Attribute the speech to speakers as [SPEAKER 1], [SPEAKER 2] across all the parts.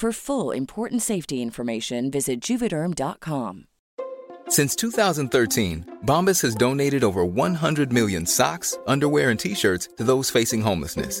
[SPEAKER 1] For full important safety information, visit juvederm.com.
[SPEAKER 2] Since 2013, Bombas has donated over 100 million socks, underwear, and t shirts to those facing homelessness.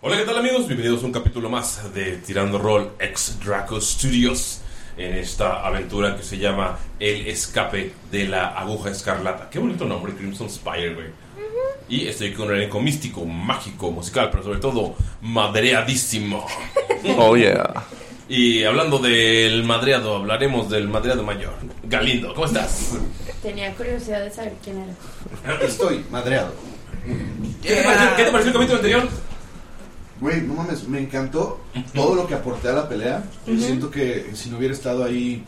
[SPEAKER 3] Hola, ¿qué tal amigos? Bienvenidos a un capítulo más de Tirando Roll ex Draco Studios en esta aventura que se llama El escape de la aguja escarlata. Qué bonito nombre, Crimson Spire, güey. Y estoy con un elenco místico, mágico, musical, pero sobre todo madreadísimo.
[SPEAKER 4] Oh, yeah.
[SPEAKER 3] Y hablando del madreado, hablaremos del madreado mayor. Galindo, ¿cómo estás?
[SPEAKER 5] Tenía curiosidad de saber quién era.
[SPEAKER 3] Estoy madreado. ¿Qué te pareció, qué te pareció el capítulo anterior?
[SPEAKER 6] Güey, no mames, me encantó todo lo que aporté a la pelea. Yo
[SPEAKER 5] Ujú.
[SPEAKER 6] Siento que si no hubiera estado ahí.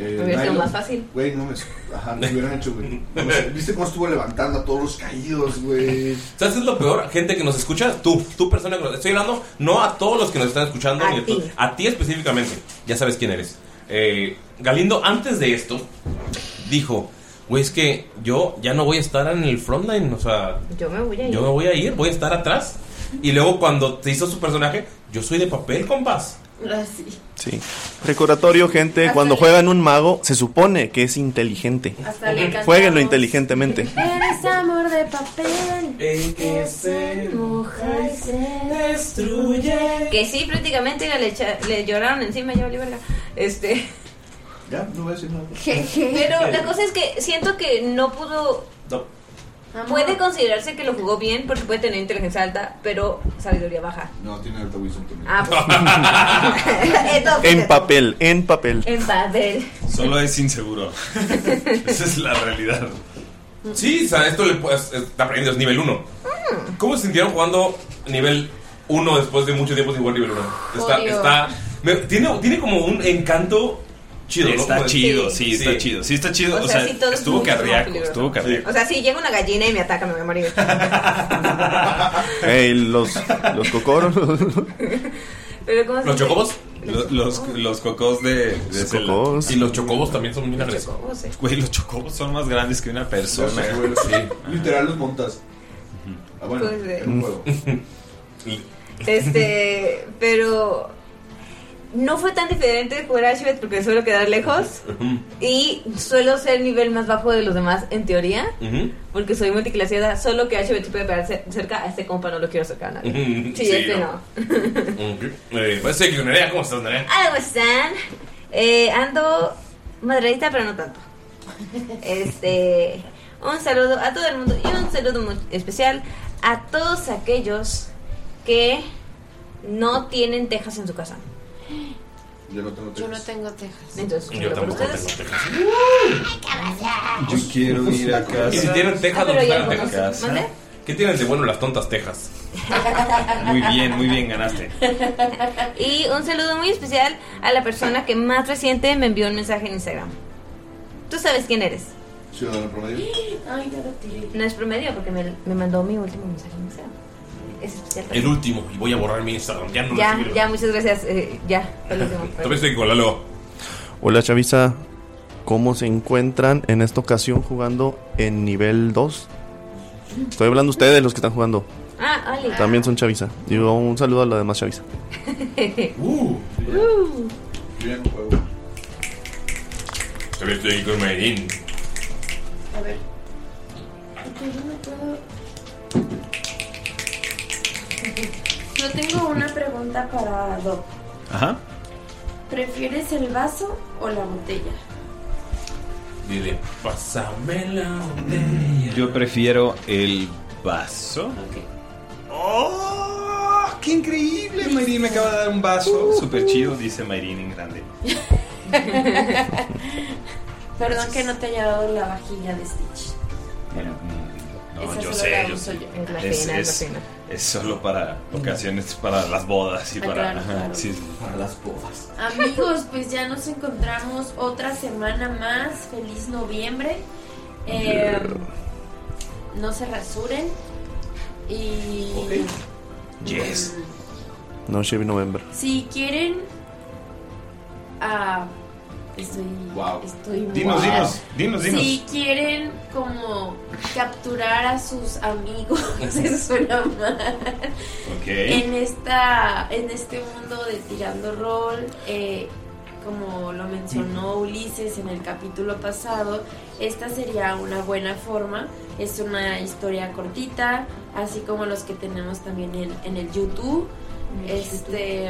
[SPEAKER 6] Eh,
[SPEAKER 5] Hubiera sido
[SPEAKER 6] Nylon,
[SPEAKER 5] más fácil.
[SPEAKER 6] Güey, no mames. Ajá, no lo hubieran hecho, güey. No mames, ¿Viste cómo estuvo levantando a todos los caídos, güey?
[SPEAKER 3] ¿Sabes qué es lo peor? Gente que nos escucha, tú, tú persona que nos estoy hablando, no a todos los que nos están escuchando,
[SPEAKER 5] A
[SPEAKER 3] ni
[SPEAKER 5] ti.
[SPEAKER 3] tu- a ti específicamente, ya sabes quién eres. Eh, Galindo, antes de esto, dijo, güey, es que yo ya no voy a estar en el frontline, o sea,
[SPEAKER 5] Yo me voy a ir.
[SPEAKER 3] yo me voy a ir, voy a estar atrás. Y luego cuando te hizo su personaje, yo soy de papel, compás.
[SPEAKER 5] Así.
[SPEAKER 4] Sí. Recordatorio, gente, cuando juegan un mago, se supone que es inteligente.
[SPEAKER 5] Hasta le cantamos.
[SPEAKER 4] Jueguenlo inteligentemente.
[SPEAKER 5] Eres amor de papel.
[SPEAKER 3] El
[SPEAKER 5] que se moja y se destruye.
[SPEAKER 7] Que sí, prácticamente le, echa- le lloraron encima ya, Oliver. Este.
[SPEAKER 6] Ya, no voy a decir nada.
[SPEAKER 7] Pero la cosa es que siento que no pudo.
[SPEAKER 3] No.
[SPEAKER 7] Puede considerarse que lo jugó bien porque puede tener inteligencia alta, pero sabiduría baja.
[SPEAKER 6] No, tiene alta wisdom también.
[SPEAKER 7] Ah, pues. Entonces,
[SPEAKER 4] En papel, en papel.
[SPEAKER 7] En papel.
[SPEAKER 8] Solo es inseguro. Esa es la realidad.
[SPEAKER 3] Sí, o sea, esto le puedes, eh, te aprendes nivel 1. ¿Cómo se sintieron jugando nivel 1 después de mucho tiempo sin jugar nivel 1? Está,
[SPEAKER 5] Odio.
[SPEAKER 3] está, me- tiene, tiene como un encanto chido, ¿no?
[SPEAKER 8] Está
[SPEAKER 3] Como de-
[SPEAKER 8] chido, sí, está chido. Sí, está chido.
[SPEAKER 7] O sea, sí, todo
[SPEAKER 8] estuvo
[SPEAKER 7] es mucho más
[SPEAKER 8] cardíaco,
[SPEAKER 7] peligroso.
[SPEAKER 8] estuvo cardíaco.
[SPEAKER 7] O sea, si llega una gallina y me ataca, me voy a morir.
[SPEAKER 4] Ey, los, los cocoros.
[SPEAKER 7] Pero ¿cómo se
[SPEAKER 3] ¿Los
[SPEAKER 7] dice?
[SPEAKER 3] chocobos?
[SPEAKER 8] Los, los, los cocos de, de
[SPEAKER 3] Los
[SPEAKER 8] Zelda.
[SPEAKER 3] cocos. Y los chocobos también son muy Los agresivos.
[SPEAKER 7] chocobos, sí.
[SPEAKER 8] Güey, los chocobos son más grandes que una persona.
[SPEAKER 6] Los abuelos, sí. Literal los montas. Ah, bueno,
[SPEAKER 7] Pues, eh.
[SPEAKER 6] en un juego.
[SPEAKER 7] Este, pero no fue tan diferente jugar a Ashibet porque suelo quedar lejos y suelo ser el nivel más bajo de los demás en teoría, porque soy multiclaseada, solo que Ashibet se puede pegar cer- cerca, a este compa no lo quiero cerca a nadie.
[SPEAKER 3] Ujú,
[SPEAKER 7] Sí,
[SPEAKER 3] sí,
[SPEAKER 7] este
[SPEAKER 3] no.
[SPEAKER 7] no.
[SPEAKER 3] Ok. Eh, parece que Nerea, ¿cómo estás, Nerea?
[SPEAKER 7] Hola, ¿cómo están? Eh, ando madradita, pero no tanto. Este, un saludo a todo el mundo y un saludo muy especial a todos aquellos que no tienen tejas en su casa.
[SPEAKER 6] Yo no tengo
[SPEAKER 7] Yo
[SPEAKER 6] tiempo.
[SPEAKER 7] no tengo tejas. Entonces,
[SPEAKER 6] Yo tampoco
[SPEAKER 7] ¿ustedes?
[SPEAKER 8] Yo quiero ir a casa.
[SPEAKER 3] Y si tienen tejas,
[SPEAKER 7] Ah, pero
[SPEAKER 3] ¿dónde
[SPEAKER 7] ya
[SPEAKER 3] están las
[SPEAKER 7] conoces.
[SPEAKER 3] tejas?
[SPEAKER 7] ¿Mande?
[SPEAKER 3] ¿Qué tienen de bueno las tontas tejas?
[SPEAKER 8] Muy bien, muy bien, ganaste.
[SPEAKER 7] Y un saludo muy especial a la persona que más reciente me envió un mensaje en Instagram. Tú sabes quién eres.
[SPEAKER 6] Ciudadano promedio.
[SPEAKER 7] Ay, no lo tiré. No es promedio porque me, me mandó mi último mensaje en Instagram. Es especial. para
[SPEAKER 3] El
[SPEAKER 7] mí.
[SPEAKER 3] último, y voy a borrar mi Instagram. Ya no lo
[SPEAKER 7] Ya,
[SPEAKER 3] escribí.
[SPEAKER 7] ya, pues. muchas gracias. eh, ya, el último.
[SPEAKER 3] Todavía estoy con Lalo.
[SPEAKER 4] Hola Chavisa, ¿cómo se encuentran en esta ocasión jugando en nivel 2? Estoy hablando de ustedes, los que están jugando.
[SPEAKER 7] Ah, Ali.
[SPEAKER 4] También son Chavisa. Digo, un saludo a la demás Chavisa.
[SPEAKER 3] Uh.
[SPEAKER 7] Uh.
[SPEAKER 6] Bien,
[SPEAKER 3] pues.
[SPEAKER 6] juego.
[SPEAKER 3] Todavía estoy aquí con Medellín.
[SPEAKER 5] A ver. Ok, yo no puedo. Yo tengo una pregunta para Doc.
[SPEAKER 8] Ajá.
[SPEAKER 5] ¿Prefieres el vaso o la botella?
[SPEAKER 3] Dile, pásame la
[SPEAKER 8] Yo prefiero el vaso. ¡Oh! ¡Qué increíble! Mayrin me acaba de dar un vaso. Súper chido, dice Mayrin en grande.
[SPEAKER 5] Perdón que no te haya dado la vajilla de Stitch.
[SPEAKER 8] No,
[SPEAKER 5] Esa
[SPEAKER 8] yo
[SPEAKER 5] solo
[SPEAKER 8] sé,
[SPEAKER 5] la
[SPEAKER 8] yo
[SPEAKER 5] uso
[SPEAKER 8] sé.
[SPEAKER 5] yo. Es la
[SPEAKER 8] Es,
[SPEAKER 5] cena, es
[SPEAKER 8] es-
[SPEAKER 5] la cena.
[SPEAKER 8] es solo para ocasiones, para las bodas y
[SPEAKER 5] Ah,
[SPEAKER 8] para.
[SPEAKER 5] claro,
[SPEAKER 8] ajá,
[SPEAKER 5] claro.
[SPEAKER 8] sí, para las bodas.
[SPEAKER 5] Amigos, pues ya nos encontramos otra semana más. Feliz noviembre. Eh, No se rasuren. Y
[SPEAKER 4] Yes. No, Chevy November.
[SPEAKER 5] si quieren. ah, estoy. estoy
[SPEAKER 8] Dinos,
[SPEAKER 5] wow.
[SPEAKER 8] dinos, dinos, dinos.
[SPEAKER 5] Si quieren, como, capturar a sus amigos, eso suena mal.
[SPEAKER 8] Ok.
[SPEAKER 5] en esta en este mundo de tirando rol eh, como lo mencionó Ulises en el capítulo pasado esta sería una buena forma es una historia cortita así como los que tenemos también en, en el YouTube
[SPEAKER 7] En el
[SPEAKER 5] este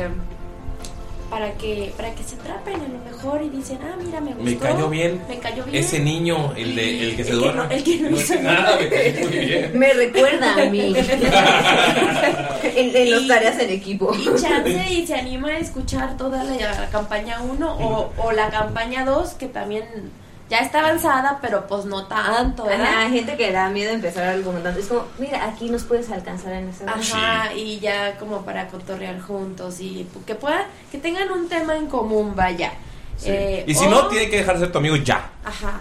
[SPEAKER 5] para que para que se atrapen a lo mejor y dicen ah mira me gustó
[SPEAKER 3] Me cayó bien.
[SPEAKER 5] me cayó bien
[SPEAKER 3] Ese niño, el, de, el que
[SPEAKER 5] El
[SPEAKER 3] se
[SPEAKER 5] que
[SPEAKER 3] duerme.
[SPEAKER 5] no- el que no
[SPEAKER 3] no hace
[SPEAKER 5] hizo
[SPEAKER 3] nada,
[SPEAKER 5] nada.
[SPEAKER 3] me cae muy bien.
[SPEAKER 7] Me recuerda a mí. en en las tareas en equipo.
[SPEAKER 5] y chance y se anima a escuchar toda la, la campaña 1 o, o la campaña 2 que también ya está avanzada pero pues no tanto ¿verdad?
[SPEAKER 7] Ajá, gente que le da miedo empezar algo con tanto. Es como, mira, aquí nos puedes alcanzar en ese
[SPEAKER 5] Ajá, y ya como para cotorrear juntos y que puedan, que tengan un tema en común, vaya. Eh,
[SPEAKER 3] Y si
[SPEAKER 5] o-
[SPEAKER 3] no, tiene que dejar de ser tu amigo ya.
[SPEAKER 5] Ajá.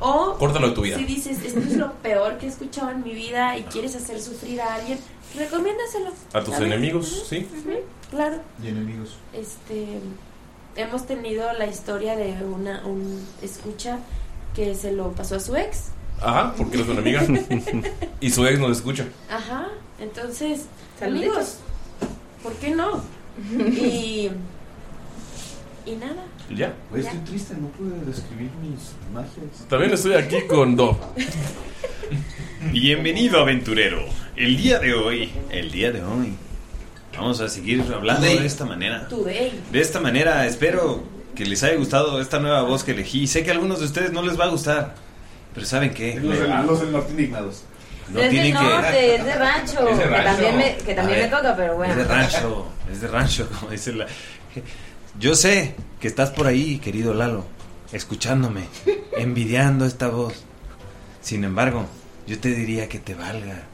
[SPEAKER 5] O
[SPEAKER 3] Córtalo de tu vida.
[SPEAKER 5] Si dices, esto es lo peor que he escuchado en mi vida y quieres hacer sufrir a alguien, recomiéndaselo.
[SPEAKER 3] A tus
[SPEAKER 5] ¿sabes?
[SPEAKER 3] enemigos, sí.
[SPEAKER 5] Ujú, claro.
[SPEAKER 6] Y enemigos.
[SPEAKER 5] Este, hemos tenido la historia de una un escucha que se lo pasó a su ex.
[SPEAKER 3] Ajá, porque eres una amiga. y su ex nos escucha.
[SPEAKER 5] Ajá. Entonces,
[SPEAKER 7] Saluditos.
[SPEAKER 5] amigos, ¿por qué no? Y y nada.
[SPEAKER 3] Ya.
[SPEAKER 6] Güey, estoy triste, no pude describir mis magias.
[SPEAKER 3] También estoy aquí con Do.
[SPEAKER 8] Bienvenido, aventurero. El día de hoy, el día de hoy, vamos a seguir hablando de esta manera.
[SPEAKER 5] Today.
[SPEAKER 8] De esta manera, espero que les haya gustado esta nueva voz que elegí. Sé que a algunos de ustedes no les va a gustar, pero ¿saben qué?
[SPEAKER 6] Los del, los del norte indignados.
[SPEAKER 8] No
[SPEAKER 7] es del
[SPEAKER 8] tienen
[SPEAKER 7] norte,
[SPEAKER 8] que.
[SPEAKER 7] es de rancho.
[SPEAKER 8] Es de
[SPEAKER 7] Que
[SPEAKER 8] rancho.
[SPEAKER 7] también me, que
[SPEAKER 8] A
[SPEAKER 7] también me
[SPEAKER 8] ver,
[SPEAKER 7] toca, pero bueno.
[SPEAKER 8] Es de rancho, es de rancho, como dice la. Yo sé que estás por ahí, querido Lalo, escuchándome, envidiando esta voz. Sin embargo, yo te diría que te valga.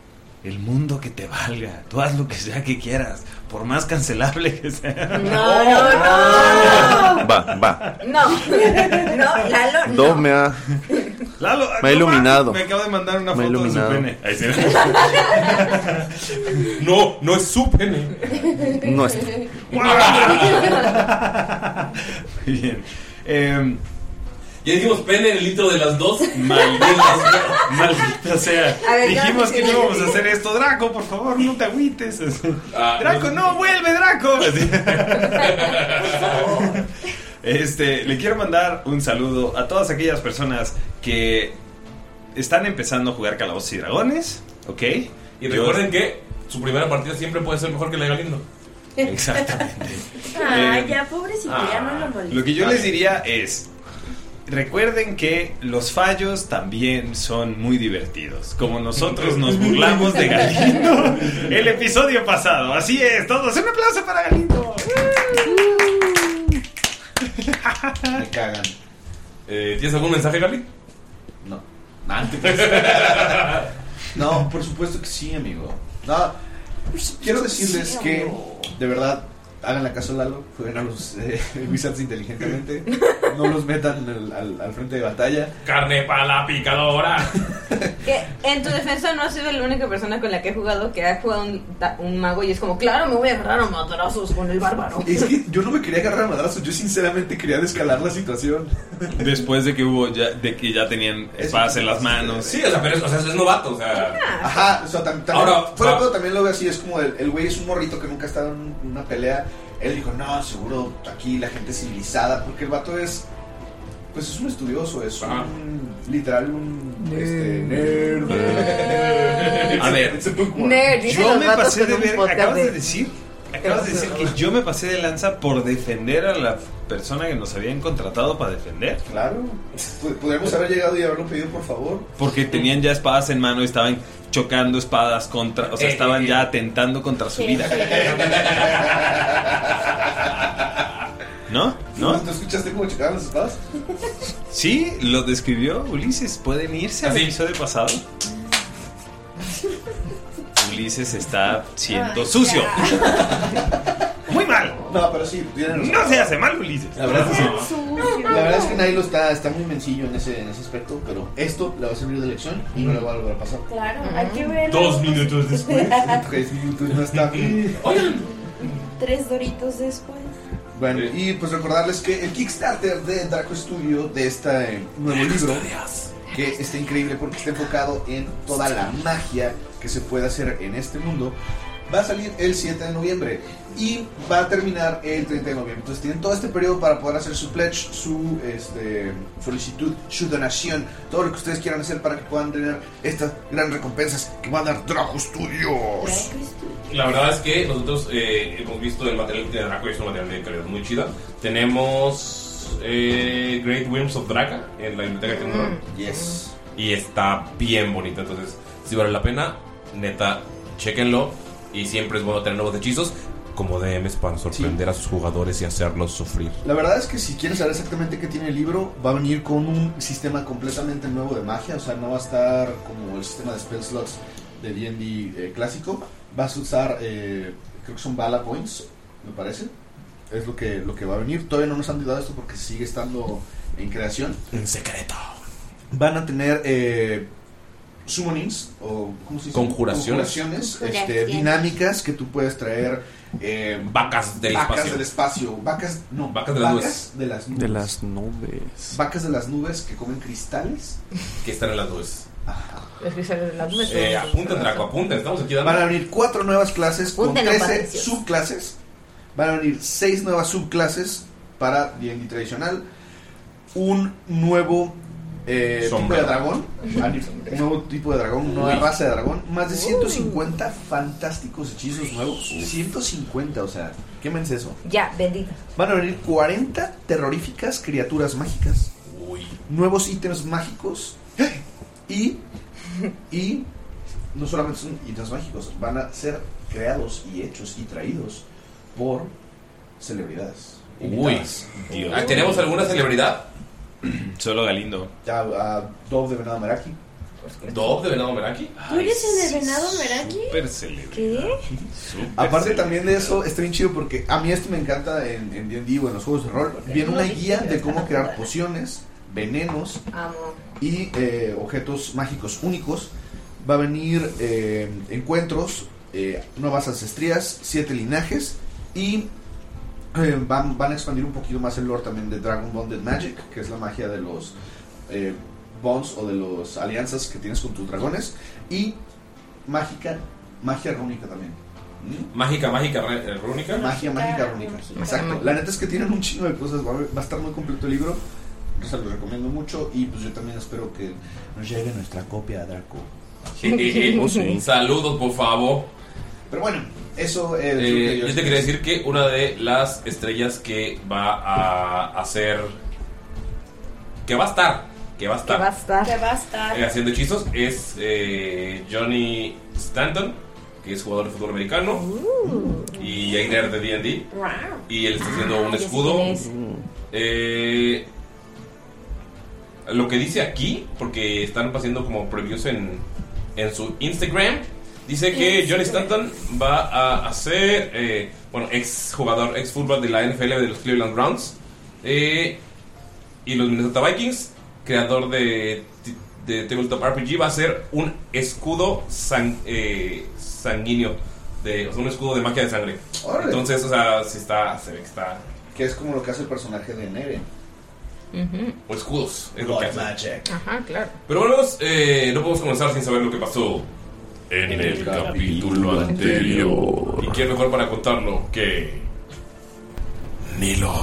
[SPEAKER 8] El mundo que te valga. Tú haz lo que sea que quieras, por más cancelable que sea.
[SPEAKER 7] No, no, no.
[SPEAKER 4] Va, va.
[SPEAKER 7] No, no, Lalo,
[SPEAKER 4] Dos
[SPEAKER 7] no.
[SPEAKER 4] me ha.
[SPEAKER 8] Lalo,
[SPEAKER 4] Me
[SPEAKER 8] no
[SPEAKER 4] ha iluminado.
[SPEAKER 8] mames, Me acabo de mandar una
[SPEAKER 4] Me ha
[SPEAKER 8] foto de su
[SPEAKER 4] iluminado.
[SPEAKER 8] pene. Ahí sí.
[SPEAKER 3] No, no es su pene.
[SPEAKER 4] No es.
[SPEAKER 8] Muy bien. Em,
[SPEAKER 3] Ya dijimos pene en el intro de las dos.
[SPEAKER 8] maldita sea. Maldita sea.
[SPEAKER 7] A ver,
[SPEAKER 8] Dijimos
[SPEAKER 7] ya,
[SPEAKER 8] que no
[SPEAKER 7] sí.
[SPEAKER 8] íbamos a
[SPEAKER 3] e-.
[SPEAKER 8] hacer esto. Draco, por favor, no te agüites.
[SPEAKER 3] Ah,
[SPEAKER 8] Draco, no, vuelve, Draco. Este, le quiero mandar un saludo a todas aquellas personas que están empezando a jugar Calabozos y Dragones, ¿ok?
[SPEAKER 3] Y recuerden que su primera partida siempre puede ser mejor que la de Galindo.
[SPEAKER 8] Exactamente.
[SPEAKER 5] Ay,
[SPEAKER 8] Eh,
[SPEAKER 5] Ah,
[SPEAKER 8] ah,
[SPEAKER 5] ya, pobrecito, ya no lo molestes.
[SPEAKER 8] Lo que yo les diría es, recuerden que los fallos también son muy divertidos, como nosotros nos burlamos de Galindo el episodio pasado. Así es, todos, un aplauso para Galindo.
[SPEAKER 6] Me cagan.
[SPEAKER 3] Eh, ¿Tienes algún mensaje, Gali?
[SPEAKER 9] No. Antes. no, por supuesto que sí, amigo. No, quiero decirles
[SPEAKER 6] sí,
[SPEAKER 9] que,
[SPEAKER 6] amigo.
[SPEAKER 9] de verdad, hagan la caso a Lalo, jueguen a los eh, wizards inteligentemente, no los metan al, al- al frente de batalla.
[SPEAKER 3] Carne para la picadora.
[SPEAKER 7] Que en tu defensa no has sido la única persona con la que he jugado que ha jugado un, ta- un mago y es como, claro, me voy a agarrar a madrazos con el bárbaro.
[SPEAKER 9] Es que yo no me quería agarrar a madrazos, yo sinceramente quería descalar la situación.
[SPEAKER 8] Después de que hubo ya, de que ya tenían espadas en las manos.
[SPEAKER 3] Sí, o sea, pero es, o sea, es novato. O
[SPEAKER 7] Ah,
[SPEAKER 3] sea,
[SPEAKER 9] Ajá, o sea, tam- también,
[SPEAKER 3] Ahora,
[SPEAKER 9] fuera de
[SPEAKER 3] va-
[SPEAKER 9] todo, también lo veo así, es como el el güey es un morrito que nunca ha estado en una pelea. Él dijo, no, seguro aquí la gente es civilizada, porque el vato es, pues es un estudioso, es
[SPEAKER 3] Ajá.
[SPEAKER 9] un, literal, un, este, nerd. A
[SPEAKER 8] ver.
[SPEAKER 7] Nerd, dicen
[SPEAKER 8] Yo
[SPEAKER 7] los
[SPEAKER 8] me
[SPEAKER 7] vatos
[SPEAKER 8] pasé
[SPEAKER 7] con
[SPEAKER 8] de
[SPEAKER 7] un
[SPEAKER 8] ver,
[SPEAKER 7] podcast
[SPEAKER 8] acabas de
[SPEAKER 7] de-
[SPEAKER 8] decir, acabas de decir que yo me pasé de lanza por defender a la persona que nos habían contratado para defender.
[SPEAKER 9] Claro, Pu- podríamos haber llegado y haberlo pedido, por favor.
[SPEAKER 8] Porque tenían ya espadas en mano y estaban chocando espadas contra, o sea,
[SPEAKER 3] Eh,
[SPEAKER 8] estaban
[SPEAKER 3] eh,
[SPEAKER 8] ya
[SPEAKER 3] eh.
[SPEAKER 8] atentando contra su vida. ¿No? ¿No?
[SPEAKER 9] ¿Tú escuchaste cómo chocaban las espadas?
[SPEAKER 8] Sí, lo describió Ulises. Pueden irse al
[SPEAKER 3] Así.
[SPEAKER 8] episodio pasado. Ulises está siendo
[SPEAKER 5] Ay,
[SPEAKER 8] sucio. Muy mal.
[SPEAKER 9] No, pero sí, tienen razón.
[SPEAKER 8] No se hace mal, Ulises.
[SPEAKER 9] La verdad es que sí.
[SPEAKER 5] Sucio.
[SPEAKER 9] La verdad es que Nailo está, está muy mencillo en ese, en ese aspecto, pero esto le va a servir de lección y no le va a volver a pasar.
[SPEAKER 5] Claro, hay que ver.
[SPEAKER 3] dos minutos después.
[SPEAKER 9] Tres minutos no está.
[SPEAKER 5] Tres doritos después.
[SPEAKER 9] Bueno, y pues recordarles que el Kickstarter de Draco Studio, de este eh, nuevo libro, que está increíble porque está enfocado en toda la magia que se puede hacer en este mundo, va a salir el 7 de noviembre y va a terminar el 30 de noviembre. Entonces tienen todo este periodo para poder hacer su pledge, su este, solicitud, su donación, todo lo que ustedes quieran hacer para que puedan tener estas gran recompensas que va a dar Draco Studios.
[SPEAKER 3] La verdad es que nosotros eh, hemos visto el material que tiene Draco y es un material de calidad muy chida. Tenemos eh, Great Whims of Draca en la biblioteca que tenemos.
[SPEAKER 9] Yes.
[SPEAKER 3] y está bien bonita. Entonces, si vale la pena, neta, chequenlo. Y siempre es bueno tener nuevos hechizos como DMs para sorprender a sus jugadores y hacerlos sufrir.
[SPEAKER 9] La verdad es que si quieres saber exactamente qué tiene el libro, va a venir con un sistema completamente nuevo de magia, o sea, no va a estar como el sistema de spell slots de D&D eh, clásico, vas a usar, eh, creo que son bala points, me parece, es lo que, lo que va a venir, todavía no nos han dado esto porque sigue estando en creación,
[SPEAKER 3] En secreto.
[SPEAKER 9] van a tener eh, summonings o ¿cómo se dice?
[SPEAKER 3] Conjuraciones.
[SPEAKER 9] Conjuraciones, este,
[SPEAKER 5] Conjuraciones.
[SPEAKER 9] dinámicas que tú puedes traer eh,
[SPEAKER 3] Vacas del
[SPEAKER 9] vacas
[SPEAKER 3] espacio.
[SPEAKER 9] del espacio, vacas no
[SPEAKER 3] Vacas de las nubes.
[SPEAKER 9] de las nubes.
[SPEAKER 4] De las nubes.
[SPEAKER 9] vacas de las nubes que comen cristales
[SPEAKER 3] Que están en las nubes.
[SPEAKER 7] Los que salen de las nubes.
[SPEAKER 3] Eh, apunta, Draco, apunta. Estamos aquí dando.
[SPEAKER 9] van a venir cuatro nuevas clases con
[SPEAKER 7] Apúntenlo,
[SPEAKER 9] 13
[SPEAKER 7] Patricios.
[SPEAKER 9] subclases van a venir seis nuevas subclases para D&D tradicional un nuevo eh, tipo de
[SPEAKER 3] Sombrero.
[SPEAKER 9] dragón un nuevo tipo de dragón una nueva raza de dragón más de 150 fantásticos hechizos nuevos 150 o sea quémense eso
[SPEAKER 7] Ya, bendito.
[SPEAKER 9] van a venir 40 terroríficas criaturas mágicas
[SPEAKER 3] Uy.
[SPEAKER 9] nuevos ítems mágicos y, y no solamente son ítems mágicos, van a ser creados y hechos y traídos por celebridades.
[SPEAKER 3] Uy.
[SPEAKER 9] invitadas.
[SPEAKER 3] Ah, ¿Tenemos alguna celebridad?
[SPEAKER 8] Solo Galindo.
[SPEAKER 9] Ya a Dove de Venado Meraki.
[SPEAKER 3] ¿Dob de Venado Meraki?
[SPEAKER 5] ¿Tú eres el de venado Meraki?
[SPEAKER 8] Súper celebre.
[SPEAKER 7] ¿Qué?
[SPEAKER 8] súper
[SPEAKER 9] Aparte
[SPEAKER 8] celebre.
[SPEAKER 9] también de eso, está bien chido porque a mí esto me encanta en en D&D o en los juegos de rol. Viene una guía de cómo crear pociones, venenos,
[SPEAKER 7] Amo.
[SPEAKER 9] y eh, objetos mágicos únicos. Va a venir eh, encuentros, eh, nuevas ancestrías, siete linajes y eh, van, van a expandir un poquito más el lore también de Dragon Bonded Magic, que es la magia de los eh, bonds o de las alianzas que tienes con tus dragones. Y mágica, magia rúnica también. ¿Mm?
[SPEAKER 3] Mágica, mágica, re- eh, rúnica.
[SPEAKER 9] Magia, mágica rúnica. Exacto. La neta es que tienen un chino de cosas. Va a, va a estar muy completo el libro. Yo se lo recomiendo mucho. Y pues yo también espero que nos llegue nuestra copia a Draco. Oh, sí.
[SPEAKER 3] Saludos, por favor.
[SPEAKER 9] Pero bueno, eso es. lo
[SPEAKER 3] Eh,
[SPEAKER 9] que
[SPEAKER 3] yo te
[SPEAKER 9] espero.
[SPEAKER 3] quería decir que una de las estrellas que va a hacer. que va a estar. Que va a estar.
[SPEAKER 5] Que va a estar.
[SPEAKER 3] eh, haciendo hechizos es eh, Johnny Stanton, que es jugador de fútbol americano. Y Ainer de DD.
[SPEAKER 5] Wow.
[SPEAKER 3] Uh. Y él está haciendo
[SPEAKER 5] Ah,
[SPEAKER 3] un
[SPEAKER 5] ya sé
[SPEAKER 3] escudo.
[SPEAKER 5] quién es.
[SPEAKER 3] Eh, lo que dice aquí, porque están pasando como previews en, en su Instagram, dice que Johnny Stanton va a hacer, eh, bueno, ex jugador, ex fútbol de la NFL de los Cleveland Browns eh, y los Minnesota Vikings, creador de, ti- de Tabletop RPG, va a hacer un escudo san- eh, sanguíneo, de, o sea, un escudo de magia de sangre.
[SPEAKER 9] Órale.
[SPEAKER 3] Entonces, o sea, sí está, se ve que está...
[SPEAKER 9] Que es como lo que hace el personaje de Neve.
[SPEAKER 3] O escudos, es lo que hace.
[SPEAKER 10] Ajá, claro.
[SPEAKER 3] Pero bueno, amigos, eh, no podemos comenzar sin saber lo que pasó en el, capítulo anterior. ¿Y quién mejor para contarlo que Nilo?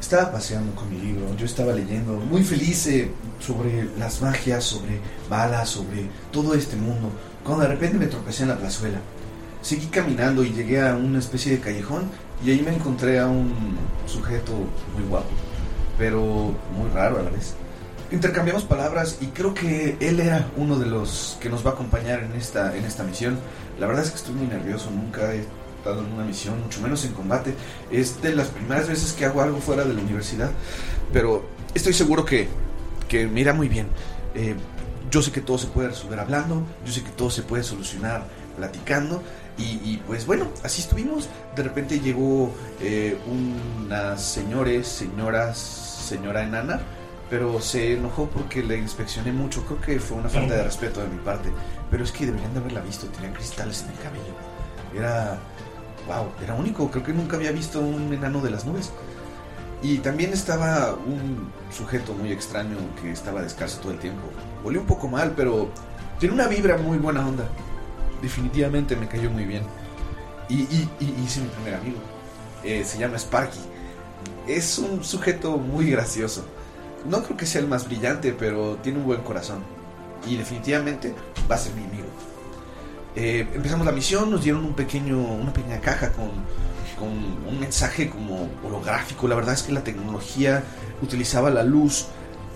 [SPEAKER 9] Estaba paseando con mi libro, yo estaba leyendo, muy feliz eh, sobre las magias, sobre balas, sobre todo este mundo, cuando de repente me tropecé en la plazuela. Seguí caminando y llegué a una especie de callejón y ahí me encontré a un sujeto muy guapo, pero muy raro a la vez. Intercambiamos palabras y creo que él era uno de los que nos va a acompañar en esta, en esta misión. La verdad es que estoy muy nervioso, nunca he estado en una misión, mucho menos en combate. Es de las primeras veces que hago algo fuera de la universidad, pero estoy seguro que, que me irá muy bien. Eh, yo sé que todo se puede resolver hablando, yo sé que todo se puede solucionar platicando. Y, y, pues bueno, así estuvimos. De repente llegó eh, unas señores, señoras, señora enana, pero se enojó porque le inspeccioné mucho. Creo que fue una falta de respeto de mi parte. Pero es que deberían de haberla visto, tenía cristales en el cabello. Era. ¡Wow! Era único. Creo que nunca había visto un enano de las nubes. Y también estaba un sujeto muy extraño que estaba descalzo todo el tiempo. Volé un poco mal, pero tiene una vibra muy buena onda. Definitivamente me cayó muy bien. Y, y- y hice mi primer amigo. Eh, se llama Sparky. Es un sujeto muy gracioso. No creo que sea el más brillante, pero tiene un buen corazón. Y definitivamente va a ser mi amigo. Eh, empezamos la misión, nos dieron un pequeño, una pequeña caja con, con un mensaje como holográfico. La verdad es que la tecnología utilizaba la luz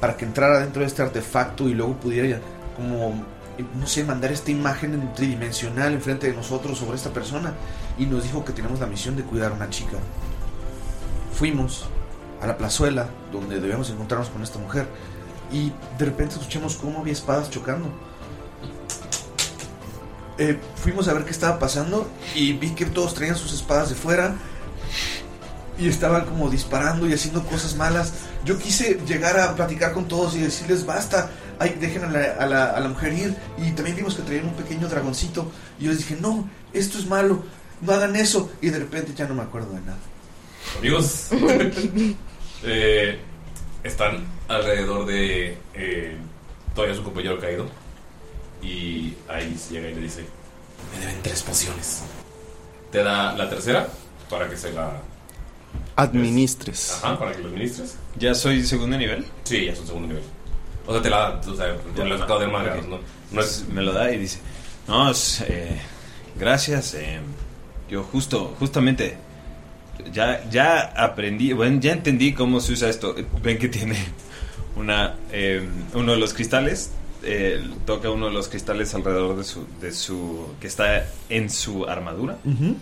[SPEAKER 9] para que entrara dentro de este artefacto y luego pudiera como, eh, no sé, mandar esta imagen en tridimensional enfrente de nosotros sobre esta persona. Y nos dijo que tenemos la misión de cuidar a una chica. Fuimos a la plazuela donde debíamos encontrarnos con esta mujer y de repente escuchamos cómo había espadas chocando. Eh, fuimos a ver qué estaba pasando y vi que todos traían sus espadas de fuera y estaban como disparando y haciendo cosas malas. Yo quise llegar a platicar con todos y decirles basta, ay, dejen a la, a la- a la mujer ir. Y también vimos que traían un pequeño dragoncito y yo les dije, no, esto es malo, no hagan eso. Y de repente ya no me acuerdo de nada.
[SPEAKER 3] Amigos, eh, están alrededor de eh, todavía su compañero caído. Y ahí llega y le dice: Me deben tres pociones. Te da la tercera para que se la.
[SPEAKER 4] Administres.
[SPEAKER 3] Ajá, para que lo administres.
[SPEAKER 8] ¿Ya soy segundo nivel?
[SPEAKER 3] Sí, ya soy segundo nivel. O sea, te la da, o sea, ya lo has sacado del madre. ¿no?
[SPEAKER 8] Pues me lo da y dice, no, es, eh, gracias, eh, yo justo, justamente, ya, ya aprendí, bueno, ya entendí cómo se usa esto. Eh, Ven que tiene una, eh, uno de los cristales, eh, toca uno de los cristales alrededor de su, de su, que está en su armadura
[SPEAKER 4] Ujú.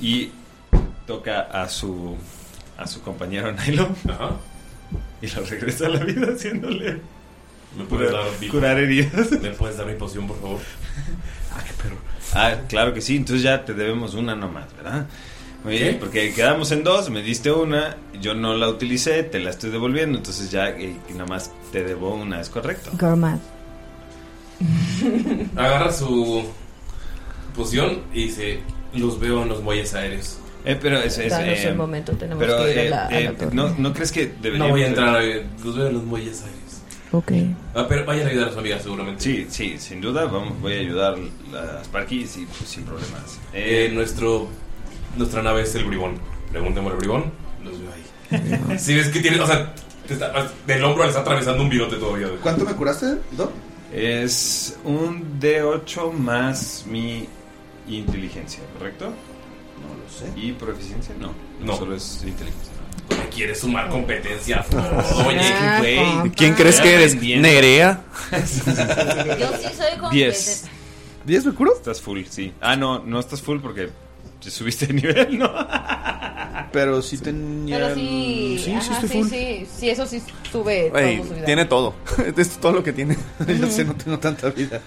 [SPEAKER 8] y toca a su, a su compañero Nylon y lo regresa a la vida haciéndole.
[SPEAKER 3] ¿Me puedes
[SPEAKER 8] curar-
[SPEAKER 3] dar mi-
[SPEAKER 8] curar heridas?
[SPEAKER 3] ¿Me puedes dar mi poción, por favor?
[SPEAKER 8] Ah, claro que sí, entonces ya te debemos una nomás, ¿verdad? Muy bien, porque quedamos en dos, me diste una, yo no la utilicé, te la estoy devolviendo, entonces ya eh, nada más te debo una, es correcto.
[SPEAKER 7] Gormat.
[SPEAKER 3] Agarra su poción y dice, los veo en los muelles aéreos.
[SPEAKER 8] Eh, pero es, es,
[SPEAKER 10] Danos
[SPEAKER 8] eh,
[SPEAKER 10] el momento, tenemos
[SPEAKER 8] pero,
[SPEAKER 10] que ir a
[SPEAKER 8] eh,
[SPEAKER 10] la- a la
[SPEAKER 8] eh,
[SPEAKER 10] torre.
[SPEAKER 8] no, ¿No crees que deberíamos...
[SPEAKER 3] voy a entrar, eh, los veo en los muelles aéreos.
[SPEAKER 10] Ok.
[SPEAKER 3] Ah, pero vayan a ayudar a su amiga seguramente.
[SPEAKER 8] Sí, sí, sin duda, vamos, voy a ayudar a Sparky sí, pues, sin problemas.
[SPEAKER 3] Eh, nuestro, nuestra nave es el bribón. Preguntémosle al bribón, los veo ahí. si ves que tiene, o sea, te está- del hombro le está atravesando un virote todavía. güey.
[SPEAKER 9] ¿Cuánto me curaste, Doc?
[SPEAKER 8] Es un D8 más mi inteligencia, ¿correcto? No
[SPEAKER 9] lo sé.
[SPEAKER 8] ¿Y proficiencia? No,
[SPEAKER 3] No.
[SPEAKER 8] no. solo es inteligencia.
[SPEAKER 3] Porque quieres sumar competencia.
[SPEAKER 8] Oye,
[SPEAKER 3] Ah,
[SPEAKER 8] güey.
[SPEAKER 3] compa. ¿Quién crees que eres,
[SPEAKER 4] Nerea?
[SPEAKER 7] Yo sí soy como
[SPEAKER 8] 10.
[SPEAKER 9] ¿10 me curo?
[SPEAKER 8] Estás full, sí. Ah, no, no estás full porque te subiste de nivel, ¿no?
[SPEAKER 9] Pero sí tenía.
[SPEAKER 10] Pero sí,
[SPEAKER 4] Sí, sí,
[SPEAKER 10] ajá,
[SPEAKER 4] estoy
[SPEAKER 10] sí,
[SPEAKER 4] full.
[SPEAKER 10] sí, sí, eso sí sube.
[SPEAKER 4] Güey,
[SPEAKER 10] todo su vida.
[SPEAKER 4] tiene todo. Esto es todo lo que tiene.
[SPEAKER 10] Yo sé,
[SPEAKER 9] no tengo tanta vida.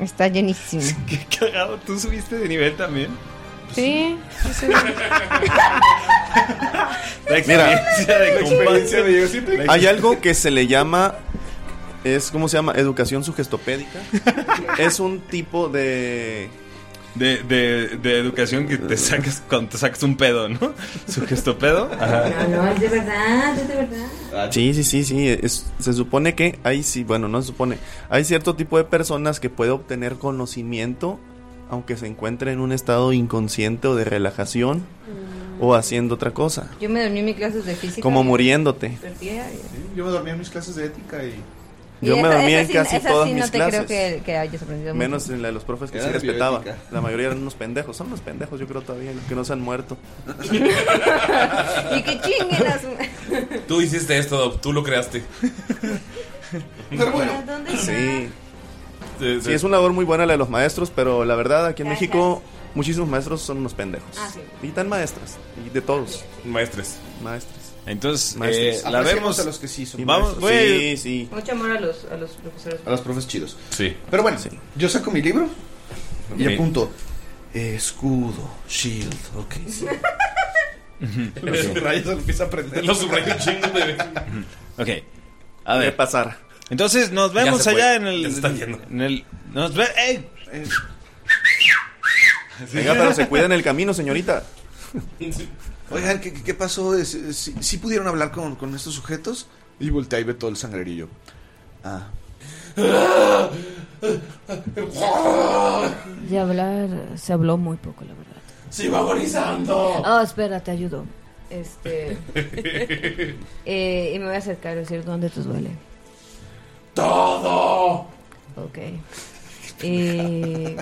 [SPEAKER 10] Está llenísimo.
[SPEAKER 8] Qué cagado, tú subiste de nivel también.
[SPEAKER 10] Sí, sí, sí.
[SPEAKER 8] La experiencia de
[SPEAKER 9] experiencia
[SPEAKER 8] combate.
[SPEAKER 4] Hay algo que se le llama. Es, ¿Cómo se llama? Educación sugestopédica. es un tipo de.
[SPEAKER 8] De, de, de educación que te sacas cuando te sacas un pedo, ¿no? Su gesto pedo.
[SPEAKER 7] No, no, es de verdad, es de verdad.
[SPEAKER 4] Sí, sí, sí, sí. es- se supone que hay, sí, bueno, no se supone. Hay cierto tipo de personas que puede obtener conocimiento aunque se encuentre en un estado inconsciente o de relajación o haciendo otra cosa.
[SPEAKER 7] Yo me dormí en mis clases de física.
[SPEAKER 4] Como muriéndote.
[SPEAKER 7] Perdida.
[SPEAKER 9] Yo me dormía en mis clases de ética y.
[SPEAKER 7] Y
[SPEAKER 4] Yo me
[SPEAKER 7] esa- esa
[SPEAKER 4] dormía en
[SPEAKER 7] sí-
[SPEAKER 4] casi
[SPEAKER 7] esa
[SPEAKER 4] todas
[SPEAKER 7] sí
[SPEAKER 4] mis
[SPEAKER 7] no te creo
[SPEAKER 4] clases.
[SPEAKER 7] que, que hayas aprendido mucho.
[SPEAKER 4] Menos en la de los profes que
[SPEAKER 9] Era
[SPEAKER 4] sí
[SPEAKER 9] de
[SPEAKER 4] respetaba.
[SPEAKER 9] bioética.
[SPEAKER 4] La mayoría eran unos pendejos. Son unos pendejos, yo creo todavía, los que no se han muerto.
[SPEAKER 7] Y que chinguen a su-
[SPEAKER 3] Tú hiciste esto, Dob, tú lo creaste.
[SPEAKER 9] Pero bueno.
[SPEAKER 7] ¿Dónde
[SPEAKER 4] Sí. Sí, es una labor muy buena la de los maestros, pero la verdad, aquí en México, muchísimos maestros son unos pendejos.
[SPEAKER 7] Ah,
[SPEAKER 4] Y tan maestras, y de todos.
[SPEAKER 3] Maestres.
[SPEAKER 4] Maestres.
[SPEAKER 8] Entonces,
[SPEAKER 4] Maestros.
[SPEAKER 8] eh, la
[SPEAKER 9] Apreciamos
[SPEAKER 8] vemos.
[SPEAKER 9] a los que sí son
[SPEAKER 8] Y Vamos,
[SPEAKER 9] maestros.
[SPEAKER 8] güey.
[SPEAKER 4] sí.
[SPEAKER 7] Mucho amor a los, a los profesores.
[SPEAKER 9] A los profes chidos.
[SPEAKER 3] Sí.
[SPEAKER 9] Pero bueno, yo saco mi libro y
[SPEAKER 3] Ok.
[SPEAKER 9] apunto. Escudo, shield, ok. Los subrayos lo empieza a aprender.
[SPEAKER 3] Los subrayos chingos de.
[SPEAKER 8] Ok. A ver.
[SPEAKER 4] pasar.
[SPEAKER 8] Entonces, nos
[SPEAKER 3] Ya
[SPEAKER 8] vemos
[SPEAKER 3] se fue,
[SPEAKER 8] allá en
[SPEAKER 3] ya se
[SPEAKER 8] el.
[SPEAKER 3] está yendo.
[SPEAKER 8] En el. Nos ve. ¡Ey!
[SPEAKER 4] Venga, pero se cuida en el camino, señorita.
[SPEAKER 9] Oigan, ¿qué, qué pasó? ¿Es- es- ¿Sí, sí pudieron hablar con, con estos sujetos? Y voltea y ve todo el sangrerillo. Ah.
[SPEAKER 10] De hablar, se habló muy poco, la verdad.
[SPEAKER 3] ¡Se va agonizando!
[SPEAKER 10] Oh, espera, te ayudo. Este. eh, y me voy a acercar a decir dónde te duele.
[SPEAKER 3] ¡Todo!
[SPEAKER 10] Ok. Y.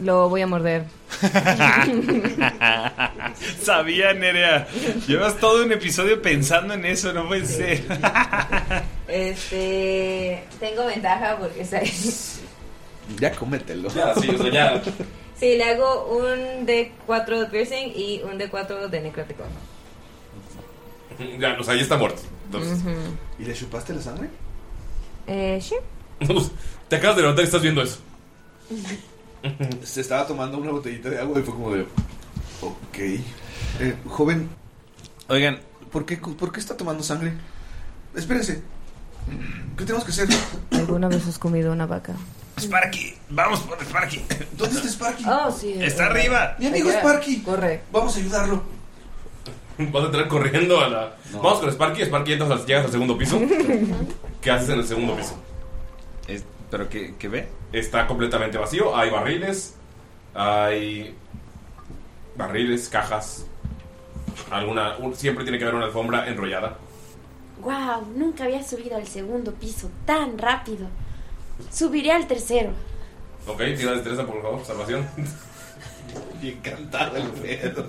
[SPEAKER 10] Lo voy a morder.
[SPEAKER 8] Sabía, Nerea. Llevas todo un episodio pensando en eso, no puede ser.
[SPEAKER 7] Este. Tengo ventaja porque ¿sabes?
[SPEAKER 9] Ya cómetelo.
[SPEAKER 3] Ya, sí, o sea, ya.
[SPEAKER 7] Sí, le hago un D4 de piercing y un D4 de necrótico.
[SPEAKER 3] Ya, o sea, ya está muerto. Entonces,
[SPEAKER 7] Ujú.
[SPEAKER 9] ¿Y le chupaste la sangre?
[SPEAKER 7] Eh, sí.
[SPEAKER 3] te acabas de levantar y estás viendo eso.
[SPEAKER 9] Se estaba tomando una botellita de agua y fue como de. Ok. Eh, joven,
[SPEAKER 8] Oigan,
[SPEAKER 9] ¿por qué, cu- ¿por qué está tomando sangre? Espérense. ¿Qué tenemos que hacer?
[SPEAKER 10] ¿Alguna vez has comido una vaca?
[SPEAKER 8] Sparky, vamos por Sparky.
[SPEAKER 9] ¿Dónde está Sparky?
[SPEAKER 10] Oh, sí.
[SPEAKER 8] Está arriba.
[SPEAKER 9] Mi amigo
[SPEAKER 10] Allá.
[SPEAKER 9] Sparky.
[SPEAKER 10] Corre.
[SPEAKER 9] Vamos a ayudarlo.
[SPEAKER 3] Vas a entrar corriendo a la. Vamos con Sparky. Sparky, entras al- llegas al segundo piso. ¿Qué haces en el segundo piso?
[SPEAKER 8] Es- ¿Pero qué, qué ve?
[SPEAKER 3] Está completamente vacío. Hay barriles. Hay. Barriles, cajas. Alguna. un- siempre tiene que haber una alfombra enrollada.
[SPEAKER 5] ¡Wow! Nunca había subido al segundo piso tan rápido. Subiré al tercero.
[SPEAKER 3] Ok, tira destreza, por favor. Salvación.
[SPEAKER 9] Y encantado el pedo.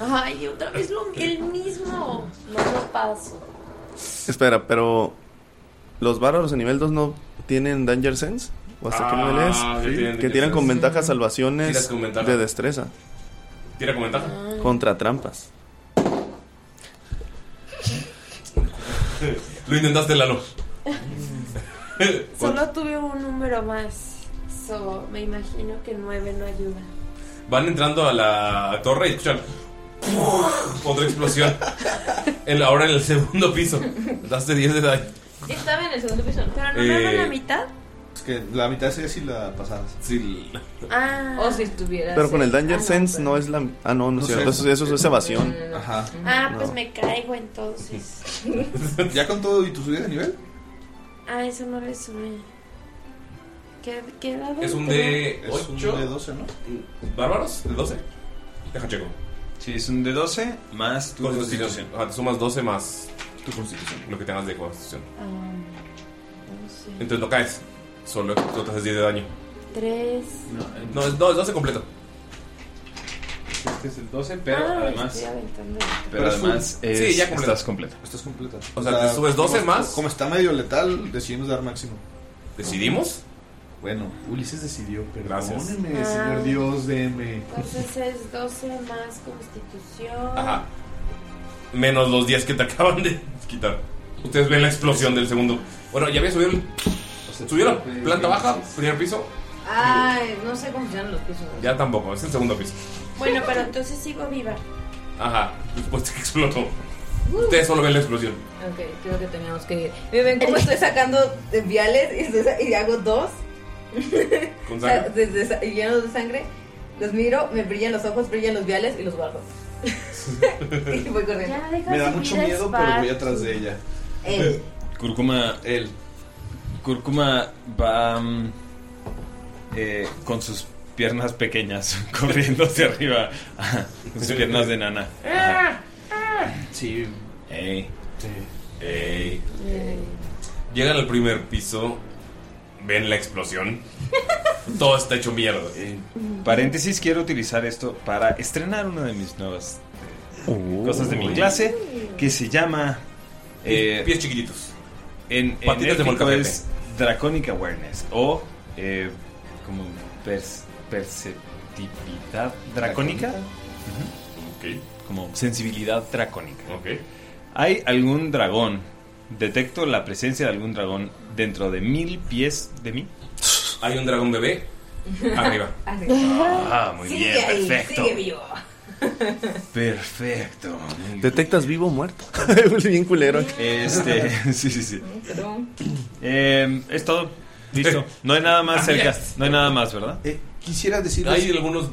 [SPEAKER 5] ¡Ay, otra vez lo el mismo! No lo paso.
[SPEAKER 4] Espera, pero. ¿Los bárbaros de nivel 2 no tienen Danger Sense? ¿O hasta
[SPEAKER 3] Ah,
[SPEAKER 4] qué nivel es?
[SPEAKER 3] sí, tienen
[SPEAKER 4] Que
[SPEAKER 3] Danger
[SPEAKER 4] tiran con
[SPEAKER 3] Sense.
[SPEAKER 4] ventaja
[SPEAKER 3] Tiras
[SPEAKER 4] salvaciones
[SPEAKER 3] con ventaja.
[SPEAKER 4] de destreza
[SPEAKER 3] Tira con ventaja.
[SPEAKER 4] contra trampas.
[SPEAKER 3] Lo intentaste, Lalo.
[SPEAKER 5] Solo tuve un número más. So, me imagino que nueve no ayuda.
[SPEAKER 3] Van entrando a la torre y escuchan otra explosión. En- ahora en el segundo piso. Daste 10 de daño.
[SPEAKER 7] Estaba en el segundo piso, ¿no?
[SPEAKER 5] Pero
[SPEAKER 3] no me Eh, hagan la
[SPEAKER 5] mitad.
[SPEAKER 9] Es que la mitad sería si la pasabas.
[SPEAKER 3] Sí.
[SPEAKER 5] Ah.
[SPEAKER 7] O si estuvieras.
[SPEAKER 4] Pero con el
[SPEAKER 7] eh,
[SPEAKER 4] Danger
[SPEAKER 7] ah, no,
[SPEAKER 4] Sense no es la. Ah, no, no, es
[SPEAKER 9] sé.
[SPEAKER 4] cierto. Eso, eso es evasión.
[SPEAKER 9] Ajá.
[SPEAKER 5] Ah, pues
[SPEAKER 4] No.
[SPEAKER 5] me caigo entonces.
[SPEAKER 9] ¿Ya con todo y tu subida de nivel?
[SPEAKER 5] ah, eso no le subí. ¿Qué, qué dado
[SPEAKER 3] Es un
[SPEAKER 5] tengo?
[SPEAKER 3] de
[SPEAKER 9] Es un
[SPEAKER 3] 8.
[SPEAKER 9] de 12, ¿no?
[SPEAKER 3] ¿Bárbaros? ¿De 12? Deja checo.
[SPEAKER 8] Sí, es un de 12 más tu
[SPEAKER 3] constitución. Ajá, te sumas 12 más
[SPEAKER 9] tu constitución.
[SPEAKER 3] Lo que tengas de constitución.
[SPEAKER 5] Ah, no sé.
[SPEAKER 3] Entonces no caes. Solo tú te haces 10 de daño.
[SPEAKER 5] Tres.
[SPEAKER 3] No, es, no, es 12 completo.
[SPEAKER 8] Este es el 12, pero
[SPEAKER 5] Ah,
[SPEAKER 8] además.
[SPEAKER 5] estoy aventando.
[SPEAKER 8] Pero además es-
[SPEAKER 3] Sí, ya completa.
[SPEAKER 8] estás completa.
[SPEAKER 9] Estás completa.
[SPEAKER 3] O sea, te subes 12
[SPEAKER 9] como-
[SPEAKER 3] más.
[SPEAKER 9] Como está medio letal, decidimos dar máximo.
[SPEAKER 3] ¿Decidimos?
[SPEAKER 9] Bueno, Ulises decidió,
[SPEAKER 3] Gracias.
[SPEAKER 9] perdóneme,
[SPEAKER 5] Ah.
[SPEAKER 9] señor Dios, DM.
[SPEAKER 5] Entonces es 12 más constitución.
[SPEAKER 3] Ajá. Menos los 10 que te acaban de quitar. Ustedes ven la explosión del segundo. Bueno, ya había subido el. Subieron. Planta baja, primer piso.
[SPEAKER 7] Ay, no sé cómo funcionan los pisos.
[SPEAKER 3] Ya tampoco, es el segundo piso.
[SPEAKER 5] Bueno, pero entonces sigo viva.
[SPEAKER 3] Ajá. Después que explotó. Ustedes solo ven la explosión.
[SPEAKER 7] Ok, creo que teníamos que ir. Miren cómo estoy sacando de viales y, estoy sa- y hago dos.
[SPEAKER 3] Con
[SPEAKER 7] O sea,
[SPEAKER 3] sangre.
[SPEAKER 7] desde sa- y llenos de sangre. Los miro, me brillan los ojos, brillan los viales y los guardo. y voy corriendo.
[SPEAKER 9] Me da mucho miedo, pero voy atrás de ella.
[SPEAKER 7] Él.
[SPEAKER 8] Cúrcuma.
[SPEAKER 9] Él.
[SPEAKER 8] Cúrcuma va. mm, eh, con sus piernas pequeñas corriendo hacia arriba. Ajá, con sus piernas de nana.
[SPEAKER 11] Ah.
[SPEAKER 9] Sí.
[SPEAKER 8] Ey.
[SPEAKER 3] Ey. Llegan al primer piso. Ven la explosión. Todo está hecho mierda.
[SPEAKER 8] Paréntesis, quiero utilizar esto para estrenar una de mis nuevas eh, cosas de mi clase que se llama
[SPEAKER 3] Pies chiquititos.
[SPEAKER 8] Eh, En, en
[SPEAKER 3] Patitas de
[SPEAKER 8] élfico
[SPEAKER 3] molcajete.
[SPEAKER 8] es Draconic Awareness o eh, como pers- perceptividad dracónica.
[SPEAKER 3] Ujú.
[SPEAKER 8] Como sensibilidad dracónica.
[SPEAKER 3] Ok.
[SPEAKER 8] ¿Hay algún dragón? ¿Detecto la presencia de algún dragón dentro de mil pies de mí?
[SPEAKER 3] Hay un dragón bebé arriba.
[SPEAKER 7] Arriba.
[SPEAKER 8] Ah, muy
[SPEAKER 7] Sigue
[SPEAKER 8] bien,
[SPEAKER 7] ahí,
[SPEAKER 8] perfecto.
[SPEAKER 7] Sigue vivo.
[SPEAKER 8] Perfecto.
[SPEAKER 4] ¿Detectas vivo o muerto? Bien culero.
[SPEAKER 8] Este, sí, sí, sí. Eh, es todo. Listo. No hay nada
[SPEAKER 3] Ah,
[SPEAKER 8] más cerca. No hay nada más, ¿verdad?
[SPEAKER 9] Eh, Quisiera decirles.
[SPEAKER 3] Hay algunos.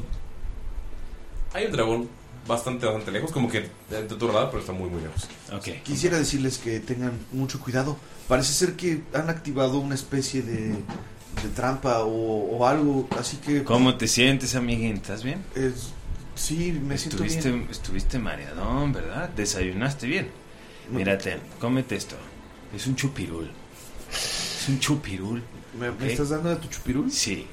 [SPEAKER 3] Hay un dragón bastante, bastante lejos, como que de de tu radar, pero está muy, muy lejos.
[SPEAKER 8] Ok.
[SPEAKER 9] Quisiera decirles que tengan mucho cuidado. Parece ser que han activado una especie de, de trampa o, o algo, así que...
[SPEAKER 8] ¿Cómo te sientes, amiguín? ¿Estás bien?
[SPEAKER 9] Es- sí, me siento
[SPEAKER 8] Estuviste,
[SPEAKER 9] bien.
[SPEAKER 8] estuviste mareadón, ¿verdad? Desayunaste bien. Mírate, cómete esto. Es un chupirul. Es un chupirul.
[SPEAKER 9] ¿Me, me
[SPEAKER 8] ¿ok?
[SPEAKER 9] estás dando de tu chupirul?
[SPEAKER 8] Sí,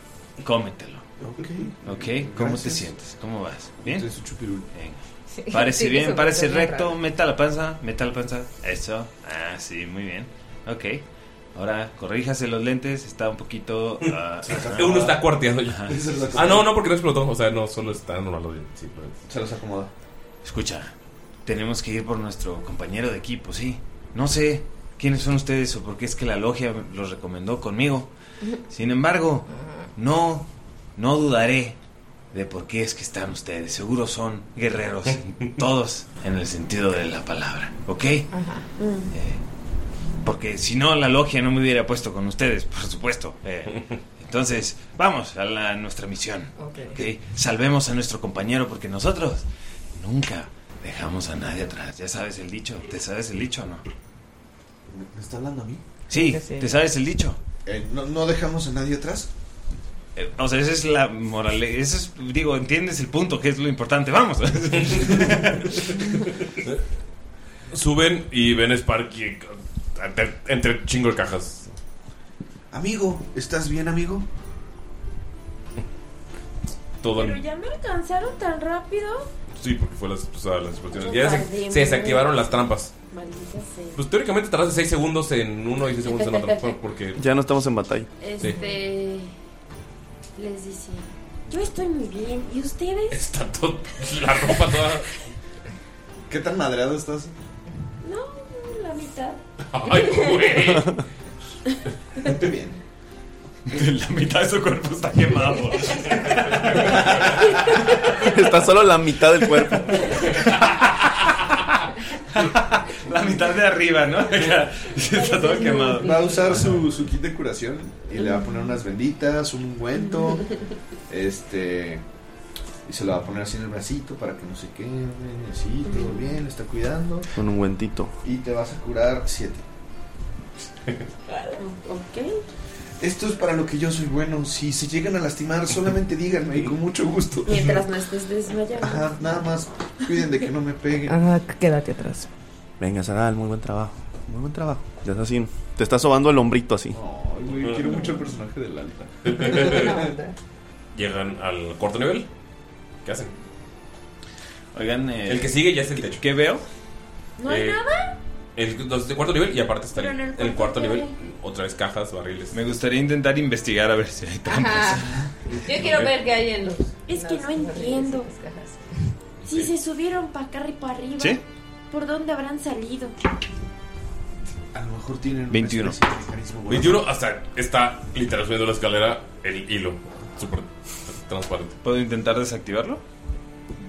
[SPEAKER 8] cómetelo.
[SPEAKER 9] Ok.
[SPEAKER 8] ¿Ok? ¿Cómo te
[SPEAKER 9] Gracias.
[SPEAKER 8] sientes? ¿Cómo vas? ¿Bien?
[SPEAKER 9] De su chupirul.
[SPEAKER 8] Venga.
[SPEAKER 7] Sí,
[SPEAKER 8] Parece
[SPEAKER 7] sí,
[SPEAKER 8] bien,
[SPEAKER 7] eso
[SPEAKER 8] parece
[SPEAKER 7] está bien
[SPEAKER 8] recto.
[SPEAKER 7] raro.
[SPEAKER 8] Meta la panza, meta la panza. Eso. Ah, sí, muy bien. Ok. Ahora corríjase los lentes. Está un poquito. ah, ajá.
[SPEAKER 3] Uno está cuarteando ya.
[SPEAKER 8] Ajá.
[SPEAKER 3] Ah, no, no, porque no explotó. O sea, no, solo está normal. lo de- sí, pero-
[SPEAKER 9] Se los acomoda.
[SPEAKER 8] Escucha, tenemos que ir por nuestro compañero de equipo, sí. No sé quiénes son ustedes o por qué es que la logia los recomendó conmigo. Sin embargo, no, no dudaré de por qué es que están ustedes. Seguro son guerreros, todos en el sentido de la palabra, ¿ok? Eh, Porque si no, la logia no me hubiera puesto con ustedes, por supuesto. Eh, entonces, vamos a la- nuestra misión. ¿ok? Salvemos a nuestro compañero porque nosotros nunca dejamos a nadie atrás. Ya sabes el dicho. ¿Te sabes el dicho o no?
[SPEAKER 9] ¿Me, me está hablando a mí?
[SPEAKER 8] Sí,
[SPEAKER 10] Sí.
[SPEAKER 8] ¿te sabes el dicho?
[SPEAKER 9] Eh, no, no dejamos a nadie atrás.
[SPEAKER 8] Eh, o sea, esa es la moral. Eso es, digo, entiendes el punto que es lo importante. Vamos.
[SPEAKER 3] Suben y ven a Sparky entre, entre chingo de cajas.
[SPEAKER 9] Amigo, ¿estás bien, amigo?
[SPEAKER 3] Todo
[SPEAKER 5] Pero
[SPEAKER 3] en-
[SPEAKER 5] ya me alcanzaron tan rápido.
[SPEAKER 3] Sí, porque fue las, o sea, las explosiones.
[SPEAKER 5] Yo
[SPEAKER 3] Ya se,
[SPEAKER 5] tardé
[SPEAKER 3] se desactivaron las trampas.
[SPEAKER 5] Maldita sea.
[SPEAKER 3] Pues teóricamente tardaste 6 segundos en uno y 6 segundos en otro. fue Porque.
[SPEAKER 4] Ya no estamos en batalla.
[SPEAKER 5] Este. Les dice: Yo estoy muy bien. ¿Y ustedes?
[SPEAKER 3] Está todo- la ropa toda.
[SPEAKER 9] ¿Qué tan madreado estás?
[SPEAKER 5] No, la mitad.
[SPEAKER 3] Ay, güey.
[SPEAKER 9] Ponte bien.
[SPEAKER 8] La mitad de su cuerpo está quemado.
[SPEAKER 4] Está solo la mitad del cuerpo.
[SPEAKER 8] La mitad de arriba, ¿no? Está todo quemado.
[SPEAKER 9] Va a usar su, su kit de curación y le va a poner unas benditas, un ungüento. Este. Y se lo va a poner así en el bracito para que no se quede. Así, todo bien, lo está cuidando.
[SPEAKER 4] Con un guentito.
[SPEAKER 9] Y te vas a curar 7.
[SPEAKER 5] Ok.
[SPEAKER 9] Esto es para lo que yo soy bueno. Si se llegan a lastimar, solamente díganme y con mucho gusto.
[SPEAKER 5] Mientras no estés desmayado.
[SPEAKER 9] Ajá, nada más. Cuiden de que no me peguen.
[SPEAKER 10] Ajá, quédate atrás.
[SPEAKER 4] Venga, Saral, muy buen trabajo. Muy buen trabajo. Ya está así. Te está sobando el hombrito así.
[SPEAKER 9] Ay, güey, quiero mucho el personaje del alta.
[SPEAKER 3] Llegan al cuarto nivel. ¿Qué hacen?
[SPEAKER 8] Oigan, eh,
[SPEAKER 3] el que sigue ya es el techo.
[SPEAKER 8] ¿Qué veo?
[SPEAKER 5] ¿No hay
[SPEAKER 3] Eh,
[SPEAKER 5] nada?
[SPEAKER 3] El los de cuarto nivel y aparte está
[SPEAKER 5] Pero
[SPEAKER 3] el,
[SPEAKER 5] en el
[SPEAKER 3] el
[SPEAKER 5] cuarto
[SPEAKER 3] cuarto nivel.
[SPEAKER 5] nivel.
[SPEAKER 3] Otra vez cajas, barriles.
[SPEAKER 8] Me gustaría intentar investigar a ver si hay trampas.
[SPEAKER 7] Ajá. Yo quiero ver qué hay en los.
[SPEAKER 5] Es que no entiendo. Si se subieron para acá y para arriba,
[SPEAKER 8] ¿Sí?
[SPEAKER 5] ¿por dónde habrán salido?
[SPEAKER 9] A lo mejor tienen una
[SPEAKER 8] 21.
[SPEAKER 9] especie de mecanismo volador.
[SPEAKER 3] 21 hasta está literal subiendo la escalera el hilo. Súper transparente.
[SPEAKER 8] ¿Puedo intentar desactivarlo?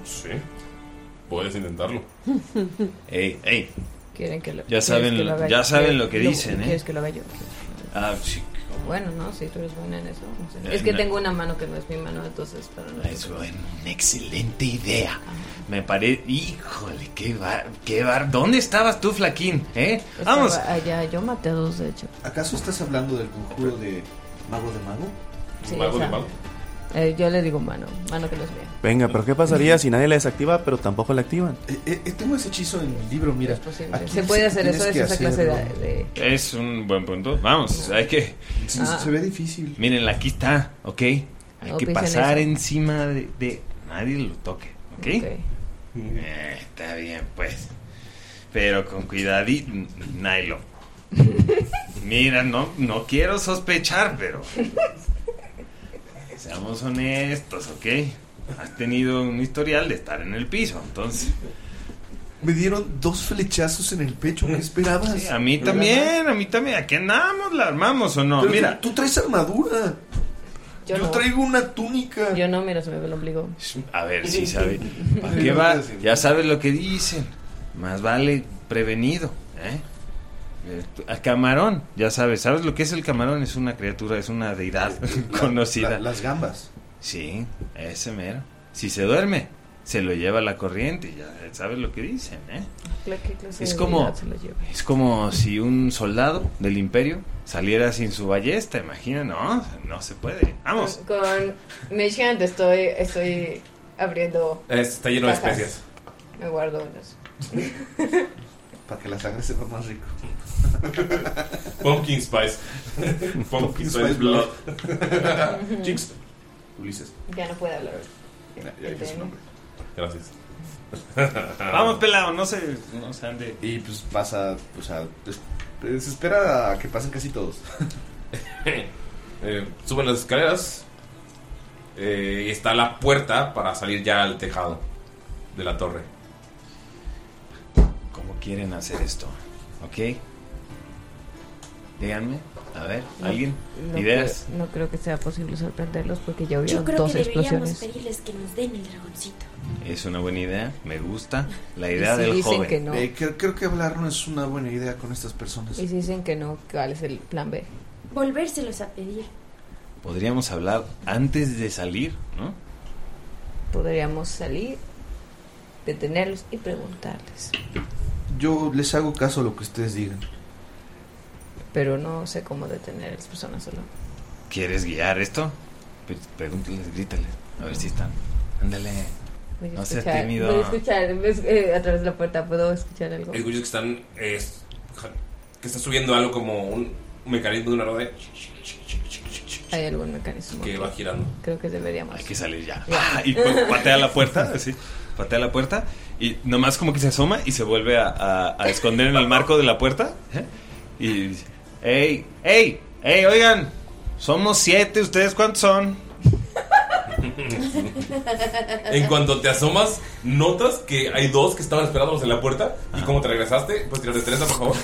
[SPEAKER 3] Sí. Puedes intentarlo.
[SPEAKER 8] Ey, ey.
[SPEAKER 10] Quieren que lo,
[SPEAKER 8] Ya
[SPEAKER 10] quieres
[SPEAKER 8] saben
[SPEAKER 10] que
[SPEAKER 8] lo-
[SPEAKER 10] haga
[SPEAKER 8] ya
[SPEAKER 10] yo.
[SPEAKER 8] saben lo que
[SPEAKER 10] Yo-
[SPEAKER 8] dicen, ¿eh?
[SPEAKER 10] ¿Quieres que lo haga yo?
[SPEAKER 8] Ah, sí.
[SPEAKER 10] Bueno, no, si tú eres buena en eso. no sé.
[SPEAKER 8] Eh,
[SPEAKER 10] es que
[SPEAKER 8] no.
[SPEAKER 10] tengo una mano que no es mi mano, entonces para no.
[SPEAKER 8] Es bueno, una excelente idea. Me parece. Híjole, qué bar, qué bar. ¿Dónde estabas tú, Flaquín? ¿Eh?
[SPEAKER 10] Estaba
[SPEAKER 8] Vamos.
[SPEAKER 10] Allá, yo maté a dos, de hecho.
[SPEAKER 9] ¿Acaso estás hablando del conjuro de mago de mago?
[SPEAKER 10] Sí, Mago de esa. mago. Eh, yo le digo mano, mano que no es mía.
[SPEAKER 4] Venga, pero ¿qué pasaría si nadie la desactiva, pero tampoco la activan?
[SPEAKER 9] Eh, eh, eh, tengo ese hechizo en mi libro, mira. Aquí
[SPEAKER 10] Se
[SPEAKER 9] dice
[SPEAKER 10] puede
[SPEAKER 9] que
[SPEAKER 10] hacer eso, es
[SPEAKER 9] tienes
[SPEAKER 10] esa
[SPEAKER 9] que
[SPEAKER 10] clase de,
[SPEAKER 9] hacerlo.
[SPEAKER 10] de- Ah.
[SPEAKER 8] Es un buen punto. Vamos, hay que.
[SPEAKER 9] Se, se ve difícil.
[SPEAKER 8] Miren, aquí está, ¿ok? Hay
[SPEAKER 10] No
[SPEAKER 8] que
[SPEAKER 10] piensen
[SPEAKER 8] pasar
[SPEAKER 10] eso.
[SPEAKER 8] encima de, de- Nadie lo toque, ¿ok?
[SPEAKER 10] Ok.
[SPEAKER 8] Eh, está bien, pues. Pero con cuidadito, Nilo. Mira, no, no quiero sospechar, pero. Seamos honestos, ¿ok? Has tenido un historial de estar en el piso, entonces.
[SPEAKER 9] Me dieron dos flechazos en el pecho, ¿qué esperabas?
[SPEAKER 8] Sí, ah, a mí también, a mí también. ¿A qué andamos? ¿La armamos o no?
[SPEAKER 9] Pero
[SPEAKER 8] Mira.
[SPEAKER 9] tú, tú traes armadura.
[SPEAKER 10] Yo,
[SPEAKER 9] Yo,
[SPEAKER 10] no,
[SPEAKER 9] traigo una túnica.
[SPEAKER 10] yo no, mira, se me ve el ombligo.
[SPEAKER 8] A ver si sabe. ¿Para qué va? Ya sabes lo que dicen. Más vale prevenido. ¿eh? Eh, tú- Al camarón, ya sabes. ¿Sabes lo que es el camarón? Es una criatura, es una deidad conocida.
[SPEAKER 9] La- las gambas.
[SPEAKER 8] Sí, ese mero. Si se duerme, se lo lleva la corriente. Ya sabes lo que dicen. ¿eh?
[SPEAKER 10] ¿Qué clase
[SPEAKER 8] Es
[SPEAKER 10] de
[SPEAKER 8] como-
[SPEAKER 10] habilidad se la lleva?
[SPEAKER 8] Es como si un soldado del imperio saliera sin su ballesta. Imagina, no, no se puede. Vamos.
[SPEAKER 10] Con Mage Hand estoy, estoy abriendo,
[SPEAKER 3] Es- Está lleno de
[SPEAKER 10] Cajas.
[SPEAKER 3] especias.
[SPEAKER 10] me guardo unos.
[SPEAKER 9] Para que la sangre sepa más rico.
[SPEAKER 3] Pumpkin spice. Pumpkin spice
[SPEAKER 9] spice
[SPEAKER 3] blood. Jinx.
[SPEAKER 9] Ulises.
[SPEAKER 10] Ya no puedo hablar.
[SPEAKER 9] Ya, ya dije su nombre.
[SPEAKER 3] Gracias.
[SPEAKER 8] Vamos, pelado, no se, no se ande.
[SPEAKER 9] Ah. Y pues pasa, o sea, des- se espera a que pasen casi todos.
[SPEAKER 3] Eh, suben las escaleras. Eh, y está la puerta para salir ya al tejado de la torre.
[SPEAKER 8] cómo quieren hacer esto, ¿ok? Díganme, a ver, ¿alguien?
[SPEAKER 10] No
[SPEAKER 8] ¿Ideas?
[SPEAKER 10] creo- no creo que sea posible sorprenderlos porque ya
[SPEAKER 5] Yo
[SPEAKER 10] hubieron
[SPEAKER 5] creo
[SPEAKER 10] dos
[SPEAKER 5] que deberíamos
[SPEAKER 10] explosiones.
[SPEAKER 5] pedirles que nos den el dragoncito.
[SPEAKER 8] Es una buena idea, me gusta la
[SPEAKER 10] Y
[SPEAKER 8] idea
[SPEAKER 10] si
[SPEAKER 8] del
[SPEAKER 10] dicen
[SPEAKER 8] joven.
[SPEAKER 10] que no,
[SPEAKER 9] Eh, creo, creo que hablar no es una buena idea con estas personas.
[SPEAKER 10] y si dicen que no, ¿cuál es el plan B?
[SPEAKER 5] Volvérselos a pedir.
[SPEAKER 8] Podríamos hablar antes de salir, ¿no?
[SPEAKER 10] Podríamos salir, detenerlos y preguntarles.
[SPEAKER 9] Yo les hago caso a lo que ustedes digan.
[SPEAKER 10] Pero no sé cómo detener a las personas solo.
[SPEAKER 8] ¿Quieres guiar esto? Pre- Pregúntales, grítales, a ver si están. Ándale.
[SPEAKER 10] Voy a
[SPEAKER 8] No seas
[SPEAKER 10] escuchar-
[SPEAKER 8] tímido.
[SPEAKER 10] Voy a escuchar ves, eh, a través de la puerta. ¿Puedo escuchar algo?
[SPEAKER 3] Escuchas que están. eh, que está subiendo algo como un mecanismo de una rueda
[SPEAKER 10] ¿Hay algún mecanismo?
[SPEAKER 3] que
[SPEAKER 10] aquí?
[SPEAKER 3] va girando.
[SPEAKER 10] Creo que deberíamos.
[SPEAKER 8] Hay que salir ya. ¡Ah! Y pues, patea la puerta, así. Patea la puerta y nomás como que se asoma y se vuelve a, a- a esconder en el marco de la puerta. ¿eh? Y dice, ¡Ey! ¡Ey! ¡Ey! Oigan, somos siete, ¿ustedes cuántos son?
[SPEAKER 3] En cuanto te asomas, notas que hay dos que estaban esperándonos en la puerta. Y como te regresaste, pues tirar de Teresa, por favor.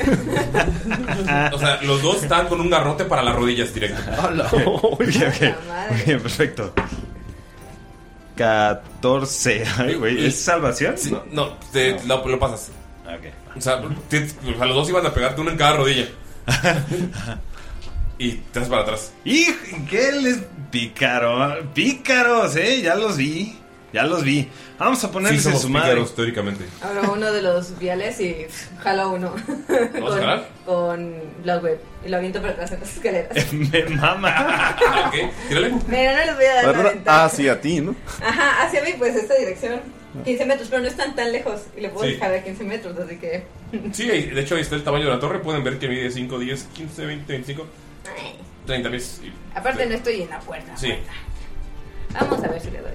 [SPEAKER 3] o sea, los dos están con un garrote para las rodillas directo.
[SPEAKER 8] Muy bien, muy bien, perfecto. 14. Ay, güey, ¿es salvación?
[SPEAKER 3] no, te- Lo, lo pasas. O sea, te- o sea, los dos iban a pegarte uno en cada rodilla. y te das para atrás.
[SPEAKER 8] ¡Hij! ¿Qué les pícaro? Pícaros, eh, ya los vi. Ya los vi. Vamos a ponerles
[SPEAKER 3] somos
[SPEAKER 8] en su madre.
[SPEAKER 3] pícaros, teóricamente.
[SPEAKER 7] Ahora uno de los viales y pff, jalo uno.
[SPEAKER 8] ¿Lo vas a jalar?
[SPEAKER 7] Con Blogweb. Y lo aviento para atrás en las escaleras.
[SPEAKER 8] Me mama.
[SPEAKER 7] Mira, no les voy a dar la ventaja.
[SPEAKER 4] Hacia ah, ti, ¿no?
[SPEAKER 7] Ajá, hacia mí, pues esta dirección. 15 metros, pero no están tan lejos. Y le puedo
[SPEAKER 3] Sí.
[SPEAKER 7] dejar a 15 metros, así que.
[SPEAKER 3] Sí, ahí- de hecho ahí está el tamaño de la torre. Pueden ver que mide 5, 10, 15, 20, 25, 30 pies. y-
[SPEAKER 7] Aparte, no estoy en la puerta. pues.
[SPEAKER 3] Sí,
[SPEAKER 7] Vamos a ver si le doy.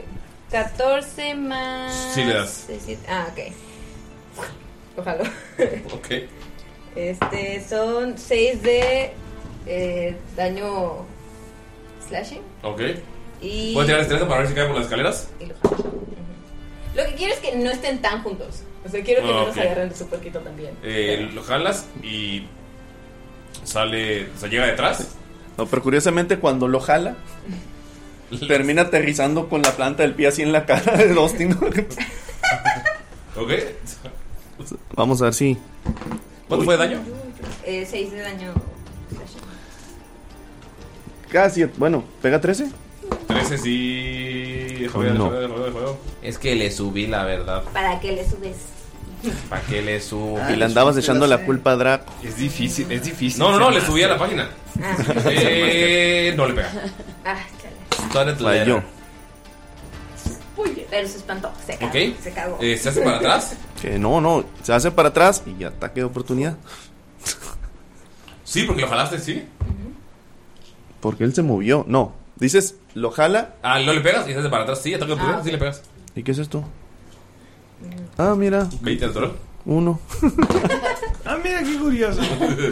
[SPEAKER 7] 14 más.
[SPEAKER 3] Sí, le das.
[SPEAKER 7] seis, siete- Ah, ok. Ojalá.
[SPEAKER 3] ok.
[SPEAKER 7] Este, son 6 de eh, daño slashing.
[SPEAKER 3] Ok.
[SPEAKER 7] Y-
[SPEAKER 3] ¿Puedes tirar destreza para ver si cae por las escaleras?
[SPEAKER 7] Lo que quiero es que no estén tan juntos. O sea, quiero que
[SPEAKER 3] Ah,
[SPEAKER 7] no nos
[SPEAKER 3] ok.
[SPEAKER 7] agarren de su puerquito también.
[SPEAKER 3] Eh, lo jalas y sale, o sea, llega detrás.
[SPEAKER 4] No, pero curiosamente cuando lo jala, termina aterrizando con la planta del pie así en la cara de Dustin.
[SPEAKER 3] Ok.
[SPEAKER 4] Vamos a ver si.
[SPEAKER 3] ¿Cuánto fue de daño?
[SPEAKER 7] 6 Eh, de daño slashing.
[SPEAKER 4] Casi, bueno, pega 13.
[SPEAKER 3] 13 sí. Joder,
[SPEAKER 4] No.
[SPEAKER 3] joder, joder, joder.
[SPEAKER 12] Es que le subí, la verdad.
[SPEAKER 11] ¿Para qué le subes?
[SPEAKER 12] ¿Para qué le subo?
[SPEAKER 4] y le andabas echando la culpa a Draco.
[SPEAKER 8] Es difícil, es difícil.
[SPEAKER 3] No, no, no, le subí a la página. Eh, no le pega.
[SPEAKER 7] Ah, chale.
[SPEAKER 3] Started
[SPEAKER 4] Falló.
[SPEAKER 7] Uy, pero se espantó. Se cagó.
[SPEAKER 4] Ok.
[SPEAKER 7] Se cagó.
[SPEAKER 3] Eh, ¿se hace para atrás?
[SPEAKER 4] Que no, no, se hace para atrás y ataque de oportunidad.
[SPEAKER 3] Sí, porque lo jalaste, sí.
[SPEAKER 4] Porque él se movió. No, dices, lo jala.
[SPEAKER 3] Ah, no le pegas y se hace para atrás. Sí, ataque de
[SPEAKER 7] Ah,
[SPEAKER 3] oportunidad, sí le pegas.
[SPEAKER 4] ¿Y qué es esto?
[SPEAKER 7] Mm.
[SPEAKER 4] Ah, mira.
[SPEAKER 3] 20 al toro.
[SPEAKER 4] Uno.
[SPEAKER 8] Ah, mira qué curioso.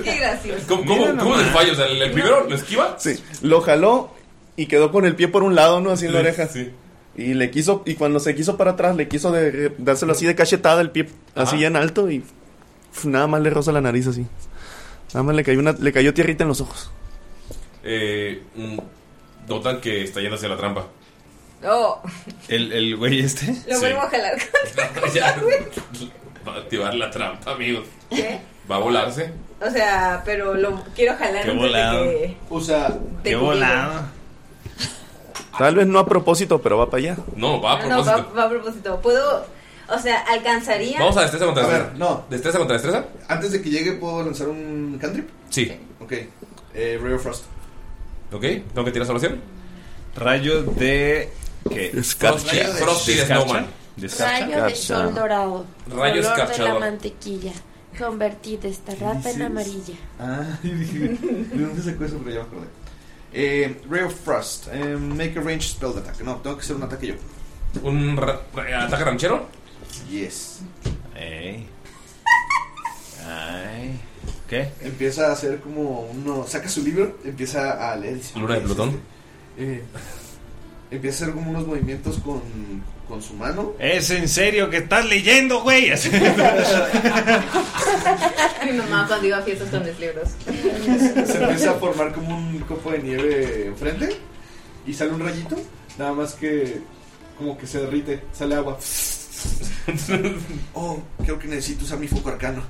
[SPEAKER 7] Qué gracioso.
[SPEAKER 3] ¿Cómo, cómo,
[SPEAKER 4] Mira
[SPEAKER 3] cómo
[SPEAKER 4] nomás.
[SPEAKER 3] le fallo? O sea, el, el primero lo esquiva.
[SPEAKER 4] Sí, lo jaló y quedó con el pie por un lado, ¿no? Así en la oreja. Y le quiso, y cuando se quiso para atrás, le quiso de- dárselo así de cachetada el pie, así ya en alto, y pf, nada más le roza la nariz así. Nada más le cayó una, le cayó tierrita en los ojos.
[SPEAKER 3] Eh, mm, notan que está yendo hacia la trampa.
[SPEAKER 7] Oh,
[SPEAKER 8] ¿El, el güey este?
[SPEAKER 7] lo vuelvo a jalar.
[SPEAKER 3] Ya. Va a activar la trampa, amigos.
[SPEAKER 7] ¿Qué?
[SPEAKER 3] Va a volarse.
[SPEAKER 7] O sea, pero lo quiero jalar.
[SPEAKER 3] Qué
[SPEAKER 7] antes de
[SPEAKER 3] volado.
[SPEAKER 7] que-
[SPEAKER 9] O sea,
[SPEAKER 7] Te cuido.
[SPEAKER 4] Tal vez no a propósito, pero va para allá.
[SPEAKER 3] No, va
[SPEAKER 7] No, va, va a propósito. Puedo. O sea, alcanzaría.
[SPEAKER 3] Vamos a destreza contra
[SPEAKER 9] A
[SPEAKER 3] destreza.
[SPEAKER 9] ver, no.
[SPEAKER 3] Destreza contra destreza.
[SPEAKER 9] Antes de que llegue, ¿puedo lanzar un cantrip?
[SPEAKER 3] Sí.
[SPEAKER 9] Ok. Eh, Ray of Frost.
[SPEAKER 3] Ok, tengo que tirar solución.
[SPEAKER 8] Rayo de. ¿Qué?
[SPEAKER 3] Frosty- Frosty de
[SPEAKER 8] Descarcha.
[SPEAKER 3] Snowman.
[SPEAKER 8] Descarcha.
[SPEAKER 5] Rayo de sol dorado.
[SPEAKER 3] Rayo
[SPEAKER 5] color de
[SPEAKER 3] escarchador.
[SPEAKER 5] la mantequilla. Convertida esta rata en
[SPEAKER 9] dices?
[SPEAKER 5] amarilla.
[SPEAKER 9] Ah, dije, ¿de dónde sacó eso? Pero ya me acordé. Eh, Ray of Frost. eh, make a ranged spell de ataque. No, tengo que hacer un ataque yo.
[SPEAKER 3] ¿Un ra- ra- ataque ranchero?
[SPEAKER 9] Yes.
[SPEAKER 8] Ey. Ay. ¿Qué?
[SPEAKER 9] Empieza a hacer como uno. Saca su libro, empieza a leer. dice,
[SPEAKER 3] Luna de
[SPEAKER 9] "Ok,
[SPEAKER 3] Plutón.
[SPEAKER 9] Eh, empieza a hacer como unos movimientos con, con su mano.
[SPEAKER 8] ¿Es en serio que estás leyendo, güey? Así.
[SPEAKER 7] Mi mamá cuando iba a fiestas con mis libros.
[SPEAKER 9] Se empieza a formar como un copo de nieve enfrente. Y sale un rayito. Nada más que como que se derrite. Sale agua. Oh, creo que necesito usar mi foco arcano.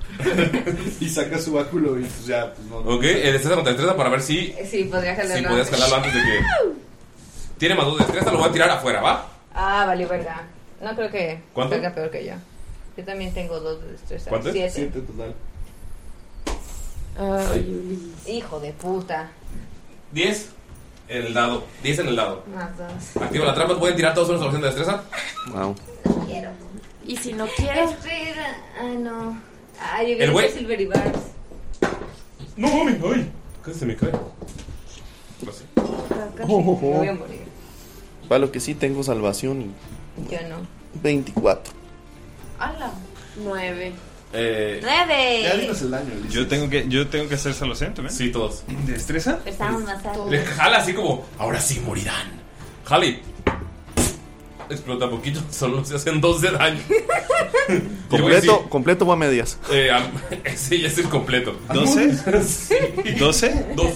[SPEAKER 9] y saca su báculo y pues ya, pues no.
[SPEAKER 3] Ok, eh, destreza contra destreza para ver si,
[SPEAKER 7] Sí, podría jalarlo.
[SPEAKER 3] si podías jalarlo antes de que. Tiene más dos de destreza, lo voy a tirar afuera, ¿va?
[SPEAKER 7] Ah, valió verga. No creo que
[SPEAKER 3] ¿Cuánto?
[SPEAKER 7] salga peor que yo. Yo también tengo dos de destreza.
[SPEAKER 3] ¿Cuánto?
[SPEAKER 7] Siete.
[SPEAKER 9] total.
[SPEAKER 7] Hijo de puta.
[SPEAKER 3] 10 en el dado. 10 en el dado.
[SPEAKER 7] Más dos.
[SPEAKER 3] Activa la trampa, pueden tirar todos una solución de destreza.
[SPEAKER 4] Wow.
[SPEAKER 7] Quiero.
[SPEAKER 5] Y si no quiero.
[SPEAKER 7] Espera. Ay, no. Ay, yo
[SPEAKER 3] El
[SPEAKER 7] vi
[SPEAKER 3] güey-
[SPEAKER 7] Silver y Bars.
[SPEAKER 3] No, mami, ay. Casi se me cae.
[SPEAKER 7] Casi Me voy a morir.
[SPEAKER 4] Para lo que sí tengo salvación
[SPEAKER 7] Yo no.
[SPEAKER 4] y 24.
[SPEAKER 7] ¡Hala! Nueve.
[SPEAKER 3] Eh,
[SPEAKER 7] ¡Nueve! Ya dinos
[SPEAKER 9] el daño.
[SPEAKER 8] Yo tengo que, yo tengo que hacer salvación también.
[SPEAKER 3] Sí, todos.
[SPEAKER 8] ¿Destreza?
[SPEAKER 11] Estamos más altos.
[SPEAKER 3] Le jala así como, ahora sí morirán. Jali. explota poquito, solo se hacen dos de daño.
[SPEAKER 4] ¿Completo, completo o a medias?
[SPEAKER 3] Eh, am- ese ya es el completo.
[SPEAKER 8] ¿12?
[SPEAKER 3] Sí.
[SPEAKER 8] ¿12?
[SPEAKER 3] Dos.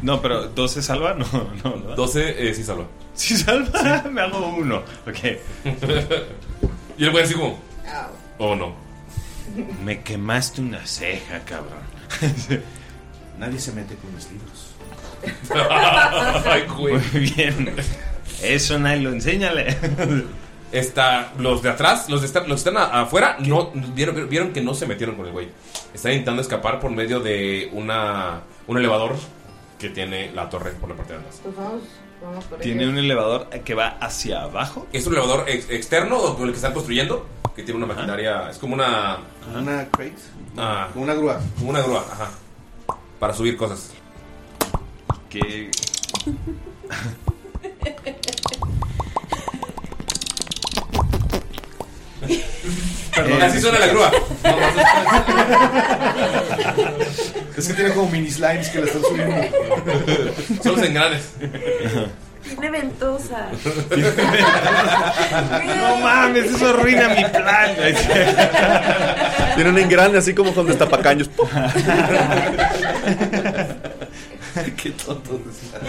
[SPEAKER 8] No, pero ¿12 salva? No, no, ¿verdad?
[SPEAKER 3] 12 eh, sí salva.
[SPEAKER 8] ¿Sí salva? Me hago uno. Ok.
[SPEAKER 3] y el güey así como. Oh no.
[SPEAKER 8] Me quemaste una ceja, cabrón.
[SPEAKER 9] Nadie se mete con los libros.
[SPEAKER 3] Ay, güey.
[SPEAKER 8] Muy bien. Eso, Nilo, enséñale.
[SPEAKER 3] Está, los de atrás, los, de esta- los que están a- afuera, no, vieron, vieron que no se metieron con el güey. Están intentando escapar por medio de una, un elevador que tiene la torre por la parte de atrás.
[SPEAKER 10] Pues vamos, vamos por
[SPEAKER 8] Tiene
[SPEAKER 10] ello.
[SPEAKER 8] un elevador que va hacia abajo.
[SPEAKER 3] Es un elevador ex- externo o el que están construyendo, que tiene una maquinaria, es como una...
[SPEAKER 9] ¿Una crate?
[SPEAKER 3] Ah.
[SPEAKER 9] una grúa.
[SPEAKER 3] Como una grúa, ajá. Para subir cosas.
[SPEAKER 8] Que...
[SPEAKER 3] Perdón, así suena la
[SPEAKER 8] Eh,
[SPEAKER 3] grúa.
[SPEAKER 9] Es que tiene como mini slimes que la están subiendo.
[SPEAKER 3] Son los engranes.
[SPEAKER 5] Tiene ventosa.
[SPEAKER 8] No mames, eso arruina mi plan.
[SPEAKER 4] Tiene un engrane así como con destapacaños. ¡Pum!
[SPEAKER 3] Qué tontos están.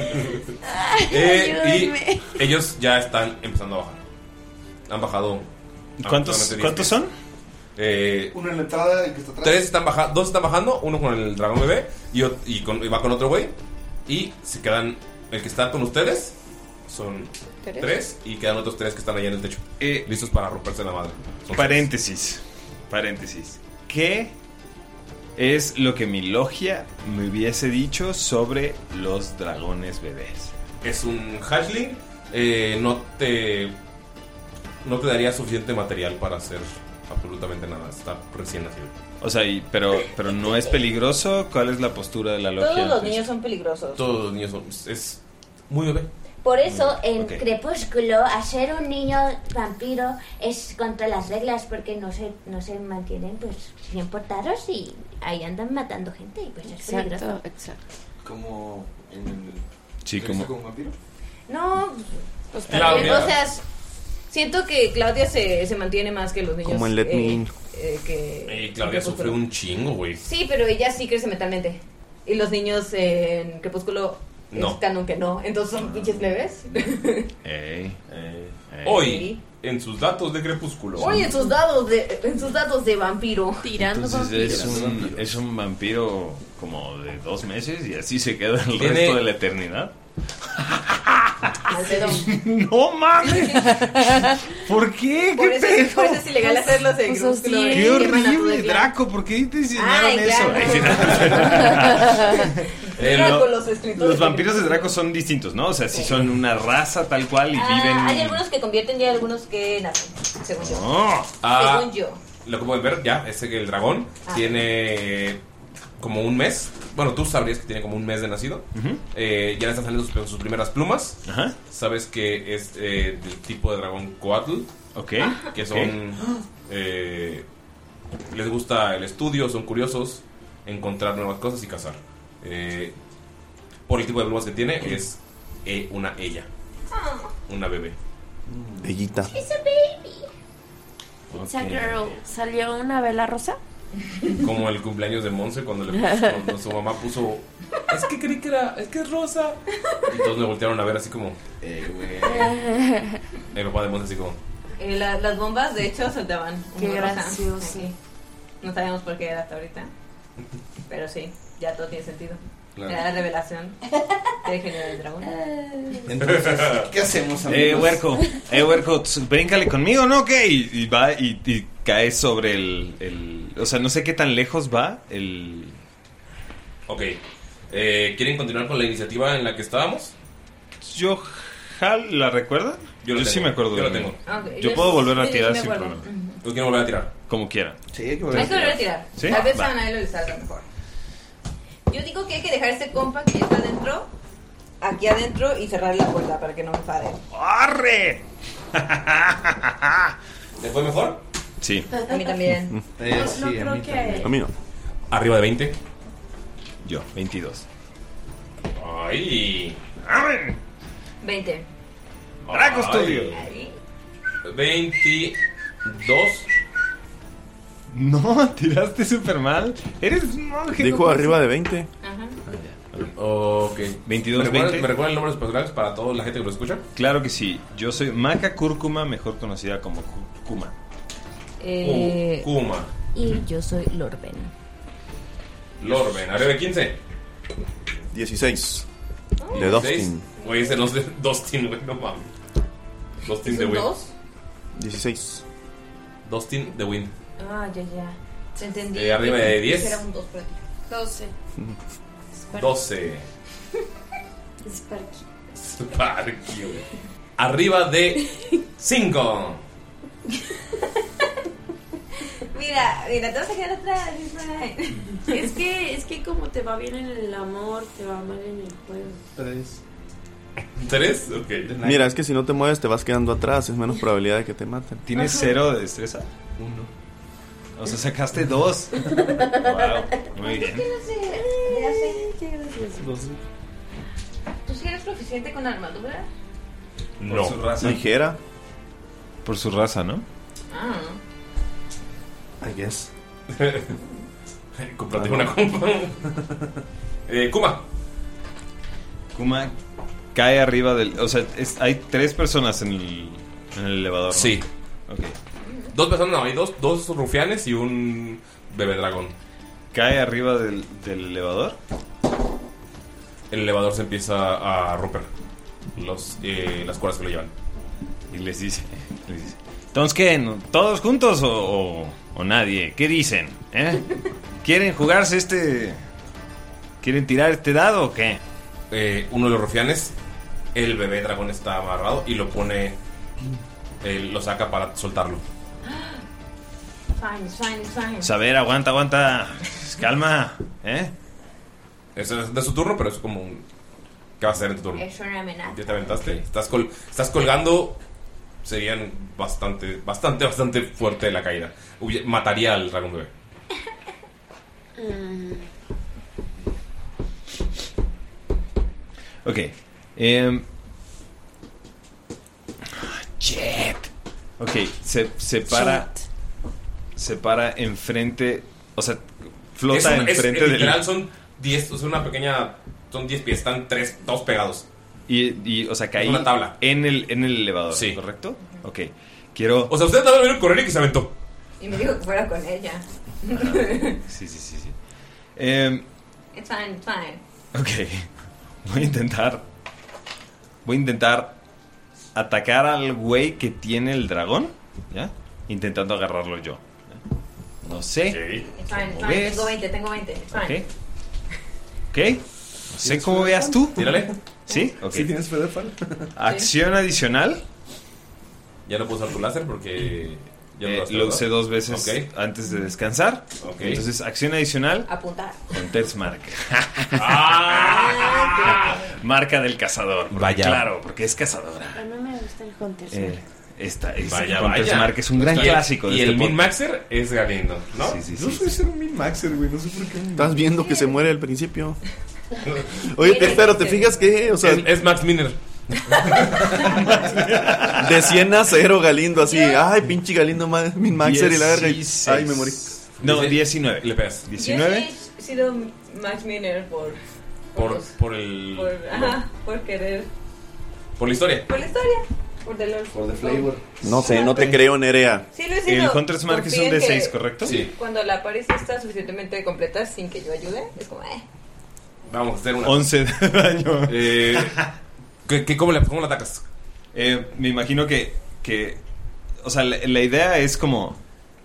[SPEAKER 8] ayúdenme.
[SPEAKER 3] y ellos ya están empezando a bajar. Han bajado.
[SPEAKER 8] ¿Cuántos- cuántos son?
[SPEAKER 3] Eh,
[SPEAKER 6] Uno en la entrada, el que está atrás.
[SPEAKER 3] tres están bajando, dos están bajando, uno con el dragón bebé y, ot- y con- y va con otro güey. Y se quedan. El que está con ustedes son
[SPEAKER 8] Tres.
[SPEAKER 3] tres, y quedan otros tres que están allá en el techo. listos para romperse la madre. Son
[SPEAKER 8] Eh, Paréntesis. Paréntesis. ¿Qué es lo que mi logia me hubiese dicho sobre los dragones bebés?
[SPEAKER 3] Es un hashling. eh, no te. No te daría suficiente material para hacer absolutamente nada. Está recién nacido.
[SPEAKER 8] O sea, y- pero, pero no es peligroso. ¿Cuál es la postura de la logia?
[SPEAKER 7] Todos los niños son peligrosos.
[SPEAKER 3] Todos los niños son. Es muy bebé.
[SPEAKER 13] Por eso en
[SPEAKER 3] Ok.
[SPEAKER 13] Crepúsculo, hacer un niño vampiro es contra las reglas porque no se, no se mantienen pues bien portados y ahí andan matando gente y pues es peligroso.
[SPEAKER 10] Exacto, exacto.
[SPEAKER 6] Como en el.
[SPEAKER 8] Sí,
[SPEAKER 6] como.
[SPEAKER 7] No, pues
[SPEAKER 6] Claudia.
[SPEAKER 7] también, O sea, s- siento que Claudia se, se mantiene más que los niños.
[SPEAKER 3] Como en Let Me
[SPEAKER 7] eh,
[SPEAKER 3] In.
[SPEAKER 7] eh, que-
[SPEAKER 3] Ey, Claudia sufre un chingo, güey.
[SPEAKER 7] Sí, pero ella sí crece mentalmente. Y los niños en Crepúsculo
[SPEAKER 3] No.
[SPEAKER 7] es canon que no. Entonces son pinches leves.
[SPEAKER 3] Eh, Hoy, en sus datos de crepúsculo.
[SPEAKER 7] Oye, en sus dados de, en sus datos de vampiro. Tirando
[SPEAKER 8] Entonces es un, es un vampiro como de dos meses y así se queda el
[SPEAKER 3] Tiene-
[SPEAKER 8] resto de la eternidad.
[SPEAKER 7] ¡No
[SPEAKER 8] mames! ¿Por qué?
[SPEAKER 7] Por eso, por eso es ilegal hacerlo de
[SPEAKER 10] Pues
[SPEAKER 7] Crepúsculo.
[SPEAKER 10] así
[SPEAKER 8] ¡Qué
[SPEAKER 10] es.
[SPEAKER 8] horrible, Draco! ¿Por qué te enseñaron
[SPEAKER 7] Ay,
[SPEAKER 8] eso?
[SPEAKER 7] claro.
[SPEAKER 8] Ay, sí, no. Eh, no,
[SPEAKER 7] Draco, los escritores.
[SPEAKER 8] los vampiros de Draco son distintos, ¿no? O sea, sí son una raza tal cual y
[SPEAKER 7] Ah, hay
[SPEAKER 8] viven...
[SPEAKER 7] algunos que convierten y hay algunos que nacen, según yo.
[SPEAKER 8] No.
[SPEAKER 3] Ah,
[SPEAKER 7] Según yo.
[SPEAKER 3] lo que pueden ver, ya, es que el dragón
[SPEAKER 7] Ah.
[SPEAKER 3] tiene como un mes. Bueno, tú sabrías que tiene como un mes de nacido.
[SPEAKER 8] Ujú.
[SPEAKER 3] Eh, ya le están saliendo sus, sus primeras plumas.
[SPEAKER 8] Ajá.
[SPEAKER 3] Sabes que es eh, del tipo de dragón Coatl.
[SPEAKER 8] Ok.
[SPEAKER 3] Que
[SPEAKER 8] ok.
[SPEAKER 3] son. eh, les gusta el estudio, son curiosos, encontrar nuevas cosas y cazar. Eh, por el tipo de plumas que tiene, es eh, una ella.
[SPEAKER 7] Oh,
[SPEAKER 3] Una bebé.
[SPEAKER 4] Bellita.
[SPEAKER 5] It's a baby. It's a girl. ¿Salió una vela rosa?
[SPEAKER 3] Como el cumpleaños de Monse cuando, le puso- cuando su mamá puso. Es que creí que era. Es que es rosa. Y todos me voltearon a ver así como. Eh, güey. El papá de Monse así como.
[SPEAKER 7] Eh, la- las bombas, de hecho, soltaban.
[SPEAKER 5] Qué
[SPEAKER 7] humo rosa.
[SPEAKER 5] gracioso.
[SPEAKER 7] Sí. No sabemos por qué era hasta ahorita. Pero sí, ya todo tiene sentido.
[SPEAKER 9] Claro.
[SPEAKER 7] Era la revelación de Genio del Dragón.
[SPEAKER 9] Entonces, ¿qué hacemos,
[SPEAKER 8] Eh,
[SPEAKER 9] amigos?
[SPEAKER 8] huerco, eh, huerco, tss, bríncale conmigo, ¿no? ¿Qué? Y, y va y, y cae sobre el, el- O sea, no sé qué tan lejos va el...
[SPEAKER 3] Ok. Eh, ¿Quieren continuar con la iniciativa en la que estábamos?
[SPEAKER 8] Yo... Hal, ¿La recuerda? Yo,
[SPEAKER 3] la
[SPEAKER 8] sí
[SPEAKER 3] tengo,
[SPEAKER 8] me acuerdo.
[SPEAKER 3] yo
[SPEAKER 8] de
[SPEAKER 3] la
[SPEAKER 8] mí.
[SPEAKER 3] tengo. Ok,
[SPEAKER 8] Yo
[SPEAKER 3] yo-
[SPEAKER 8] puedo volver a
[SPEAKER 7] sí,
[SPEAKER 8] tirar
[SPEAKER 7] sí me
[SPEAKER 8] sin
[SPEAKER 7] acuerdo.
[SPEAKER 8] problema.
[SPEAKER 3] Yo quiero volver a tirar.
[SPEAKER 8] Como quiera.
[SPEAKER 9] Sí, hay que
[SPEAKER 7] Hay que volver a tirar.
[SPEAKER 8] Pues, ¿Sí?
[SPEAKER 7] Tal vez
[SPEAKER 8] Va.
[SPEAKER 7] a nadie lo salga mejor. Yo digo que hay que dejar este compa que está adentro, aquí adentro, y cerrar la puerta para que no me enfade.
[SPEAKER 8] ¡Arre!
[SPEAKER 3] ¿Te fue mejor?
[SPEAKER 8] Sí.
[SPEAKER 7] A mí también.
[SPEAKER 3] Eh, sí,
[SPEAKER 7] No, no creo que-
[SPEAKER 8] mí no.
[SPEAKER 3] Arriba de 20.
[SPEAKER 8] Yo, 22.
[SPEAKER 3] ¡Ay!
[SPEAKER 7] 20.
[SPEAKER 8] Draco
[SPEAKER 3] Ay.
[SPEAKER 8] Studio.
[SPEAKER 3] 22.
[SPEAKER 8] No, tiraste súper mal. Eres un monje.
[SPEAKER 4] Dijo
[SPEAKER 8] no
[SPEAKER 4] arriba de
[SPEAKER 8] puedes-
[SPEAKER 4] 20.
[SPEAKER 7] Ah.
[SPEAKER 3] Ok.
[SPEAKER 8] 22,
[SPEAKER 3] ¿Me recuerdas-
[SPEAKER 8] 20?
[SPEAKER 3] ¿Me recuerdan el nombre de los personajes para toda la gente que lo escucha?
[SPEAKER 8] Claro que sí. Yo soy Maca Cúrcuma, mejor conocida como Cu- Kuma. Uh,
[SPEAKER 10] Eh,
[SPEAKER 3] Kuma.
[SPEAKER 10] Y yo soy Lorben.
[SPEAKER 3] Lorben, arriba de 15.
[SPEAKER 4] 16. De Dustin.
[SPEAKER 3] Güey, ese no es de Dustin, güey, no mames. Dustin
[SPEAKER 7] ¿Es
[SPEAKER 3] de
[SPEAKER 7] un
[SPEAKER 3] Wind.
[SPEAKER 7] dos?
[SPEAKER 4] 16.
[SPEAKER 3] Dustin de Wind.
[SPEAKER 7] Ah, ya, ya. Se entendí.
[SPEAKER 3] Eh, arriba de 10.
[SPEAKER 7] Era un 2 para ti.
[SPEAKER 5] 12.
[SPEAKER 3] 12.
[SPEAKER 5] Sparky.
[SPEAKER 3] Sparky, güey. Arriba de 5.
[SPEAKER 7] Mira, Ah, mira, te vas a quedar atrás. Ismael.
[SPEAKER 5] Es que, es que como te va bien en el amor, te va mal en el juego.
[SPEAKER 6] 3.
[SPEAKER 3] 3, ok.
[SPEAKER 4] Mira, es que si no te mueves te vas quedando atrás, es menos probabilidad de que te maten.
[SPEAKER 8] ¿Tienes Ajá. cero de destreza? Uno. O sea, sacaste dos. wow, muy bien.
[SPEAKER 7] no sé. Ya sé.
[SPEAKER 4] Doce.
[SPEAKER 7] ¿Tú sí eres proficiente con armadura?
[SPEAKER 8] Por su raza.
[SPEAKER 4] Ligera.
[SPEAKER 8] Por su raza, ¿no?
[SPEAKER 7] Ah.
[SPEAKER 4] Ah. I guess.
[SPEAKER 3] Comprate una compa. eh, Kuma.
[SPEAKER 8] Kuma cae arriba del. O sea, es- hay tres personas en el, en el elevador. Sí. Ok.
[SPEAKER 3] Dos personas, no, hay dos, dos rufianes y un bebé dragón.
[SPEAKER 8] Cae arriba del, del elevador.
[SPEAKER 3] El elevador se empieza a romper. Los, eh, las cuerdas que lo llevan.
[SPEAKER 8] Y les dice. les dice, Entonces, ¿qué? ¿No- ¿Todos juntos o, o- o nadie? ¿Qué dicen? ¿Eh? ¿Quieren jugarse este. ¿Quieren tirar este dado o qué?
[SPEAKER 3] Eh, uno de los rufianes, el bebé dragón está amarrado y lo pone. eh, lo saca para soltarlo.
[SPEAKER 7] Fine, fine, fine.
[SPEAKER 8] Saber, aguanta, aguanta. Calma, ¿eh?
[SPEAKER 3] Es es de su turno, pero es como un. ¿Qué vas a hacer en tu turno?
[SPEAKER 7] Es una amenaza.
[SPEAKER 3] Ya te aventaste. Estás, col- estás colgando. Serían bastante, bastante, bastante fuerte la caída. Huye- mataría al dragón bebé.
[SPEAKER 8] Ok. em, Shit. ok, se, se para. Se para enfrente. O sea,
[SPEAKER 3] Es
[SPEAKER 8] flota
[SPEAKER 3] un- es-
[SPEAKER 8] enfrente del.
[SPEAKER 3] literal son 10, es una pequeña. Son 10 pies, están tres, dos pegados.
[SPEAKER 8] Y, y, o sea, caí
[SPEAKER 3] una tabla.
[SPEAKER 8] En, el, en el elevador, ¿correcto? Ok. Quiero.
[SPEAKER 3] O sea, usted también vieron correr y que se aventó.
[SPEAKER 7] Y me dijo que fuera con ella.
[SPEAKER 8] Sí, sí, sí, sí. Em,
[SPEAKER 7] It's fine, it's fine.
[SPEAKER 8] ok. Voy a intentar. Voy a intentar atacar al güey que tiene el dragón. ¿Ya? Intentando agarrarlo yo. ¿ya? No sé.
[SPEAKER 7] It's fine, it's fine.
[SPEAKER 8] ¿Cómo ves?
[SPEAKER 7] Tengo 20, tengo 20. It's fine.
[SPEAKER 8] Ok. Ok. No sé cómo veas tú.
[SPEAKER 3] Tírale.
[SPEAKER 8] ¿Sí? Ok.
[SPEAKER 3] ¿Sí tienes
[SPEAKER 4] Fedefal?
[SPEAKER 8] Acción adicional.
[SPEAKER 3] Ya no puedo usar tu láser porque. Ya
[SPEAKER 8] Eh,
[SPEAKER 3] usaste,
[SPEAKER 8] lo
[SPEAKER 3] ¿verdad?
[SPEAKER 8] usé dos veces
[SPEAKER 3] Ok.
[SPEAKER 8] antes de descansar.
[SPEAKER 3] Ok.
[SPEAKER 8] Entonces, acción adicional.
[SPEAKER 7] Apuntar.
[SPEAKER 8] Con Mark. Marca del cazador. porque
[SPEAKER 3] Ah, Vaya.
[SPEAKER 8] Claro, porque es cazadora.
[SPEAKER 5] Mm, A mí me gusta el Hunter.
[SPEAKER 8] Eh, esta, esta
[SPEAKER 3] Vaya,
[SPEAKER 8] con
[SPEAKER 3] vaya.
[SPEAKER 8] Mark es un gran
[SPEAKER 3] Está bien.
[SPEAKER 8] clásico. de
[SPEAKER 3] Y
[SPEAKER 8] este
[SPEAKER 3] el
[SPEAKER 8] podcast.
[SPEAKER 3] Min Maxer es Galindo, ¿no?
[SPEAKER 8] Sí, sí,
[SPEAKER 4] No
[SPEAKER 8] sí.
[SPEAKER 4] soy ser un min-maxer, güey, no sé por qué. Estás viendo que se muere al principio. Oye,
[SPEAKER 3] Oye,
[SPEAKER 4] pero ¿te fijas que? O sea,
[SPEAKER 3] es, es Max Miner.
[SPEAKER 4] de 100 a 0 Galindo, así. Ay, pinche Galindo, ma- min-maxer y la verga. y-
[SPEAKER 8] Dieciséis.
[SPEAKER 4] Ay, me morí.
[SPEAKER 8] No, 19.
[SPEAKER 3] Le pegas.
[SPEAKER 7] Yo sí he sido Max Miner por.
[SPEAKER 3] Por, por el.
[SPEAKER 7] por ajá, por querer.
[SPEAKER 3] Por la historia.
[SPEAKER 7] Por la historia. Por The Lord. Por The
[SPEAKER 4] No sé, no te creo, Nerea.
[SPEAKER 7] Sí, lo he sido. Confío en que
[SPEAKER 3] Sí.
[SPEAKER 7] Cuando la apariencia está suficientemente completa sin que yo ayude, es como, eh.
[SPEAKER 3] Vamos a hacer una. Eh,
[SPEAKER 8] 11 de daño.
[SPEAKER 3] ¿qué, cómo, le, ¿Cómo la atacas?
[SPEAKER 8] Eh, me imagino que, que- O sea, la, la idea es como.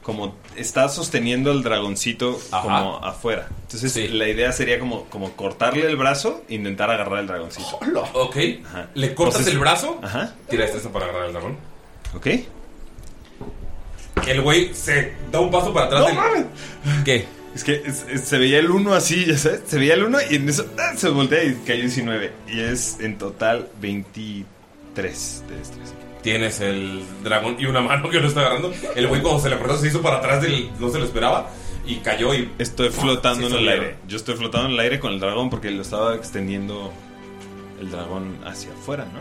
[SPEAKER 8] Como está sosteniendo el dragoncito como afuera. Entonces, la idea sería como, como cortarle el brazo e intentar agarrar el dragoncito.
[SPEAKER 3] Ok. Le cortas
[SPEAKER 8] Entonces-
[SPEAKER 3] el brazo.
[SPEAKER 8] Ajá.
[SPEAKER 3] Tira destreza para agarrar el dragón.
[SPEAKER 8] Ok.
[SPEAKER 3] El güey se da un paso para atrás. del- ¿Qué?
[SPEAKER 8] Es que es- es- se veía el 1 así, ya sabes. Se veía el 1 y en eso ¡ah! se voltea y cayó 19. Y es en total 23 de destreza.
[SPEAKER 3] Tienes el dragón y una mano que lo está agarrando. El güey cuando se le cortó se hizo para atrás del. No se lo esperaba. Y cayó y.
[SPEAKER 8] Estoy flotando
[SPEAKER 3] Sí,
[SPEAKER 8] en el
[SPEAKER 3] salió.
[SPEAKER 8] aire. Yo estoy flotando en el aire con el dragón porque lo estaba extendiendo el dragón hacia afuera, ¿no?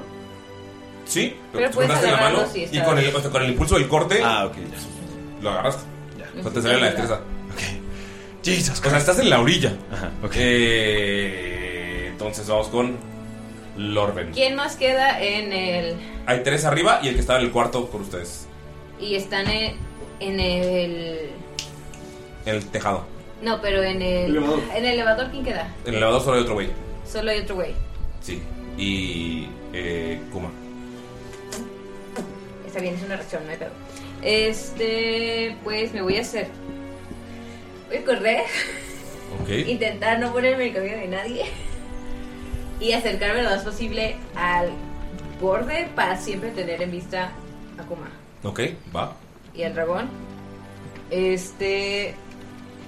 [SPEAKER 3] Sí,
[SPEAKER 7] Pero
[SPEAKER 3] te
[SPEAKER 7] puedes
[SPEAKER 3] cortaste la
[SPEAKER 7] agarrarlo
[SPEAKER 3] mano
[SPEAKER 7] si
[SPEAKER 3] y
[SPEAKER 7] está-
[SPEAKER 3] con el, o sea, con el impulso del corte. Ah, ok, Lo agarraste.
[SPEAKER 8] Ya.
[SPEAKER 3] O sea, te sale la destreza. O sea, estás en la orilla. Ajá, entonces vamos con Lorben.
[SPEAKER 7] ¿Quién más queda en el
[SPEAKER 3] Hay tres arriba y el que estaba en el cuarto por ustedes.
[SPEAKER 7] y están en, en el
[SPEAKER 3] En el tejado.
[SPEAKER 7] no, pero en el
[SPEAKER 3] Elevador.
[SPEAKER 7] en el elevador quién queda?
[SPEAKER 3] En el elevador solo hay otro güey.
[SPEAKER 7] Solo hay otro güey.
[SPEAKER 3] Sí. Y. Eh, Kuma.
[SPEAKER 7] Está bien, es una reacción, no hay pedo. Este, pues me voy a hacer voy a correr,
[SPEAKER 3] Ok.
[SPEAKER 7] intentar no ponerme en el camino de nadie y acercarme lo más posible al borde para siempre tener en vista a Kuma.
[SPEAKER 3] Ok, va.
[SPEAKER 7] y el dragón. Este.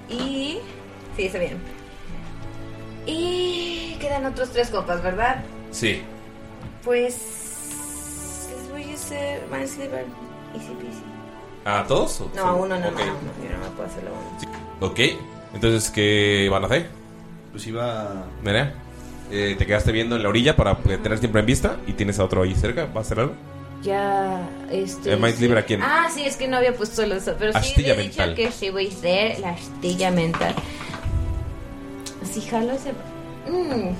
[SPEAKER 7] Y. Sí, está bien. Y quedan otros tres copas, ¿verdad?
[SPEAKER 3] Sí.
[SPEAKER 7] Pues. Les voy a hacer. Mind Sliver. Easy peasy.
[SPEAKER 3] ¿A todos? o
[SPEAKER 7] No, a
[SPEAKER 3] solo?
[SPEAKER 7] uno no,
[SPEAKER 3] Ok.
[SPEAKER 7] a uno. Yo no me puedo hacerlo a uno.
[SPEAKER 3] Ok, entonces, ¿qué van a hacer?
[SPEAKER 9] Pues iba.
[SPEAKER 3] Mira, eh, te quedaste viendo en la orilla para que tener siempre en vista y tienes a otro ahí cerca. ¿Vas a hacer algo?
[SPEAKER 7] Ya. Este.
[SPEAKER 3] ¿El Mind Sliver a quién?
[SPEAKER 7] Ah, sí, es que no había puesto el oso. Pero Pues sí
[SPEAKER 3] Astilla
[SPEAKER 7] había dicho
[SPEAKER 3] mental.
[SPEAKER 7] que sí voy a hacer la astilla mental. Si jalo ese. Mm.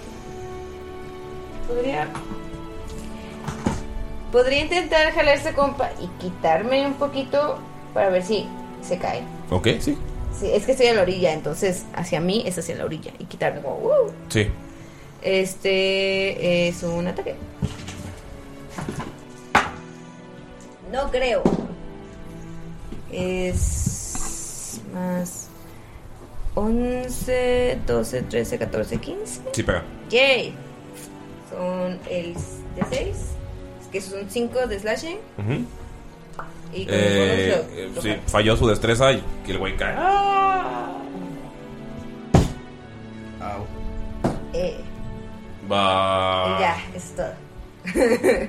[SPEAKER 7] Podría. Podría intentar jalar ese compa y quitarme un poquito para ver si se cae.
[SPEAKER 3] Ok, sí.
[SPEAKER 7] Sí, es que estoy a la orilla, entonces hacia mí es hacia la orilla y quitarme como. ¡uh!
[SPEAKER 3] Sí.
[SPEAKER 7] Este es un ataque. No creo. Es más 11, 12, 13, 14, 15.
[SPEAKER 3] Sí, pega.
[SPEAKER 7] Yay. Son el de 6, que son 5 de slashing
[SPEAKER 3] Ujú.
[SPEAKER 7] y con
[SPEAKER 3] Eh,
[SPEAKER 7] el bonus
[SPEAKER 3] eh,
[SPEAKER 7] lo- lo
[SPEAKER 3] sí,
[SPEAKER 7] jalo.
[SPEAKER 3] falló su destreza y que el güey cae.
[SPEAKER 7] Ah.
[SPEAKER 3] Au.
[SPEAKER 7] Eh,
[SPEAKER 3] Va.
[SPEAKER 7] Ya, es todo. Me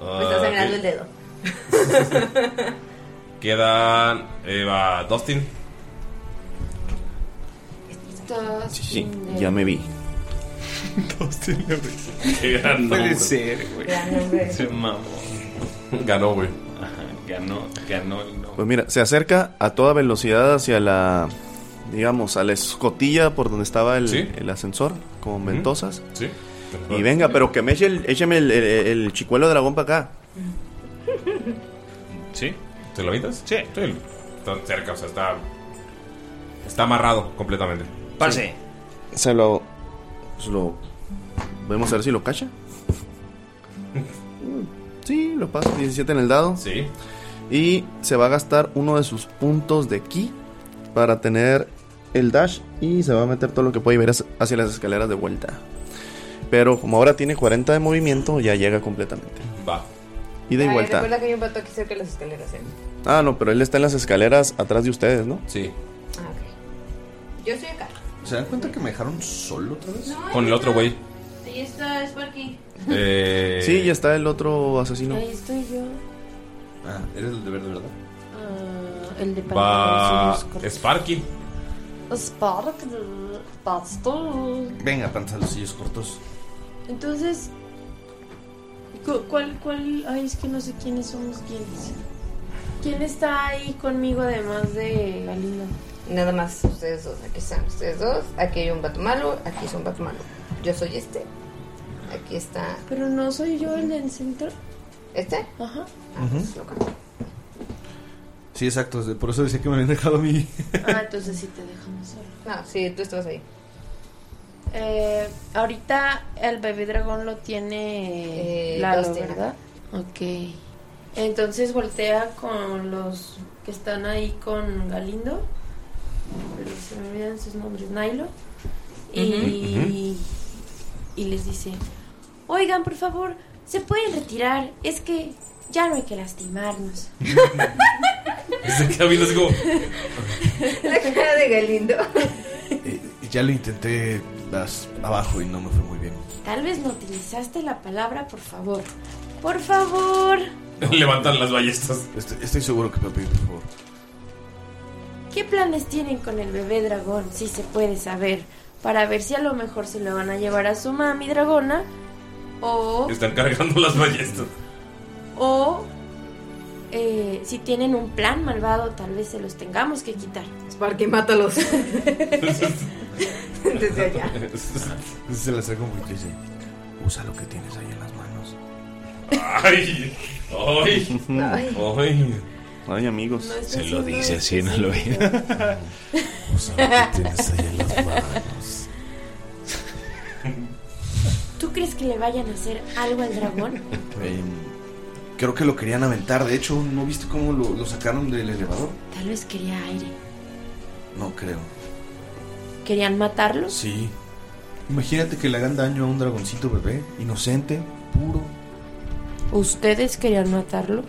[SPEAKER 3] Ah,
[SPEAKER 7] está sangrando pues
[SPEAKER 3] ok.
[SPEAKER 7] el dedo.
[SPEAKER 3] Quedan. eh, va Dustin.
[SPEAKER 4] Sí, sí, ya me vi.
[SPEAKER 8] Dustin
[SPEAKER 3] Qué gran
[SPEAKER 8] Puede
[SPEAKER 3] nombre.
[SPEAKER 8] ser, güey.
[SPEAKER 7] Gran nombre.
[SPEAKER 8] Se mamó.
[SPEAKER 3] Ganó, güey.
[SPEAKER 8] Ajá, ganó, ganó el nombre.
[SPEAKER 4] Pues mira, se acerca a toda velocidad hacia la, digamos, a la escotilla por donde estaba el, el ascensor, como ventosas.
[SPEAKER 3] Sí.
[SPEAKER 4] Y venga, pero que me eche el, écheme el, el, el chicuelo dragón para acá.
[SPEAKER 3] ¿Sí? ¿Te lo avientas? Sí. Está cerca, o sea, está. Está amarrado completamente.
[SPEAKER 8] Parce.
[SPEAKER 4] Se lo, se lo... Vamos a ver si lo cacha. Sí, lo pasa. 17 en el dado.
[SPEAKER 3] Sí.
[SPEAKER 4] Y se va a gastar uno de sus puntos de ki para tener el dash y se va a meter todo lo que puede ver hacia- hacia las escaleras de vuelta. Pero como ahora tiene 40 de movimiento, ya llega completamente.
[SPEAKER 3] Va.
[SPEAKER 4] Ida y
[SPEAKER 7] Ay,
[SPEAKER 4] vuelta.
[SPEAKER 7] Recuerda que hay un pato aquí cerca de las escaleras. ¿eh?
[SPEAKER 4] Ah, no, pero él está en las escaleras atrás de ustedes, ¿no?
[SPEAKER 3] Sí.
[SPEAKER 10] Ah,
[SPEAKER 7] Yo estoy acá.
[SPEAKER 9] ¿Se dan cuenta que me dejaron solo otra vez?
[SPEAKER 7] No,
[SPEAKER 3] Con el otro güey.
[SPEAKER 7] Ahí está Sparky.
[SPEAKER 3] Eh...
[SPEAKER 4] Sí, ya está el otro asesino.
[SPEAKER 5] Ahí estoy yo.
[SPEAKER 9] Ah, eres el de verde, ¿verdad?
[SPEAKER 5] Ah, el de
[SPEAKER 3] Va.
[SPEAKER 5] pantalones
[SPEAKER 3] Ah, Sparky.
[SPEAKER 5] cortos. Spark, de- pastor.
[SPEAKER 9] Venga, pantaloncillos cortos.
[SPEAKER 5] Entonces, cu- ¿cuál, cuál? Ay, es que no sé quiénes somos quiénes. ¿Quién está ahí conmigo además de Galindo?
[SPEAKER 7] Nada más ustedes dos. Aquí están ustedes dos. Aquí hay un pato malo. Aquí es un pato malo. Yo soy este. Aquí está.
[SPEAKER 5] Pero no soy yo el del centro. Ah,
[SPEAKER 7] ¿Este?
[SPEAKER 5] Ajá.
[SPEAKER 9] Sí, exacto. Por eso decía que me habían dejado a mí.
[SPEAKER 5] Ah, entonces sí te dejamos solo.
[SPEAKER 7] No, sí, tú estabas ahí.
[SPEAKER 5] Eh, ahorita el bebé dragón lo tiene
[SPEAKER 7] Eh,
[SPEAKER 5] Lalo,
[SPEAKER 7] Dustin.
[SPEAKER 5] ¿verdad? Ok. Entonces voltea con los que están ahí con Galindo. Pero se me olvidan sus nombres. Nailo. Y, y les dice: Oigan, por favor, se pueden retirar. Es que ya no hay que lastimarnos.
[SPEAKER 3] Se queda viendo así como.
[SPEAKER 7] La cara de Galindo.
[SPEAKER 9] Ya lo intenté las- abajo y no me fue muy bien.
[SPEAKER 5] Tal vez no utilizaste la palabra, por favor. Por favor.
[SPEAKER 3] Levantan las ballestas.
[SPEAKER 9] Estoy, estoy seguro que me va a pedir, por favor.
[SPEAKER 5] ¿Qué planes tienen con el bebé dragón, si se puede saber? Para ver si a lo mejor se lo van a llevar a su mami dragona O,
[SPEAKER 3] Están cargando las ballestas.
[SPEAKER 5] o eh, si tienen un plan malvado, tal vez se los tengamos que quitar. Sparky, mátalos. Desde allá.
[SPEAKER 14] Se la acerca un poquito y dice: Usa lo que tienes ahí en las manos.
[SPEAKER 3] ¡Ay! ¡Ay!
[SPEAKER 14] Ay.
[SPEAKER 3] ¡Ay!
[SPEAKER 4] Ay, amigos.
[SPEAKER 14] No
[SPEAKER 5] Pues
[SPEAKER 14] estás Se lo haciendo dice así en el oído. Usa
[SPEAKER 5] lo que
[SPEAKER 14] tienes ahí en las manos.
[SPEAKER 5] ¿Tú crees que le vayan a hacer algo al dragón?
[SPEAKER 9] Eh, creo que lo querían aventar. De hecho, ¿no viste cómo lo, lo sacaron del elevador?
[SPEAKER 5] Tal vez quería aire.
[SPEAKER 9] No creo.
[SPEAKER 5] ¿Querían matarlo?
[SPEAKER 9] Sí. Imagínate que le hagan daño a un dragoncito bebé, inocente, puro.
[SPEAKER 5] ¿Ustedes querían matarlo?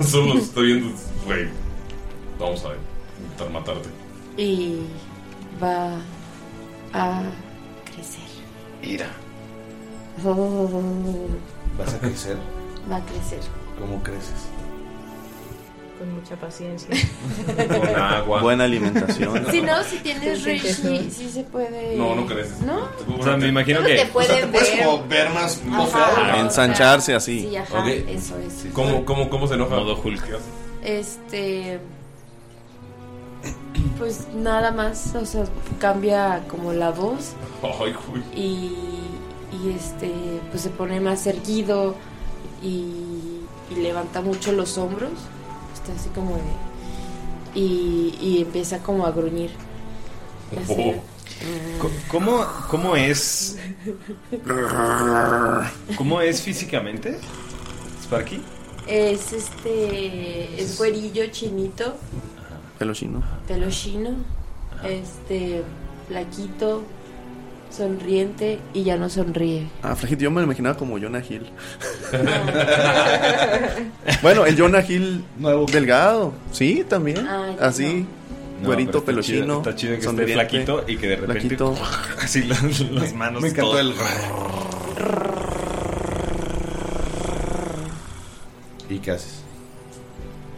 [SPEAKER 3] Solo está viendo. Güey. Vamos a intentar matarte.
[SPEAKER 5] Y va a crecer.
[SPEAKER 9] Ira.
[SPEAKER 5] Oh,
[SPEAKER 9] Vas a crecer.
[SPEAKER 5] va a crecer.
[SPEAKER 9] ¿Cómo creces?
[SPEAKER 7] Con mucha paciencia.
[SPEAKER 3] Con agua.
[SPEAKER 4] Buena alimentación.
[SPEAKER 5] Si no, si tienes
[SPEAKER 7] Sí, sí,
[SPEAKER 5] Rich,
[SPEAKER 7] sí,
[SPEAKER 5] sí, sí se puede.
[SPEAKER 4] No, no creces.
[SPEAKER 5] ¿No?
[SPEAKER 8] O sea, me imagino
[SPEAKER 5] Solo te
[SPEAKER 8] que.
[SPEAKER 5] pueden ver.
[SPEAKER 9] ver más
[SPEAKER 5] Ajá. bofeado, ¿no?
[SPEAKER 4] Ensancharse así.
[SPEAKER 5] Sí, ajá,
[SPEAKER 3] Ok.
[SPEAKER 5] eso es.
[SPEAKER 3] ¿Cómo, cómo, ¿Cómo se enoja? Modo Hulk.
[SPEAKER 5] Este. Pues nada más, o sea, cambia como la voz
[SPEAKER 3] ¡Ay, güey!
[SPEAKER 5] y, y este, pues se pone más erguido y, y levanta mucho los hombros. Está así como de. Y, y empieza como a gruñir.
[SPEAKER 3] Oh.
[SPEAKER 5] Así.
[SPEAKER 8] Co- ¿Cómo, ¿Cómo es. ¿Cómo es físicamente? ¿Sparky?
[SPEAKER 5] Es este. Es güerillo chinito.
[SPEAKER 4] Pelo chino.
[SPEAKER 5] pelo chino, este, flaquito, sonriente y ya no sonríe.
[SPEAKER 4] Ah, Flajito, yo me lo imaginaba como Jonah Hill. bueno, el Jonah Hill delgado. Sí, también.
[SPEAKER 5] Ay,
[SPEAKER 4] Así,
[SPEAKER 8] No, pero
[SPEAKER 4] güerito, pelo
[SPEAKER 8] está chido-
[SPEAKER 4] chino.
[SPEAKER 8] Está chido que esté
[SPEAKER 4] sonriente.
[SPEAKER 8] flaquito y que de repente.
[SPEAKER 4] Flaquito.
[SPEAKER 8] Así las, las manos.
[SPEAKER 9] Me encantó
[SPEAKER 8] todo-
[SPEAKER 9] el. ¿Y qué haces?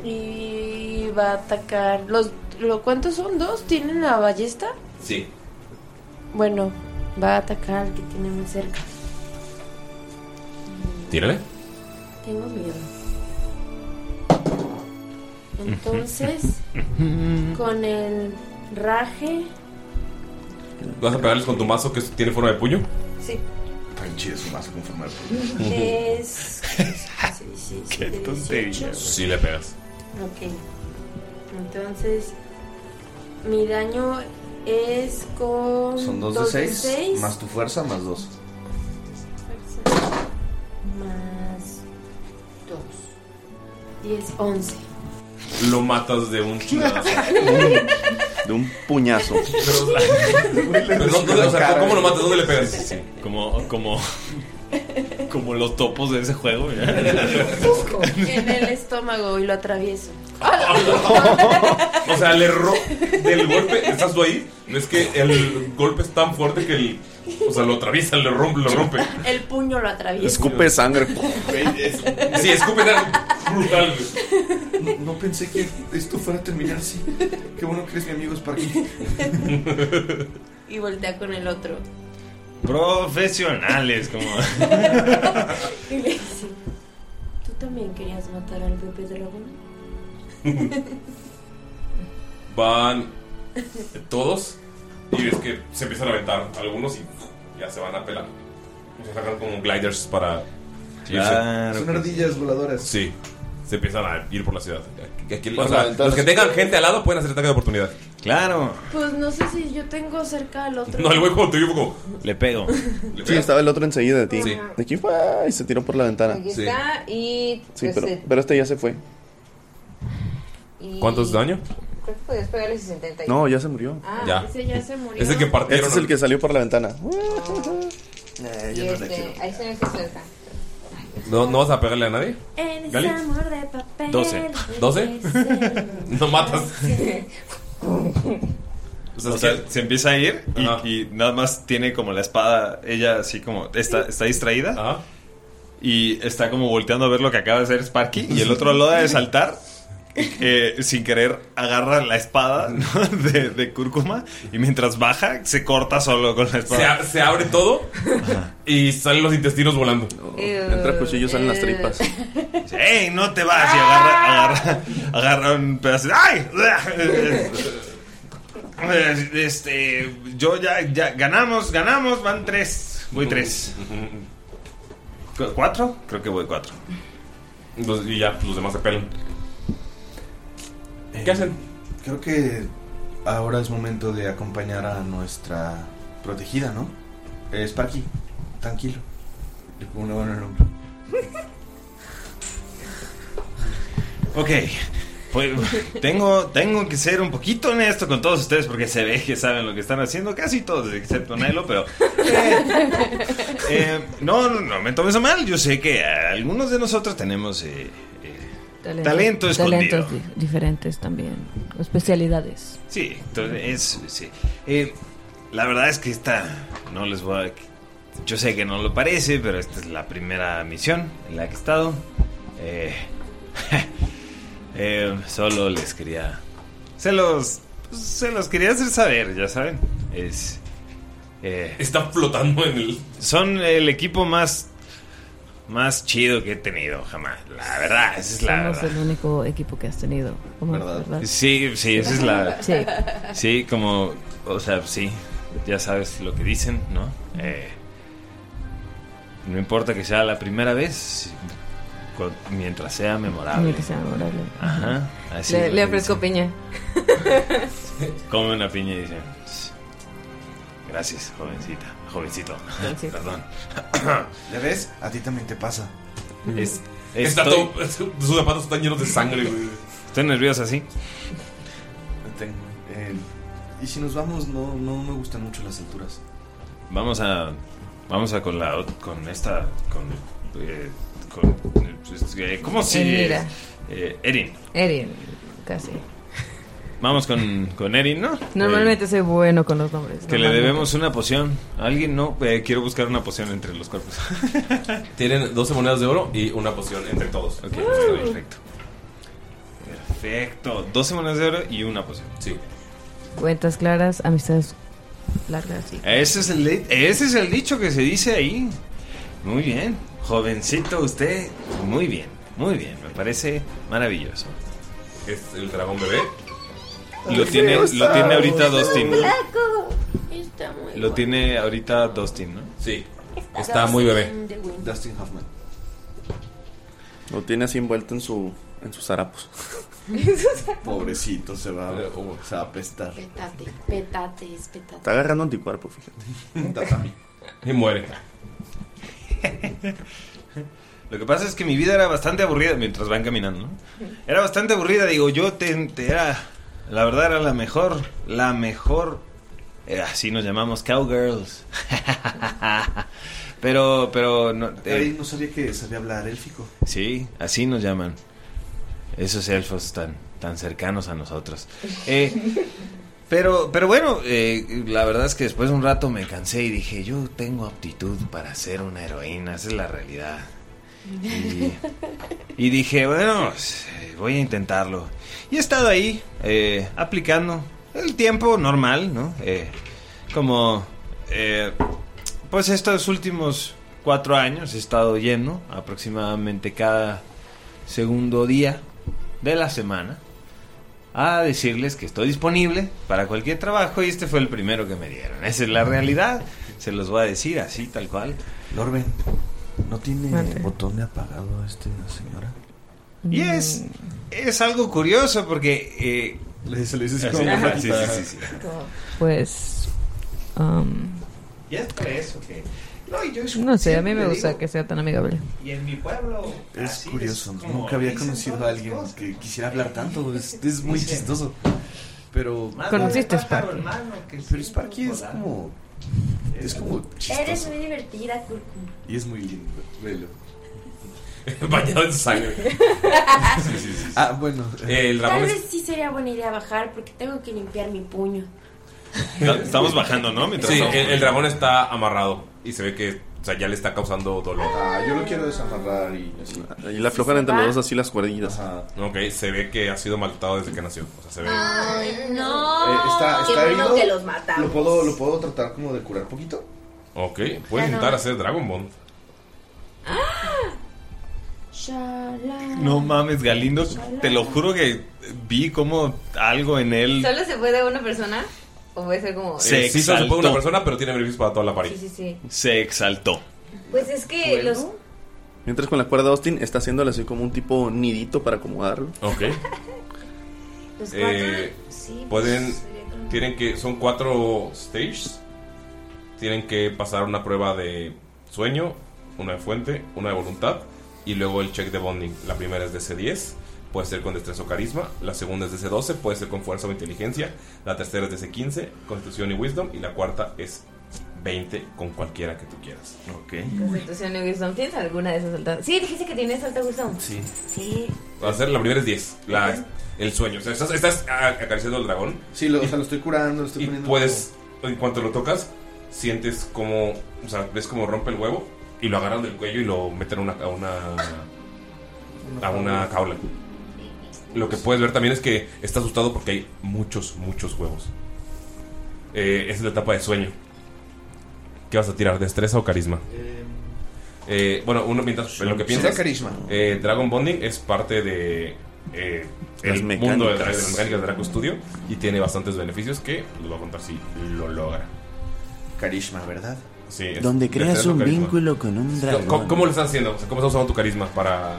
[SPEAKER 5] Y va a atacar. Los, lo, ¿Cuántos son? ¿Dos? ¿Tienen la ballesta?
[SPEAKER 3] Sí.
[SPEAKER 5] Bueno, va a atacar al que tiene muy cerca.
[SPEAKER 3] Tírale.
[SPEAKER 5] Tengo miedo. Entonces, con el raje.
[SPEAKER 3] ¿Vas a pegarles con tu mazo que tiene forma de puño?
[SPEAKER 5] Sí.
[SPEAKER 9] Tan chido su mazo con forma de puño.
[SPEAKER 5] Es. sí, sí, sí,
[SPEAKER 3] Qué
[SPEAKER 5] de
[SPEAKER 3] tontería.
[SPEAKER 5] 18.
[SPEAKER 3] Sí, le pegas.
[SPEAKER 5] Ok. Entonces, mi daño es con.
[SPEAKER 9] Son dos,
[SPEAKER 5] dos
[SPEAKER 9] de 6
[SPEAKER 5] seis,
[SPEAKER 9] más tu fuerza más dos.
[SPEAKER 5] más dos. Diez, once.
[SPEAKER 3] Lo matas de un chingadazo.
[SPEAKER 4] De un puñazo.
[SPEAKER 3] Pero no, no, o sea, ¿Cómo lo matas? ¿Dónde le pegas?
[SPEAKER 8] Como, como, como los topos de ese juego. ¿ya?
[SPEAKER 5] en el estómago y lo atravieso.
[SPEAKER 3] O sea, le error del golpe, ¿estás tú ahí? Es que el golpe es tan fuerte que el, o sea, lo atraviesa, le rompe, lo rompe.
[SPEAKER 5] El puño lo atravieso.
[SPEAKER 4] Escupe sangre.
[SPEAKER 3] Sí, escupe sangre brutal.
[SPEAKER 9] No, no pensé que esto fuera a terminar así. Qué bueno que eres mi amigo Sparky.
[SPEAKER 5] Y voltea con el otro.
[SPEAKER 8] Profesionales, como.
[SPEAKER 5] Y le dice: ¿Tú también querías matar al bebé dragón?
[SPEAKER 3] Van todos y ves que se empiezan a aventar algunos y ya se van a pelar. O sea, sacan como gliders para.
[SPEAKER 8] Ah, Claro.
[SPEAKER 9] Son ardillas voladoras.
[SPEAKER 3] Sí. Se empiezan a ir por la ciudad. Aquí- o
[SPEAKER 8] Vas a
[SPEAKER 3] sea,
[SPEAKER 8] aventar-
[SPEAKER 3] los que tengan gente al lado pueden hacer ataque de oportunidad.
[SPEAKER 8] Claro.
[SPEAKER 5] Pues no sé si yo tengo cerca al otro.
[SPEAKER 3] No, el güey como te vio como.
[SPEAKER 8] Le pego.
[SPEAKER 4] Sí, estaba el otro enseguida de ti.
[SPEAKER 3] Sí.
[SPEAKER 4] De aquí fue y se tiró por la ventana.
[SPEAKER 7] Aquí está y.
[SPEAKER 4] Ah, Sí,
[SPEAKER 7] pues,
[SPEAKER 4] pero,
[SPEAKER 7] eh,
[SPEAKER 4] pero este ya se fue.
[SPEAKER 7] y-
[SPEAKER 3] ¿Cuántos daño?
[SPEAKER 7] Creo que podías pegarle 60 y-
[SPEAKER 4] No, ya se murió.
[SPEAKER 7] Ah,
[SPEAKER 3] Ya.
[SPEAKER 7] ese ya se murió.
[SPEAKER 3] Es el que
[SPEAKER 4] Este
[SPEAKER 3] partieron.
[SPEAKER 4] es el que salió por la ventana.
[SPEAKER 7] Y este, ahí se me cerca.
[SPEAKER 3] ¿No, ¿No vas a pegarle a nadie?
[SPEAKER 5] En
[SPEAKER 3] ¿Gali?
[SPEAKER 5] ese amor de papel.
[SPEAKER 3] 12. 12? No matas. O sea,
[SPEAKER 8] O sea, se empieza a ir y, y nada más tiene como la espada, ella así como está, está distraída y está como volteando a ver lo que acaba de hacer Sparky y el otro lo da de saltar eh, sin querer agarra la espada ¿no? de, de cúrcuma y mientras baja se corta solo con la
[SPEAKER 3] Se,
[SPEAKER 8] espada.
[SPEAKER 3] a- se abre todo y salen los intestinos volando.
[SPEAKER 8] Entra el cuchillo, salen las tripas.
[SPEAKER 3] ¡Ey,
[SPEAKER 8] no te vas! Y agarra, agarra, agarra un pedazo. de- ¡Ay! Eh, Este, yo ya, ya, ganamos, ganamos, van tres. Voy tres. ¿Cu- ¿Cuatro? Creo que voy cuatro.
[SPEAKER 3] y ya, los demás se pelan. ¿Qué hacen?
[SPEAKER 9] Creo que ahora es momento de acompañar a nuestra protegida, ¿no? Eh, Sparky, tranquilo. Le pongo una mano en el hombro.
[SPEAKER 8] Ok, pues tengo, tengo que ser un poquito honesto con todos ustedes porque se ve que saben lo que están haciendo, casi todos, excepto Nilo, pero... eh, no, no, no me tomes a mal, yo sé que eh, algunos de nosotros tenemos eh, eh, talento escondido.
[SPEAKER 11] Talentos di- diferentes también. Especialidades.
[SPEAKER 8] Sí, entonces, es, sí. Eh, la verdad es que esta, no les voy a... Yo sé que no lo parece, pero esta es la primera misión en la que he estado. Eh, eh, solo les quería... Se los... Se los quería hacer saber, ya saben. Es... eh,
[SPEAKER 3] Está flotando en el...
[SPEAKER 8] Son el equipo más... Más chido que he tenido jamás. La verdad, Ah, esa es la
[SPEAKER 11] Somos
[SPEAKER 8] verdad.
[SPEAKER 11] el único equipo que has tenido. ¿Cómo? ¿Verdad?
[SPEAKER 8] Sí, sí, esa es la...
[SPEAKER 11] Sí.
[SPEAKER 8] Sí, como, o sea, sí, ya sabes lo que dicen, ¿no? Eh, no importa que sea la primera vez, cu- mientras sea memorable.
[SPEAKER 11] Mientras sea memorable.
[SPEAKER 8] Ajá,
[SPEAKER 4] Ah,
[SPEAKER 8] así
[SPEAKER 10] le,
[SPEAKER 8] lo
[SPEAKER 10] le ofrezco piña.
[SPEAKER 8] dicen. Come una piña y dice, gracias, jovencita, jovencito,
[SPEAKER 9] Jovencito.
[SPEAKER 8] perdón.
[SPEAKER 9] ¿Ya ves? A ti también te pasa.
[SPEAKER 8] Es-
[SPEAKER 3] Está
[SPEAKER 8] estoy-
[SPEAKER 3] todo, sus zapatos están llenos de sangre, güey.
[SPEAKER 8] Estoy nervioso así.
[SPEAKER 9] eh.
[SPEAKER 8] Mm.
[SPEAKER 9] y si nos vamos, no, no me gustan mucho las alturas.
[SPEAKER 8] Vamos a. Vamos a con la. ot- Con esta. Con. eh, con eh, ¿Cómo se.
[SPEAKER 10] Elvira.
[SPEAKER 8] eh, Erin.
[SPEAKER 10] Erin, casi.
[SPEAKER 8] Vamos con, con Erin, ¿no?
[SPEAKER 10] Normalmente soy bueno con los nombres.
[SPEAKER 8] Eh, que le
[SPEAKER 10] normalmente.
[SPEAKER 8] debemos una poción. ¿Alguien no? Eh, quiero buscar una poción entre los cuerpos.
[SPEAKER 3] Tienen 12 monedas de oro y una poción entre todos.
[SPEAKER 8] Ok, está bien, perfecto. Perfecto. 12 monedas de oro y una poción.
[SPEAKER 3] Sí.
[SPEAKER 11] Cuentas claras, amistades largas. y-
[SPEAKER 8] Ese es el, di- ese es el dicho que se dice ahí. Muy bien. Jovencito usted. Muy bien. Muy bien. Me parece maravilloso.
[SPEAKER 3] Es el dragón bebé.
[SPEAKER 8] Lo
[SPEAKER 3] Ay,
[SPEAKER 8] tiene,
[SPEAKER 3] feo
[SPEAKER 8] lo
[SPEAKER 3] está.
[SPEAKER 8] tiene ahorita Dustin.
[SPEAKER 5] Está muy
[SPEAKER 8] Lo tiene ahorita Dustin, ¿no?
[SPEAKER 3] Sí.
[SPEAKER 5] Está muy bebé.
[SPEAKER 9] Dustin Hoffman.
[SPEAKER 4] Lo tiene así envuelto en su en sus harapos.
[SPEAKER 9] Pobrecito, se va, se va a apestar.
[SPEAKER 5] Petate, petate, es petate.
[SPEAKER 4] Está agarrando anticuerpo, fíjate.
[SPEAKER 3] Y muere.
[SPEAKER 8] Lo que pasa es que mi vida era bastante aburrida mientras van caminando. ¿no? Era bastante aburrida, digo, yo te, te era, la verdad era la mejor, la mejor, eh, así nos llamamos cowgirls. pero, pero, no, eh,
[SPEAKER 9] Ay, no sabía que sabía hablar élfico.
[SPEAKER 8] sí, así nos llaman. Esos elfos tan, tan cercanos a nosotros. Eh, pero, pero bueno, eh, la verdad es que después de un rato me cansé y dije, yo tengo aptitud para ser una heroína, esa es la realidad. Y, y dije, bueno, pues, eh, voy a intentarlo. Y he estado ahí eh, aplicando el tiempo normal, ¿no? Eh, como, eh, pues estos últimos cuatro años he estado lleno aproximadamente cada segundo día de la semana a decirles que estoy disponible para cualquier trabajo y este fue el primero que me dieron. Esa es la realidad, se los voy a decir así, tal cual.
[SPEAKER 9] Lorben, ¿no tiene
[SPEAKER 8] Mande.
[SPEAKER 9] botón de apagado este señora?
[SPEAKER 8] Y es, es algo curioso porque... Eh,
[SPEAKER 9] se le
[SPEAKER 11] así
[SPEAKER 9] dice
[SPEAKER 8] sí,
[SPEAKER 11] como una
[SPEAKER 8] sí,
[SPEAKER 11] patita.
[SPEAKER 8] sí, sí, sí.
[SPEAKER 11] Pues. um,
[SPEAKER 8] Y es por eso que... No, y yo es-
[SPEAKER 11] no sé, a mí
[SPEAKER 8] siempre
[SPEAKER 11] me gusta
[SPEAKER 8] digo,
[SPEAKER 11] que sea tan amigable.
[SPEAKER 8] Y en mi pueblo...
[SPEAKER 9] Es
[SPEAKER 8] así
[SPEAKER 9] curioso,
[SPEAKER 8] como
[SPEAKER 9] nunca había
[SPEAKER 8] dicen
[SPEAKER 9] conocido a
[SPEAKER 8] todas
[SPEAKER 9] alguien que quisiera hablar tanto, es, es muy
[SPEAKER 8] Dicen.
[SPEAKER 9] chistoso. Pero...
[SPEAKER 8] Más Conociste vale pájaro Sparky. en
[SPEAKER 9] Pero Sparky es como... Es como
[SPEAKER 13] Eres
[SPEAKER 9] chistoso.
[SPEAKER 13] muy divertida, Cúrcuma.
[SPEAKER 9] Y es muy lindo, velo.
[SPEAKER 3] Bañado en sangre.
[SPEAKER 9] Ah, bueno.
[SPEAKER 3] El
[SPEAKER 5] Tal
[SPEAKER 3] dragón es-
[SPEAKER 5] vez sí sería buena idea bajar porque tengo que limpiar mi puño.
[SPEAKER 8] Estamos bajando, ¿no? Mientras
[SPEAKER 3] sí,
[SPEAKER 8] estamos-
[SPEAKER 3] el, el dragón está amarrado y se ve que O sea, ya le está causando dolor.
[SPEAKER 9] Ah, yo lo quiero desamarrar y así.
[SPEAKER 3] Y
[SPEAKER 4] la aflojan entre
[SPEAKER 8] Ah.
[SPEAKER 4] los dos así las cuerdillas.
[SPEAKER 3] Ok, se ve que ha sido maltratado desde que nació. O sea, se ve.
[SPEAKER 15] Ah.
[SPEAKER 7] Ay, no.
[SPEAKER 9] Eh, está-
[SPEAKER 7] Qué
[SPEAKER 9] está
[SPEAKER 7] bueno
[SPEAKER 9] herido.
[SPEAKER 7] que los matamos.
[SPEAKER 9] ¿Lo puedo, ¿Lo puedo tratar como de curar poquito?
[SPEAKER 3] Ok, puedes
[SPEAKER 9] Ya no.
[SPEAKER 3] intentar hacer Dragon Bond.
[SPEAKER 8] No mames, Galindo. Te lo juro que vi como algo en él.
[SPEAKER 7] ¿Solo se puede una persona? ¿O puede ser como.?
[SPEAKER 8] Se
[SPEAKER 3] Eh, sí, solo se
[SPEAKER 8] exaltó.
[SPEAKER 3] puede una persona, pero tiene beneficios para toda la pared.
[SPEAKER 7] Sí, sí, sí.
[SPEAKER 8] Se exaltó.
[SPEAKER 7] Pues es que
[SPEAKER 8] ¿Puedo?
[SPEAKER 7] los.
[SPEAKER 4] Mientras con la cuerda Austin está haciéndole así como un tipo nidito para acomodarlo.
[SPEAKER 3] Ok.
[SPEAKER 7] Los cuatro.
[SPEAKER 3] Eh,
[SPEAKER 7] sí,
[SPEAKER 3] pueden.
[SPEAKER 7] pues, sería como-
[SPEAKER 3] Tienen que. Son cuatro stages. Tienen que pasar una prueba de sueño, una de fuente, una de voluntad. Y luego el check de bonding. La primera es de C10. Puede ser con destreza o carisma. La segunda es de C12. Puede ser con fuerza o inteligencia. La tercera es de C15. Constitución y wisdom. Y la cuarta es 20 con cualquiera que tú quieras.
[SPEAKER 8] Ok.
[SPEAKER 7] Constitución y Wisdom. ¿Tienes alguna de esas altas? Sí, dijiste que tienes alta Wisdom.
[SPEAKER 3] Sí.
[SPEAKER 7] Sí.
[SPEAKER 3] Va a ser la primera es 10. La, el sueño. O sea, estás, estás a- acariciando al dragón.
[SPEAKER 9] Sí, lo, o sea, lo estoy curando, lo estoy
[SPEAKER 3] Y
[SPEAKER 9] poniendo.
[SPEAKER 3] puedes, en cuanto lo tocas, sientes como, o sea, ves como rompe el huevo y lo agarran del cuello y lo meten a una, a una, a una jaula. Lo que puedes ver también es que está asustado porque hay muchos, muchos huevos. Eh, esa es la etapa de sueño. ¿Qué vas a tirar? ¿Destreza o carisma? Eh, bueno, uno mientras en lo que
[SPEAKER 9] Sería
[SPEAKER 3] piensas.
[SPEAKER 9] carisma.
[SPEAKER 3] eh, Dragon Bonding es parte de eh,
[SPEAKER 4] Las
[SPEAKER 3] el mundo de, de
[SPEAKER 4] mecánicas.
[SPEAKER 3] las mecánicas de Draco Studio y tiene bastantes beneficios que les voy a contar si lo logra.
[SPEAKER 9] Carisma, ¿verdad?
[SPEAKER 3] Sí. es-
[SPEAKER 4] Donde
[SPEAKER 3] de
[SPEAKER 4] creas
[SPEAKER 3] tener
[SPEAKER 4] un
[SPEAKER 3] carisma.
[SPEAKER 4] vínculo con un dragón.
[SPEAKER 3] ¿Cómo, cómo lo estás haciendo? O sea, ¿Cómo estás usando tu carisma para...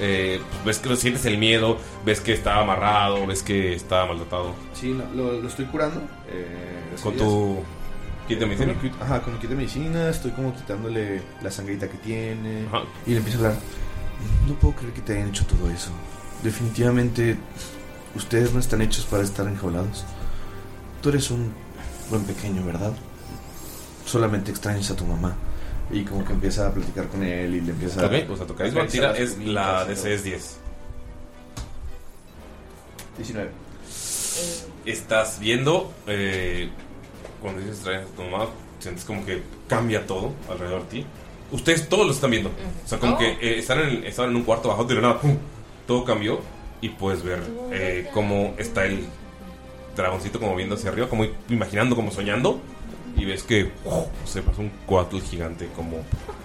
[SPEAKER 3] eh, pues, ves que lo sientes el miedo, ves que está amarrado, ves que está maltratado.
[SPEAKER 9] Sí, lo, lo- lo estoy curando. eh,
[SPEAKER 3] Con
[SPEAKER 9] sí,
[SPEAKER 3] tu kit de
[SPEAKER 9] es-
[SPEAKER 3] medicina.
[SPEAKER 9] con mi kit- Ajá, con mi kit de medicina. Estoy como quitándole la sangrita que tiene. Y le empiezo a hablar. No puedo creer que te hayan hecho todo eso. Definitivamente, ustedes no están hechos para estar enjaulados. Tú eres un buen pequeño, ¿verdad? Solamente extrañas a tu mamá. Y como que empieza a platicar con él y le empieza a.
[SPEAKER 3] Ok, pues, o sea, tu carisma
[SPEAKER 9] acariciar
[SPEAKER 3] tira
[SPEAKER 9] las
[SPEAKER 3] es la DC es 10.
[SPEAKER 9] 19.
[SPEAKER 3] Estás viendo, eh, cuando dices traes a tu mamá, sientes como que cambia todo alrededor de ti. Ustedes todos lo están viendo. O sea, como
[SPEAKER 8] Oh.
[SPEAKER 3] que eh, están, en, están en un cuarto bajo de la nada, ¡pum! todo cambió y puedes ver eh, cómo está el dragoncito como viendo hacia arriba, como imaginando, como soñando. Y ves que ¡uf! se pasó un coatl gigante, como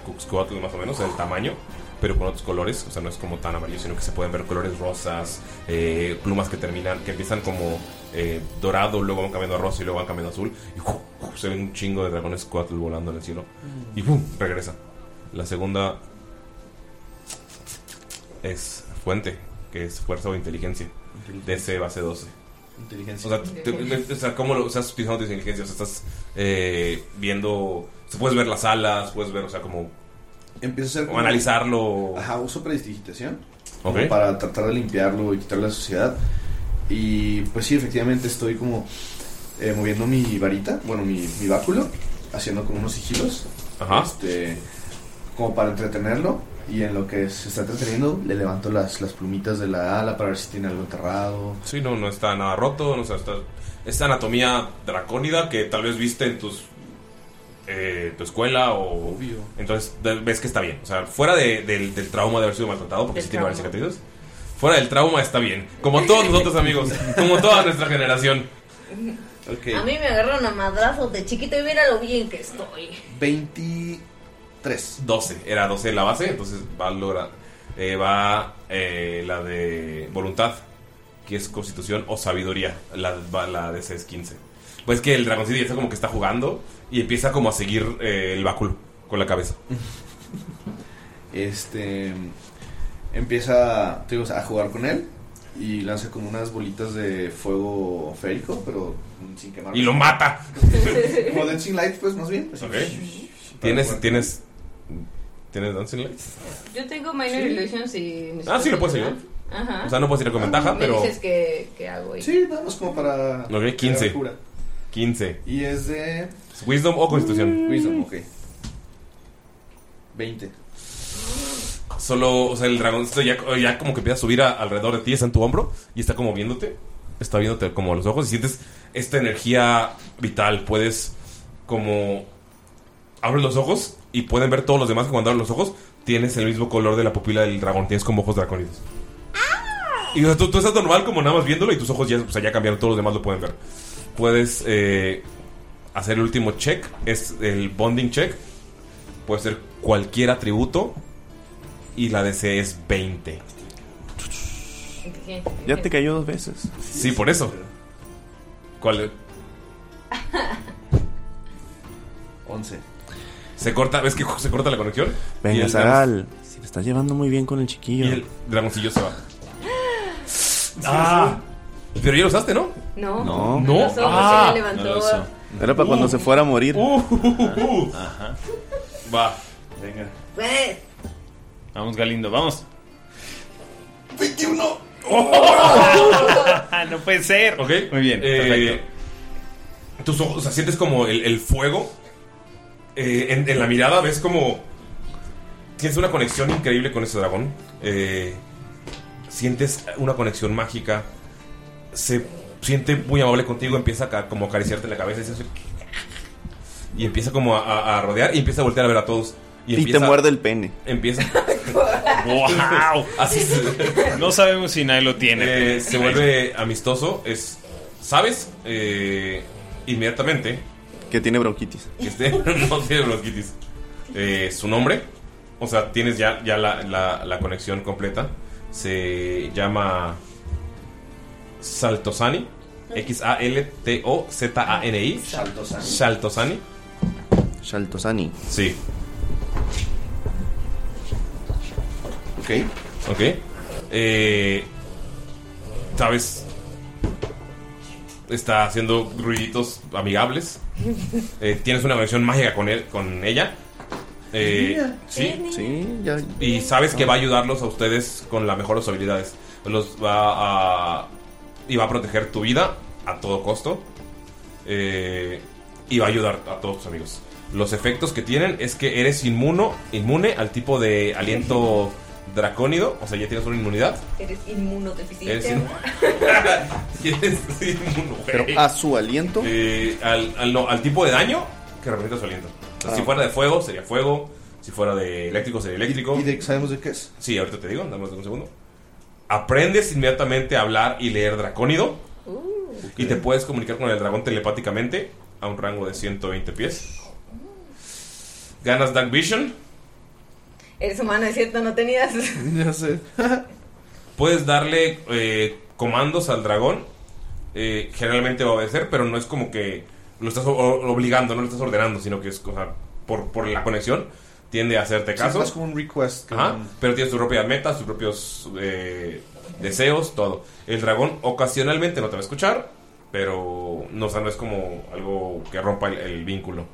[SPEAKER 3] Cuxcoatl más o menos, el tamaño, pero con otros colores. O sea, no es como tan amarillo, sino que se pueden ver colores rosas, eh, plumas que terminan, que empiezan como eh, dorado, luego van cambiando a rosa y luego van cambiando a azul. Y ¡uf! ¡uf! se ven un chingo de dragones Coatl volando en el cielo. Y ¡pum! regresa. La segunda es fuente, que es fuerza o inteligencia. DC base 12.
[SPEAKER 9] Inteligencia.
[SPEAKER 3] O sea, te- te- o sea, ¿cómo lo estás utilizando tu inteligencia? O sea, estás eh, viendo. se puedes ver las alas, puedes ver, o sea, como.
[SPEAKER 9] Empiezo a hacer.
[SPEAKER 3] O analizarlo.
[SPEAKER 9] Ajá, uso prestidigitación.
[SPEAKER 3] Ok.
[SPEAKER 9] como Para tratar de limpiarlo y quitarle la suciedad. Y pues sí, efectivamente estoy como eh, moviendo mi varita, bueno, mi, mi báculo, haciendo como unos sigilos.
[SPEAKER 3] Ajá.
[SPEAKER 9] Este, como para entretenerlo. Y en lo que se está entreteniendo, le levanto las, las plumitas de la ala para ver si tiene algo enterrado.
[SPEAKER 3] Sí, no, no está nada roto, no o sea, está. Esta anatomía dracónida que tal vez viste en tus. eh, tu escuela o. Entonces de- ves que está bien. O sea, fuera de- del, del trauma de haber sido maltratado, porque
[SPEAKER 8] Del
[SPEAKER 3] sí tiene varias
[SPEAKER 8] trauma.
[SPEAKER 3] cicatrices. Fuera del trauma está bien. Como todos nosotros, amigos. Como toda nuestra generación.
[SPEAKER 7] A mí me agarraron a madrazos de chiquito y mira lo bien que estoy.
[SPEAKER 3] 23. 12. Era 12 la base, entonces va a lograr. eh, va eh, la de voluntad, que es constitución o sabiduría. La, va- la de ese es 15. Pues que el dragoncito ya está como que está jugando y empieza como a seguir eh, el báculo con la cabeza.
[SPEAKER 9] Este empieza te digo, a jugar con él y lanza como unas bolitas de fuego férico, pero sin quemar.
[SPEAKER 3] Y lo mata.
[SPEAKER 9] como Dancing Light, pues más bien. Así.
[SPEAKER 3] Ok. ¿Tienes, tienes, ¿Tienes Dancing Lights?
[SPEAKER 7] Yo tengo Minor
[SPEAKER 9] Sí.
[SPEAKER 7] Illusions y.
[SPEAKER 3] Ah, sí, lo puedes ayudar.
[SPEAKER 7] Ajá.
[SPEAKER 3] O sea, no puedes ir con ventaja,
[SPEAKER 7] Me
[SPEAKER 3] pero.
[SPEAKER 7] dices que, que hago ahí.
[SPEAKER 9] Sí, vamos como para.
[SPEAKER 3] Ok, 15. 15.
[SPEAKER 9] Y es de.
[SPEAKER 3] ¿Wisdom o constitución?
[SPEAKER 9] Wisdom, ok. 20.
[SPEAKER 3] Solo, o sea, el dragoncito ya, ya como que empieza a subir a- alrededor de ti, está en tu hombro y está como viéndote. Está viéndote como a los ojos y sientes esta energía vital. Puedes como abres los ojos y pueden ver todos los demás que cuando abres los ojos tienes el mismo color de la pupila del dragón, tienes como ojos dracónidos. Y o sea, tú, tú estás normal como nada más viéndolo y tus ojos ya, o sea, ya cambiaron, todos los demás lo pueden ver. Puedes eh, hacer el último check, es el bonding check. Puede ser cualquier atributo y la DC es 20.
[SPEAKER 4] Ya te cayó dos veces.
[SPEAKER 3] Sí, por eso. ¿Cuál?
[SPEAKER 9] 11.
[SPEAKER 3] Se corta, ¿ves que se corta la conexión? Y
[SPEAKER 4] Venga,
[SPEAKER 3] el
[SPEAKER 4] Zagal. Se te está llevando muy bien con el
[SPEAKER 3] Y
[SPEAKER 4] chiquillo.
[SPEAKER 3] el dragoncillo se va. Ah. Pero ya lo usaste, ¿no?
[SPEAKER 7] No.
[SPEAKER 4] No.
[SPEAKER 3] No.
[SPEAKER 7] Los ojos
[SPEAKER 3] Ah. Uh,
[SPEAKER 7] se le levantó. Uh.
[SPEAKER 3] No lo usó.
[SPEAKER 4] Era para cuando se fuera a morir.
[SPEAKER 3] uh,
[SPEAKER 8] Ajá.
[SPEAKER 3] Va.
[SPEAKER 8] Venga.
[SPEAKER 7] Pues,
[SPEAKER 8] Vamos, Galindo, vamos.
[SPEAKER 9] 21.
[SPEAKER 8] Ah, no puede ser.
[SPEAKER 3] Ok. Muy bien. tus ojos, o sea, sientes como el, el fuego. Eh, en, en la mirada ves como. Tienes una conexión increíble con ese dragón. Eh, sientes una conexión mágica. Se siente muy amable contigo. Empieza a ca- como a acariciarte la cabeza. Y, se hace- y empieza como a, a- a rodear. Y empieza a voltear a ver a todos.
[SPEAKER 4] Y te
[SPEAKER 3] empieza-
[SPEAKER 4] muerde el pene.
[SPEAKER 3] Empieza.
[SPEAKER 8] ¡Wow!
[SPEAKER 3] Así
[SPEAKER 8] No sabemos si nadie lo tiene.
[SPEAKER 3] Eh, se vuelve amistoso, es. ¿Sabes? Eh, inmediatamente.
[SPEAKER 4] Que tiene bronquitis.
[SPEAKER 3] Este no tiene bronquitis. Eh, su nombre. O sea, tienes ya, ya la, la- la conexión completa. Se llama. Saltosani. X-A-L-T-O-Z-A-N-I.
[SPEAKER 4] Ah,
[SPEAKER 9] Saltosani.
[SPEAKER 3] Saltosani.
[SPEAKER 4] Shaltosani.
[SPEAKER 3] Sí.
[SPEAKER 9] Ok.
[SPEAKER 3] Ok. Eh, ¿Sabes? Está haciendo ruiditos amigables. Eh, tienes una conexión mágica con él, con ella. Eh,
[SPEAKER 4] Mira,
[SPEAKER 3] sí.
[SPEAKER 4] es niña. Sí, ya- Ah.
[SPEAKER 3] Y sabes que va a ayudarlos a ustedes con la mejor de sus habilidades. Los va a. Y va a proteger tu vida a todo costo. Eh, y va a ayudar a todos tus amigos. Los efectos que tienen es que eres inmuno, inmune al tipo de aliento dracónido. O sea, ya tienes una inmunidad.
[SPEAKER 7] eres inmunodeficiente.
[SPEAKER 3] Eres inmuno. Tienes inmuno, güey.
[SPEAKER 4] Pero a su aliento.
[SPEAKER 3] Eh, al, al- no, al tipo de daño que representa su aliento. O sea,
[SPEAKER 9] Ah.
[SPEAKER 3] Si fuera de fuego, sería fuego. Si fuera de eléctrico, sería eléctrico.
[SPEAKER 9] ¿Y de- sabemos de qué es?
[SPEAKER 3] Sí, ahorita te digo, dame un segundo. Aprendes inmediatamente a hablar y leer dracónido. Y te puedes comunicar con el dragón telepáticamente a un rango de 120 pies. Ganas Dark Vision.
[SPEAKER 7] Eres humano, es cierto, no tenías.
[SPEAKER 3] Ya sé. Puedes darle eh, comandos al dragón. Eh, generalmente va a obedecer, pero no es como que lo estás o- o- obligando, no lo estás ordenando, sino que es o sea, por, por la conexión tiende a hacerte
[SPEAKER 9] Sí,
[SPEAKER 3] caso.
[SPEAKER 9] es más como un request. que
[SPEAKER 3] Ajá,
[SPEAKER 9] un-
[SPEAKER 3] pero tiene sus propias metas, sus propios eh, deseos, todo. El dragón ocasionalmente no te va a escuchar, pero no, o sea, no es como algo que rompa el, el vínculo.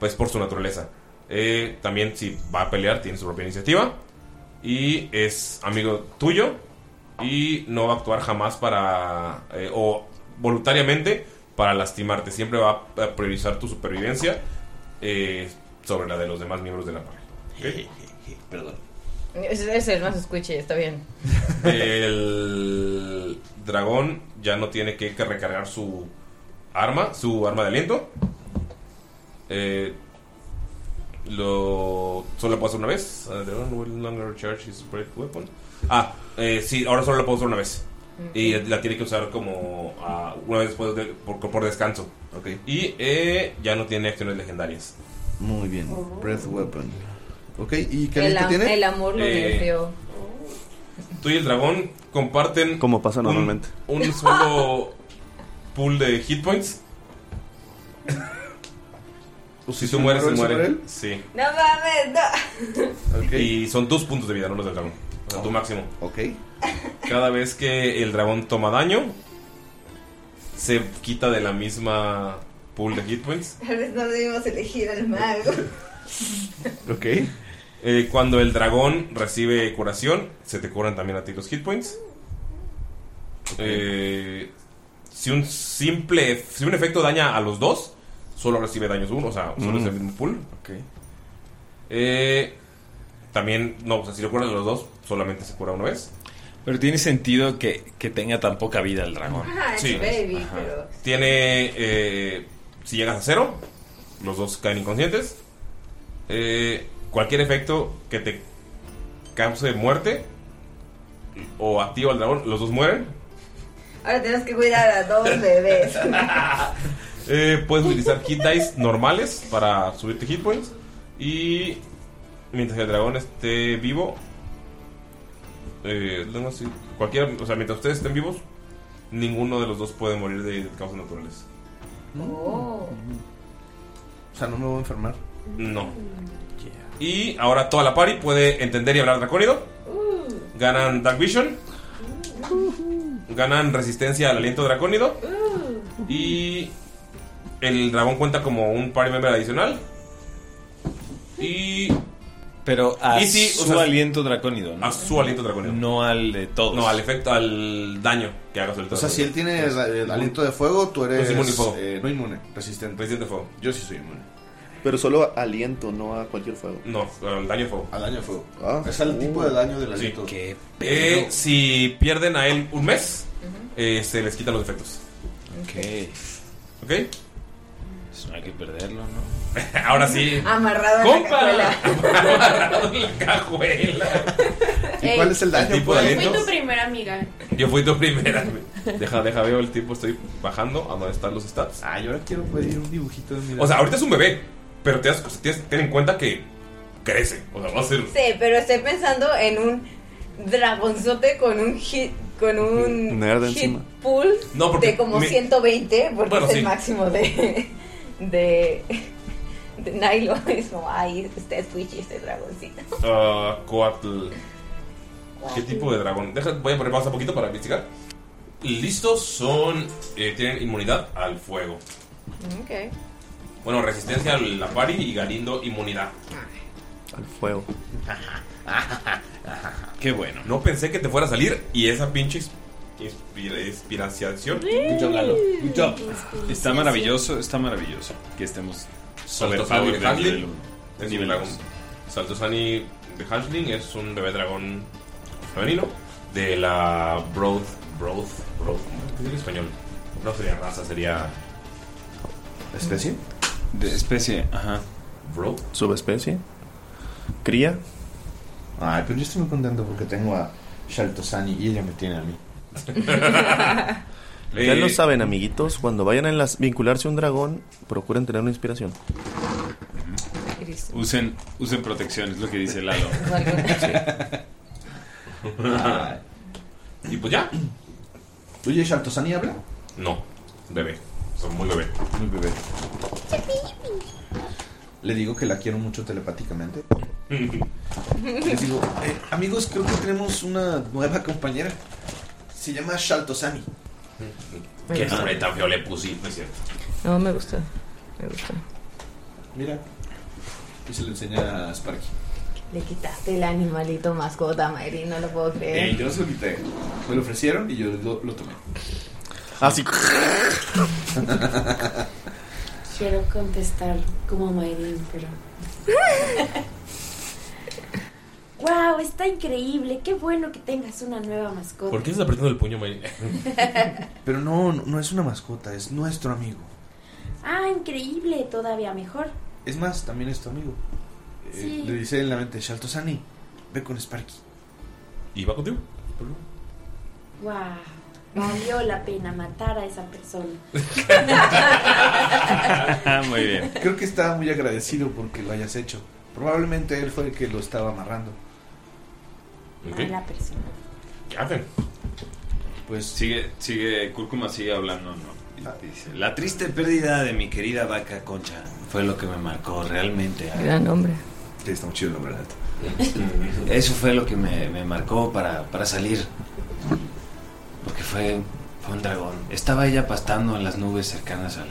[SPEAKER 3] Pues por su naturaleza. Eh, también si va a pelear, tiene su propia iniciativa. Y es amigo tuyo. Y no va a actuar jamás para... eh, o voluntariamente para lastimarte. Siempre va a priorizar tu supervivencia eh, sobre la de los demás miembros de la pareja. Perdón.
[SPEAKER 10] Es, es el más squishy, está bien.
[SPEAKER 3] El dragón ya no tiene que, que recargar su arma, su arma de aliento. Eh, lo solo lo puedo hacer una vez. Uh, the dragón will no longer charge his breath weapon. Ah, eh, sí, ahora solo lo puedo usar una vez. Y la tiene que usar como ah, una vez después de- por, por descanso. Y eh, ya no tiene acciones legendarias.
[SPEAKER 9] Muy bien. Breath Weapon. Ok, ¿y qué
[SPEAKER 7] Oh. El,
[SPEAKER 9] aliento
[SPEAKER 7] am-
[SPEAKER 9] tiene?
[SPEAKER 7] el amor lo
[SPEAKER 3] Eh,
[SPEAKER 7] nerfeó.
[SPEAKER 3] Tú y el dragón comparten.
[SPEAKER 4] Como pasa normalmente.
[SPEAKER 3] Un, un solo pool de hit points. si tú mueres, se muere.
[SPEAKER 9] muere, se muere él?
[SPEAKER 3] Sí.
[SPEAKER 7] No mames, no.
[SPEAKER 3] Y son dos puntos de vida, no los del dragón. O sea, tu máximo. Ok. Cada vez que el dragón toma daño, se quita de la misma pool de hit points.
[SPEAKER 7] Tal vez no debimos elegir al mago.
[SPEAKER 3] Ok. Eh, cuando el dragón recibe curación, se te curan también a ti los hit points. Eh, si un simple. Si un efecto daña a los dos, solo recibe daños uno, o sea, solo
[SPEAKER 9] Mm.
[SPEAKER 3] es el mismo pool. Eh, también, no, o sea, si lo curan a los dos, solamente se cura una vez.
[SPEAKER 8] Pero tiene sentido que, que tenga tan poca vida el dragón.
[SPEAKER 7] Ajá, es baby, pero.
[SPEAKER 3] Tiene. eh, si llegas a cero, los dos caen inconscientes. Eh, cualquier efecto que te cause muerte o activa al dragón, los dos mueren.
[SPEAKER 7] Ahora tenemos que cuidar a dos bebés.
[SPEAKER 3] Eh, puedes utilizar hit dice normales para subirte hit points. Y mientras el dragón esté vivo, eh, no sé, cualquiera, o sea, mientras ustedes estén vivos, ninguno de los dos puede morir de causas naturales.
[SPEAKER 7] Oh.
[SPEAKER 3] O sea, no me voy a enfermar. No. Y ahora toda la party puede entender y hablar dracónido. Ganan Dark Vision. Ganan resistencia al aliento dracónido. Y el dragón cuenta como un party member adicional. Y.
[SPEAKER 8] Pero a
[SPEAKER 3] Y sí, o
[SPEAKER 8] su
[SPEAKER 3] sea,
[SPEAKER 8] aliento dracónido, ¿no?
[SPEAKER 3] A su aliento dracónido.
[SPEAKER 8] No al de todos.
[SPEAKER 3] No, al efecto, al daño que hagas el
[SPEAKER 9] O sea, si él tiene
[SPEAKER 3] Pues,
[SPEAKER 9] el, el aliento de fuego, tú eres.
[SPEAKER 3] inmune al fuego.
[SPEAKER 9] eh, no inmune, resistente.
[SPEAKER 3] Resistente a fuego.
[SPEAKER 9] Yo sí soy inmune.
[SPEAKER 4] Pero solo a- aliento, no a cualquier fuego.
[SPEAKER 3] No, al daño de fuego.
[SPEAKER 9] Al daño de fuego.
[SPEAKER 4] Ah.
[SPEAKER 9] Es al tipo de daño del
[SPEAKER 3] Sí.
[SPEAKER 9] aliento.
[SPEAKER 3] Eh, si pierden a él un mes, eh, se les quitan los efectos. Ok. ¿Ok?
[SPEAKER 8] Pues No hay que perderlo, ¿no?
[SPEAKER 3] Ahora sí.
[SPEAKER 7] Amarrado en
[SPEAKER 3] ¡Compa!
[SPEAKER 7] la
[SPEAKER 3] Amarrado en la cajuela.
[SPEAKER 5] Ey,
[SPEAKER 3] El tipo de
[SPEAKER 5] Fui tu
[SPEAKER 3] aliento.
[SPEAKER 5] primera amiga.
[SPEAKER 3] Yo fui tu primera. Deja, deja, veo el tipo. Estoy bajando a donde están los stats.
[SPEAKER 9] Ah, yo ahora quiero pedir un dibujito de mi.
[SPEAKER 3] O sea, ahorita es un bebé, pero te das, tienes- ten en cuenta que crece. O sea, va a ser.
[SPEAKER 7] Sí, pero estoy pensando en un dragonzote con un hit con un
[SPEAKER 3] Nerd
[SPEAKER 7] hit
[SPEAKER 3] encima.
[SPEAKER 7] pool
[SPEAKER 3] No, porque
[SPEAKER 7] de como
[SPEAKER 3] mi-
[SPEAKER 7] 120 porque
[SPEAKER 3] Bueno,
[SPEAKER 7] es el
[SPEAKER 3] sí.
[SPEAKER 7] máximo de de, de Nilo es como ay este Twitch y este dragoncito
[SPEAKER 3] Ah, Coatl. ¿Qué tipo de dragón? Deja, voy a poner pausa un poquito para investigar. Listos son. eh, tienen inmunidad al fuego.
[SPEAKER 7] okay.
[SPEAKER 3] Bueno, resistencia al la pari y Galindo inmunidad.
[SPEAKER 4] Al fuego.
[SPEAKER 3] Qué bueno. No pensé que te fuera a salir y esa pinche inspira- inspiración.
[SPEAKER 8] Good job, Lalo. Good job. Está maravilloso, está maravilloso que estemos sobre
[SPEAKER 3] Salto
[SPEAKER 8] power
[SPEAKER 3] Sani de
[SPEAKER 8] del nivel
[SPEAKER 3] Hansling.
[SPEAKER 8] uno.
[SPEAKER 3] Es un
[SPEAKER 8] Nivel
[SPEAKER 3] dragón.
[SPEAKER 8] dos.
[SPEAKER 3] Salto Sani de Hansling es un bebé dragón femenino de la Broth. Broth. Broth. ¿Cómo se dice en español? No sería raza, sería.
[SPEAKER 4] ¿Especie?
[SPEAKER 8] De especie, ajá.
[SPEAKER 3] Bro.
[SPEAKER 4] ¿Subespecie? ¿Cría?
[SPEAKER 9] Ay, pero yo estoy muy contento porque tengo a Shaltosani y ella me tiene a mí.
[SPEAKER 4] Ya
[SPEAKER 9] Eh,
[SPEAKER 4] lo saben, amiguitos. Cuando vayan a enlaz- vincularse a un dragón, procuren tener una inspiración.
[SPEAKER 8] Usen, usen protección, es lo que dice Lalo.
[SPEAKER 3] Ah. y pues ya.
[SPEAKER 9] Oye, ¿Shaltosani habla?
[SPEAKER 3] No, bebé. Son muy bebé.
[SPEAKER 9] Muy bebé. Le digo que la quiero mucho telepáticamente. Les digo, eh, amigos, creo que tenemos una nueva compañera. Se llama Shaltosani.
[SPEAKER 3] Qué nombre tan feo le pusiste, ¿no es cierto?
[SPEAKER 11] No, me gusta. Me gusta.
[SPEAKER 9] Mira. Y se lo enseña a Sparky.
[SPEAKER 7] le quitaste el animalito mascota Mayri no lo puedo
[SPEAKER 9] Eh,
[SPEAKER 7] creer
[SPEAKER 9] yo no se lo quité. Me lo ofrecieron y yo lo, lo tomé. Ah,
[SPEAKER 4] Así.
[SPEAKER 5] Quiero contestar como Mayrin, pero. ¡Wow! Está increíble. Qué bueno que tengas una nueva mascota.
[SPEAKER 3] ¿Por qué estás apretando el puño, Mayrin?
[SPEAKER 9] Pero no, no, no es una mascota, es nuestro amigo.
[SPEAKER 5] Ah, increíble. Todavía mejor.
[SPEAKER 9] Es más, también es tu amigo. Eh,
[SPEAKER 5] Sí.
[SPEAKER 9] Le dice en la mente, Shaltosani, ve con Sparky.
[SPEAKER 3] ¿Y va contigo?
[SPEAKER 5] ¡Wow! Valió la pena matar a esa persona.
[SPEAKER 8] Muy bien.
[SPEAKER 9] Creo que estaba muy agradecido porque lo hayas hecho. Probablemente él fue el que lo estaba amarrando.
[SPEAKER 5] Mala persona.
[SPEAKER 3] ¿Qué hacen?
[SPEAKER 9] Pues
[SPEAKER 8] sigue, sigue, Cúrcuma sigue hablando, ¿no?
[SPEAKER 3] Ah.
[SPEAKER 8] Y Dice, la triste pérdida de mi querida vaca concha fue lo que me marcó realmente.
[SPEAKER 11] Gran hombre.
[SPEAKER 8] Sí, está muy chido el nombre, la neta. Eso fue lo que me, me marcó para, para salir. Porque fue, fue un dragón. Estaba ella pastando en las nubes cercanas al,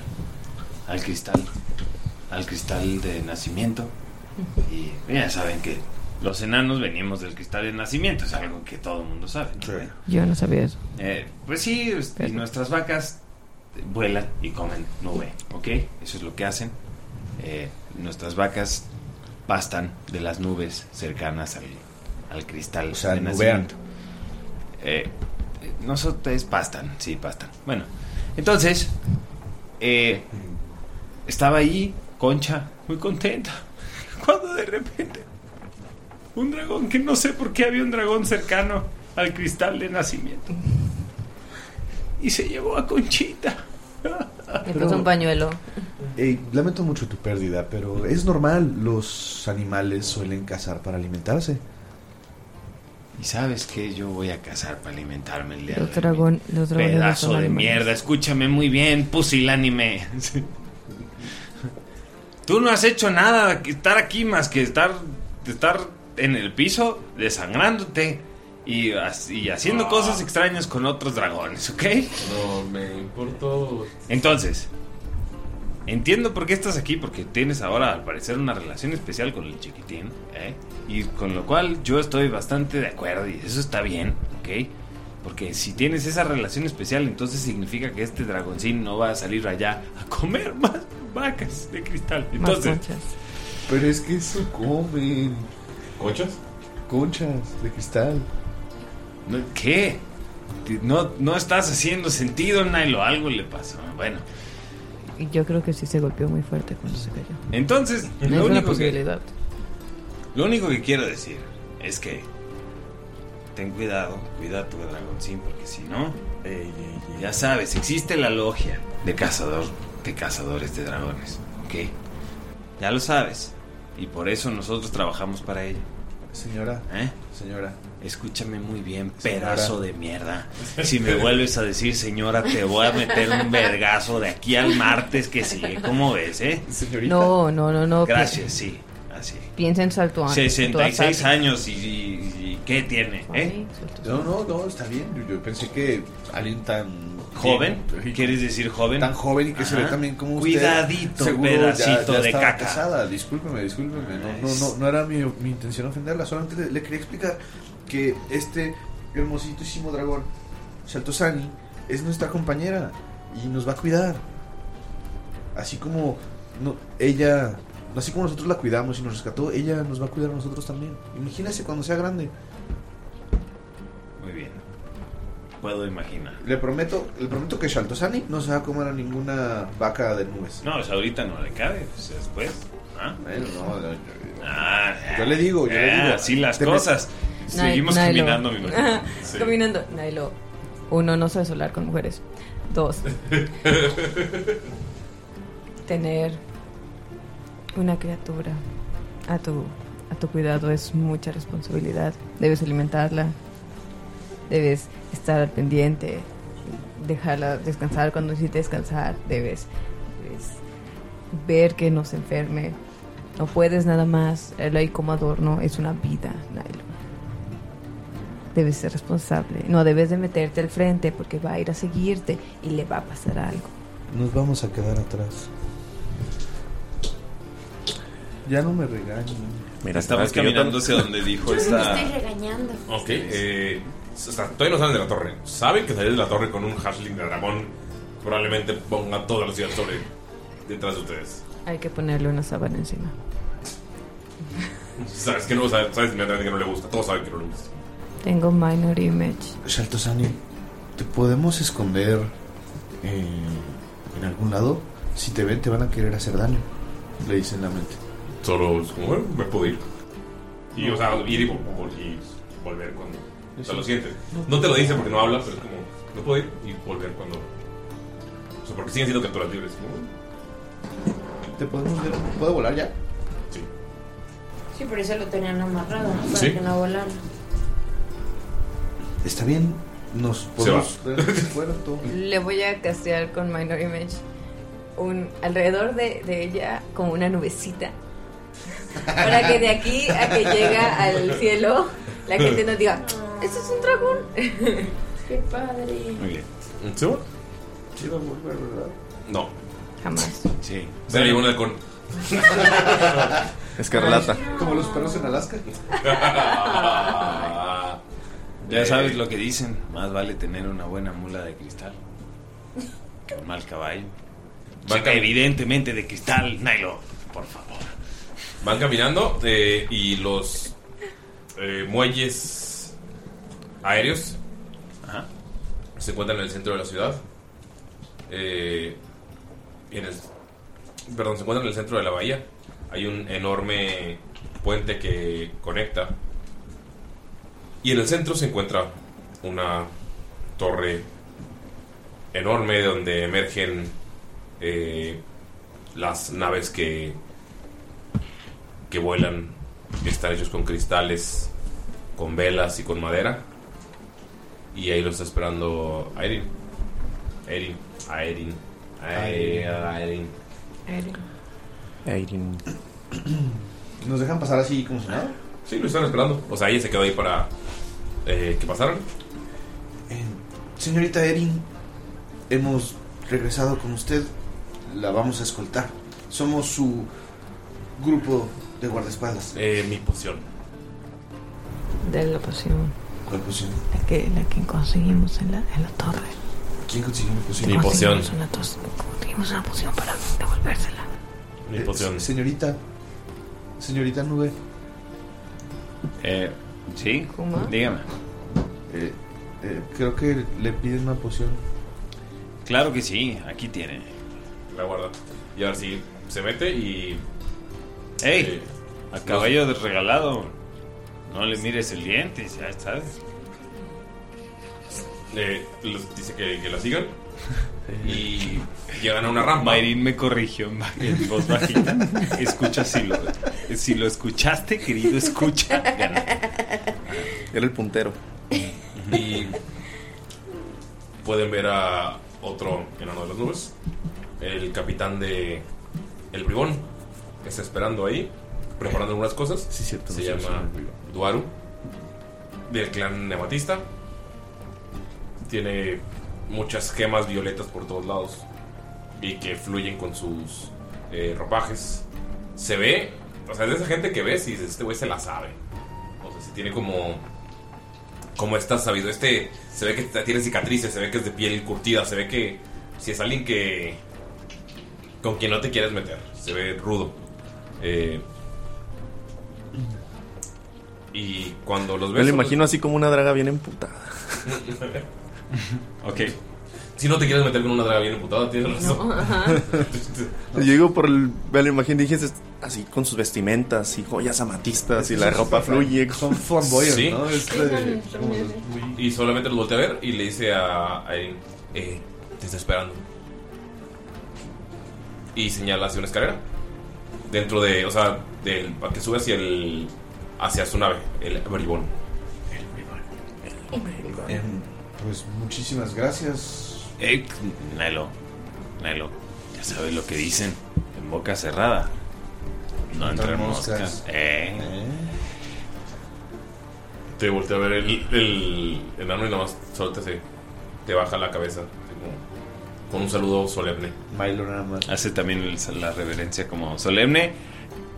[SPEAKER 8] al cristal. Al cristal de nacimiento. Y ya saben que los enanos venimos del cristal de nacimiento. Es algo que todo el mundo sabe. ¿no?
[SPEAKER 11] Yo no sabía eso.
[SPEAKER 8] Eh, pues sí, es- y nuestras vacas vuelan y comen nube, ¿ok? Eso es lo que hacen. Eh, nuestras vacas pastan de las nubes cercanas al, al cristal. O sea,
[SPEAKER 9] nubean.
[SPEAKER 8] nosotros pastan, sí, pastan. Bueno, entonces, eh, estaba ahí, Concha, muy contenta. Cuando de repente. Un dragón que no sé por qué había un dragón cercano al cristal de nacimiento. Y se llevó a Conchita.
[SPEAKER 10] Me puso un pañuelo.
[SPEAKER 9] Ey, eh, lamento mucho tu pérdida, pero es normal. Los animales suelen cazar para alimentarse.
[SPEAKER 8] ¿Y sabes qué? Yo voy a cazar para alimentarme el día de
[SPEAKER 11] Los,
[SPEAKER 8] hoy.
[SPEAKER 11] dragón, los dragones no
[SPEAKER 8] Pedazo
[SPEAKER 11] son
[SPEAKER 8] de
[SPEAKER 11] animales.
[SPEAKER 8] mierda, escúchame muy bien, pusilánime. Tú no has hecho nada que estar aquí más que estar, estar en el piso desangrándote y, as- y haciendo cosas extrañas con otros dragones, ¿ok?
[SPEAKER 3] No me importó.
[SPEAKER 8] Entonces, entiendo por qué estás aquí, porque tienes ahora al parecer una relación especial con el chiquitín, ¿eh? Y con lo cual yo estoy bastante de acuerdo y eso está bien, ¿ok? Porque si tienes esa relación especial, entonces significa que este dragoncín no va a salir allá a comer más vacas de cristal. Entonces,
[SPEAKER 9] Pero es que eso comen.
[SPEAKER 3] ¿Conchas?
[SPEAKER 9] Conchas de cristal.
[SPEAKER 8] ¿no- ¿qué? Te- No, no estás haciendo sentido, Nilo. Algo le pasó. Bueno,
[SPEAKER 11] Y Yo creo que sí se golpeó muy fuerte cuando se cayó.
[SPEAKER 8] entonces,
[SPEAKER 11] Es
[SPEAKER 8] lo
[SPEAKER 11] una
[SPEAKER 8] único que
[SPEAKER 11] posibilidad.
[SPEAKER 8] Lo único que quiero decir es que ten cuidado, cuida tu dragoncín, porque si no, eh, ya sabes, existe la logia de cazador, de cazadores de dragones, ¿ok? Ya lo sabes, y por eso nosotros trabajamos para ella.
[SPEAKER 9] Señora,
[SPEAKER 8] ¿eh?
[SPEAKER 9] Señora,
[SPEAKER 8] escúchame muy bien,
[SPEAKER 9] Señora.
[SPEAKER 8] pedazo de mierda. Si me vuelves a decir, señora, te voy a meter un vergazo de aquí al martes que sigue, ¿cómo ves, eh? Señorita.
[SPEAKER 11] No, no, no, no. pi-
[SPEAKER 8] Gracias, sí,
[SPEAKER 9] Ah,
[SPEAKER 8] así.
[SPEAKER 11] Piensa en salto alto.
[SPEAKER 8] 66 años y, y- y ¿qué tiene? ¿Eh?
[SPEAKER 9] No, no, no, está bien. Yo, yo pensé que alguien tan eh,
[SPEAKER 8] ¿Joven? ¿Quieres decir joven?
[SPEAKER 9] Tan joven y que se ve
[SPEAKER 8] Ajá.
[SPEAKER 9] también como usted.
[SPEAKER 8] Cuidadito,
[SPEAKER 9] seguro ya-
[SPEAKER 8] pedacito
[SPEAKER 9] ya
[SPEAKER 8] de
[SPEAKER 9] estaba
[SPEAKER 8] caca.
[SPEAKER 9] casada. Discúlpeme, discúlpeme. No, no, no, no era mi, mi intención ofenderla. Solamente le, le quería explicar que este hermosísimo dragón, Shaltosani, es nuestra compañera y nos va a cuidar. Así como no, ella, así como nosotros la cuidamos y nos rescató, ella nos va a cuidar a nosotros también. Imagínese cuando sea grande.
[SPEAKER 8] Muy bien. Puedo imaginar.
[SPEAKER 9] Le prometo, le prometo que Shaltosani no se va a comer a ninguna vaca de nubes.
[SPEAKER 8] No, o sea, ahorita no le cabe, o sea, después. ¿Ah?
[SPEAKER 9] Bueno, no, yo,
[SPEAKER 8] yo
[SPEAKER 9] le digo, yo le digo.
[SPEAKER 8] Así las
[SPEAKER 9] Te me-
[SPEAKER 8] cosas.
[SPEAKER 11] Nai-
[SPEAKER 8] Seguimos
[SPEAKER 11] Nailo.
[SPEAKER 8] caminando, mi imagino. Sí.
[SPEAKER 11] Caminando. Nailo. Uno, no sabe solar con mujeres. Dos, tener una criatura a tu, a tu cuidado es mucha responsabilidad. Debes alimentarla, debes estar al pendiente, dejarla descansar cuando necesite descansar, debes, debes ver que no se enferme. No puedes nada más, el ahí como adorno es una vida, Nailo. Debes ser responsable, no debes de meterte al frente porque va a ir a seguirte y le va a pasar algo.
[SPEAKER 9] Nos vamos a quedar atrás. Ya no me regañen.
[SPEAKER 14] Mira,
[SPEAKER 3] Estamos
[SPEAKER 14] sabes que yo
[SPEAKER 3] caminando
[SPEAKER 14] tam-
[SPEAKER 3] hacia donde dijo
[SPEAKER 5] Yo no
[SPEAKER 3] esta.
[SPEAKER 5] te estoy regañando.
[SPEAKER 3] Ok, eh, o sea, todavía no salen de la torre. Saben que salir de la torre con un hashling de dragón probablemente ponga toda la ciudad sobre detrás de ustedes.
[SPEAKER 11] Hay que ponerle una sábana encima.
[SPEAKER 3] Sabes que no, sabes, sabes inmediatamente que no le gusta. Todos saben que no le gusta.
[SPEAKER 11] Tengo minor image.
[SPEAKER 9] Shaltosani, ¿te podemos esconder eh, en algún lado? Si te ven, te van a querer hacer daño. Le dice en la mente.
[SPEAKER 3] Solo es como, bueno, pues, me puedo ir. Y, o sea, ir y, vol- vol- y volver cuando. O sea, lo sientes. No te lo dice porque no habla, pero es como, no puedo ir y volver cuando. O sea, porque siguen siendo capturas libres. como, bueno.
[SPEAKER 9] ¿Te podemos ver? ¿Puedo volar ya?
[SPEAKER 5] Sí, por eso lo tenían amarrado, ¿no? Para
[SPEAKER 9] Sí.
[SPEAKER 5] que no volara.
[SPEAKER 9] Está bien, nos podemos
[SPEAKER 3] Se
[SPEAKER 9] ver en el puerto.
[SPEAKER 10] Le voy a castear con Minor Image un, alrededor de, de ella como una nubecita. Para que de aquí a que llega al cielo la gente nos diga, ¡Eso es un dragón!
[SPEAKER 5] ¡Qué padre!
[SPEAKER 8] Muy bien.
[SPEAKER 3] ¿Se va?
[SPEAKER 9] Sí, va a volver, ¿verdad?
[SPEAKER 3] No.
[SPEAKER 11] Jamás.
[SPEAKER 8] Sí.
[SPEAKER 3] Se la llevó un halcón.
[SPEAKER 4] Escarlata.
[SPEAKER 9] Como los perros en Alaska.
[SPEAKER 8] Ya
[SPEAKER 3] Eh.
[SPEAKER 8] sabes lo que dicen. Más vale tener una buena mula de cristal que un mal caballo.
[SPEAKER 3] Van
[SPEAKER 8] Sí, evidentemente de cristal, Nilo. Por favor.
[SPEAKER 3] Van caminando eh, y los eh, muelles aéreos se encuentran en el centro de la ciudad. Eh, y en el- perdón, se encuentran en el centro de la bahía. Hay un enorme puente que conecta. Y en el centro se encuentra una torre enorme donde emergen eh, las naves que, que vuelan. Están hechos con cristales, con velas y con madera. Y ahí lo está esperando Airin. Airin, Airin, Airin. Airin.
[SPEAKER 9] ¿Nos dejan pasar así como si nada?
[SPEAKER 3] Sí, lo están esperando. O sea, ella se quedó ahí para eh, que pasaran.
[SPEAKER 9] Eh, Señorita Erin, hemos regresado con usted. La vamos a escoltar. Somos su grupo de guardaespaldas.
[SPEAKER 3] Eh, mi poción.
[SPEAKER 11] De la poción.
[SPEAKER 9] ¿Cuál poción?
[SPEAKER 11] La que, la que conseguimos en la, en la torre.
[SPEAKER 9] ¿Quién consiguió mi poción?
[SPEAKER 3] Mi poción.
[SPEAKER 11] Conseguimos una, tos- conseguimos una poción para devolvérsela.
[SPEAKER 3] Mi
[SPEAKER 9] Eh,
[SPEAKER 3] poción.
[SPEAKER 9] Señorita. Señorita Nube.
[SPEAKER 8] Eh, sí,
[SPEAKER 11] ¿Cómo?
[SPEAKER 8] dígame.
[SPEAKER 9] eh, eh, creo que le piden una poción.
[SPEAKER 8] Claro que sí, aquí tiene.
[SPEAKER 3] La guarda. Y ahora sí, se mete y.
[SPEAKER 8] ¡Ey!
[SPEAKER 3] eh,
[SPEAKER 8] A caballo desregalado. No le mires el diente, ya sabes.
[SPEAKER 3] eh, los- dice que, que la sigan. Y llegan a una rampa.
[SPEAKER 8] Mayrin me corrigió en, ba- en voz bajita. Escucha si lo, si lo escuchaste, querido, escucha. Gana.
[SPEAKER 4] Era el puntero.
[SPEAKER 3] Y pueden ver a otro enano de las nubes. El capitán de El Bribón. Que está esperando ahí. Preparando algunas cosas. Se
[SPEAKER 4] no sé,
[SPEAKER 3] llama
[SPEAKER 4] sí,
[SPEAKER 3] Duaru. Del clan Nematista. Tiene muchas gemas violetas por todos lados. Y que fluyen con sus eh, ropajes. Se ve. O sea, es de esa gente que ves y dices, este güey se la sabe. O sea, si tiene como como está sabido. Este se ve que t- tiene cicatrices, se ve que es de piel curtida, se ve que si es alguien que. con quien no te quieres meter, se ve rudo. Eh, y cuando los
[SPEAKER 4] Yo
[SPEAKER 3] ves.
[SPEAKER 4] lo imagino así como una draga bien emputada.
[SPEAKER 3] ok. Si no te quieres meter con una draga bien emputada, tienes razón.
[SPEAKER 4] Yo digo por el, la imagen, dije es así con sus vestimentas y joyas amatistas y la ropa fluye. Con
[SPEAKER 3] flamboyant, Sí. ¿no? Es
[SPEAKER 9] de-
[SPEAKER 3] Y solamente los voltea a ver y le dice a, a Erin, eh, te está esperando. Y señala hacia una escalera. Dentro de, o sea, del, para que sube hacia el, hacia su nave, el bribón.
[SPEAKER 9] Em, pues muchísimas gracias.
[SPEAKER 8] Ey, Nelo, Nelo, ya sabes lo que dicen. En boca cerrada. No entran moscas. Eh.
[SPEAKER 3] Te voltea a ver el, el enano y nada más solo te hace- te baja la cabeza. así como Con un saludo solemne.
[SPEAKER 9] Milo Eh. nada más.
[SPEAKER 8] Hace también el- la reverencia como solemne,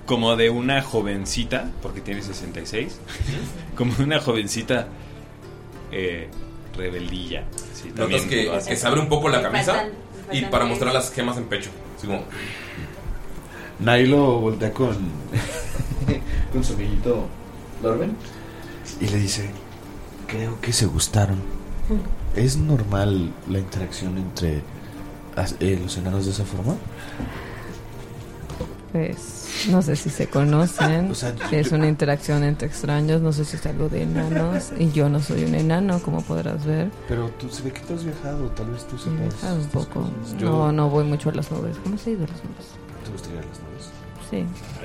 [SPEAKER 8] como de una jovencita, porque tiene 66, como de una jovencita eh, rebeldilla. Sí,
[SPEAKER 3] Notas
[SPEAKER 8] también
[SPEAKER 3] que,
[SPEAKER 8] lo hace.
[SPEAKER 3] que se abre un poco la
[SPEAKER 8] Me
[SPEAKER 3] camisa
[SPEAKER 8] faltan-
[SPEAKER 3] y
[SPEAKER 8] faltan
[SPEAKER 3] para
[SPEAKER 8] tres.
[SPEAKER 3] mostrar las gemas en pecho. Así como,
[SPEAKER 9] Nailo voltea con, con su amiguito Lorben y le dice, creo que se gustaron.
[SPEAKER 11] Mm.
[SPEAKER 9] ¿Es normal la interacción entre as- eh, los enanos de esa forma?
[SPEAKER 11] Pues no sé si se conocen.
[SPEAKER 9] O sea,
[SPEAKER 11] es una interacción entre extraños. No sé si es algo de enanos. Y yo no soy un enano, como podrás ver.
[SPEAKER 9] Pero tú, ¿de qué te has viajado? Tal vez tú
[SPEAKER 11] He
[SPEAKER 9] sepas.
[SPEAKER 11] viajado un poco.
[SPEAKER 9] Pues, Yo-
[SPEAKER 11] No, no voy mucho a las nubes. ¿Cómo se ha ido a las nubes?
[SPEAKER 9] ¿Te gustaría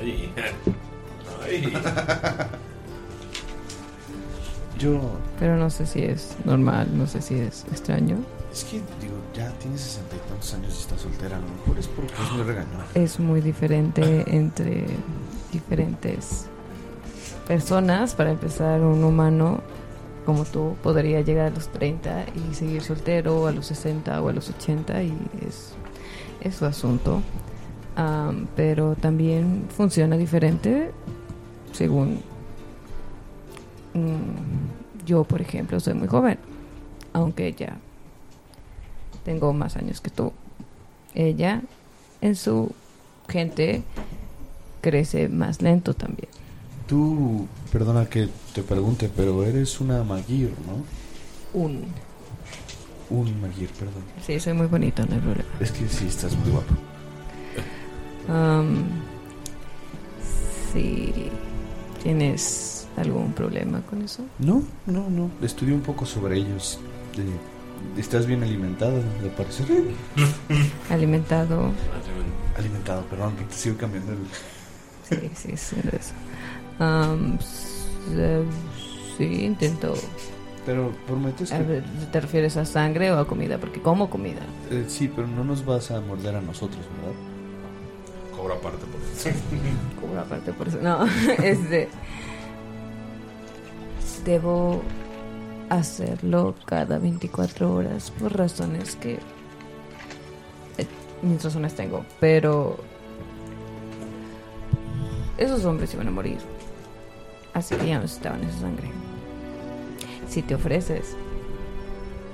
[SPEAKER 9] las nubes?
[SPEAKER 11] Sí.
[SPEAKER 3] Ay. Ay.
[SPEAKER 9] Yo,
[SPEAKER 11] Pero no sé si es normal, no sé si es extraño.
[SPEAKER 9] es que digo, ya tienes sesenta y tantos años y estás soltera. A lo mejor es porque es muy regañón.
[SPEAKER 11] Es muy diferente entre diferentes personas. Para empezar, un humano como tú podría llegar a los 30 y seguir soltero, o a los 60 o a los 80 y es, es su asunto. Am, pero también funciona diferente según mm, yo, por ejemplo, soy muy joven, aunque ya tengo más años que tú. Ella, en su gente, crece más lento también.
[SPEAKER 9] Tú, perdona que te pregunte, pero eres una Magir, ¿no?
[SPEAKER 11] Un.
[SPEAKER 9] Un Magir, perdón.
[SPEAKER 11] Sí, soy muy bonito, no hay problema.
[SPEAKER 9] Es que sí, estás muy guapo.
[SPEAKER 11] Am, sí. ¿Tienes algún problema con eso?
[SPEAKER 14] No, no, no. Estudié un poco sobre ellos. De- estás bien alimentado, al parecer.
[SPEAKER 11] Alimentado.
[SPEAKER 14] alimentado, perdón, que te sigo cambiando el...
[SPEAKER 11] Sí, sí, sí. eres. Am, s- eh, sí, intento.
[SPEAKER 14] Pero prometes
[SPEAKER 11] A
[SPEAKER 14] que-
[SPEAKER 11] ver, ¿Te refieres a sangre o a comida? Porque como comida.
[SPEAKER 14] Eh, sí, pero no nos vas a morder a nosotros, ¿verdad?
[SPEAKER 3] Cobra aparte por eso.
[SPEAKER 11] Cobra aparte por eso. No, este. Debo hacerlo cada 24 horas por razones que. eh, Mis razones tengo, pero. Esos hombres iban a morir. Así que ya necesitaban esa sangre. Si te ofreces,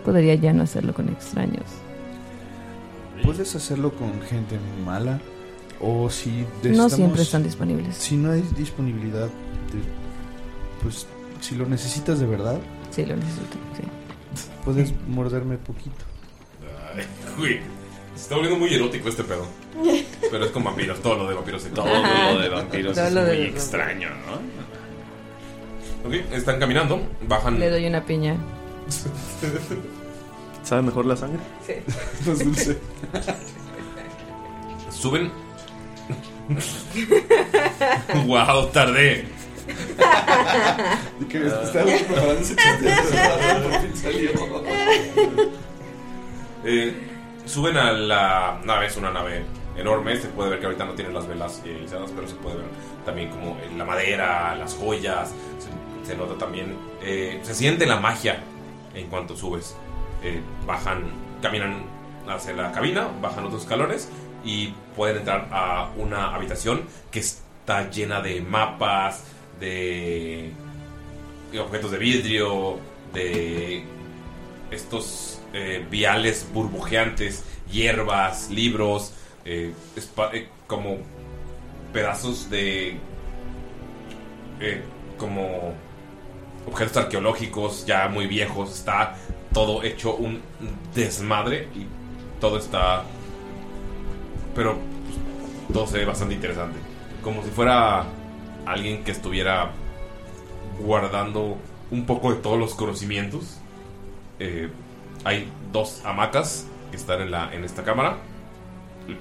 [SPEAKER 11] podría ya no hacerlo con extraños.
[SPEAKER 14] Puedes hacerlo con gente mala o si
[SPEAKER 11] No siempre
[SPEAKER 14] necesitamos-
[SPEAKER 11] están disponibles.
[SPEAKER 14] Si no hay disponibilidad, te- pues si lo necesitas de verdad.
[SPEAKER 11] Sí, lo necesito.
[SPEAKER 14] Puedes morderme poquito.
[SPEAKER 3] Ay, güey. Se está volviendo muy erótico este pedo. Pero es con vampiros, todo lo de vampiros. se-
[SPEAKER 8] Todo lo de vampiros
[SPEAKER 11] Todo
[SPEAKER 8] es
[SPEAKER 11] lo
[SPEAKER 8] muy
[SPEAKER 11] de vampiros.
[SPEAKER 8] extraño, ¿no?
[SPEAKER 3] Ok, están caminando, bajan.
[SPEAKER 11] Le doy una piña.
[SPEAKER 4] ¿Sabe mejor la sangre?
[SPEAKER 11] Sí.
[SPEAKER 4] Más dulce.
[SPEAKER 3] Suben. wow, tardé.
[SPEAKER 6] Que estábamos preparando ese chiste. Por fin salió.
[SPEAKER 3] Eh, suben a la nave, es una nave enorme. Se puede ver que ahorita no tiene las velas eh, izadas, pero se puede ver también como eh, la madera, las joyas. Se, se nota también, eh, se siente la magia en cuanto subes. Eh, bajan, caminan hacia la cabina, bajan otros escalones y pueden entrar a una habitación que está llena de mapas, de objetos de vidrio, de estos eh, viales burbujeantes, hierbas, libros, eh, espa- eh, como pedazos de... eh, como objetos arqueológicos ya muy viejos, está todo hecho un desmadre y todo está... Pero pues, todo se ve bastante interesante. Como si fuera alguien que estuviera guardando un poco de todos los conocimientos. Eh, hay dos hamacas que están en, la, en esta cámara.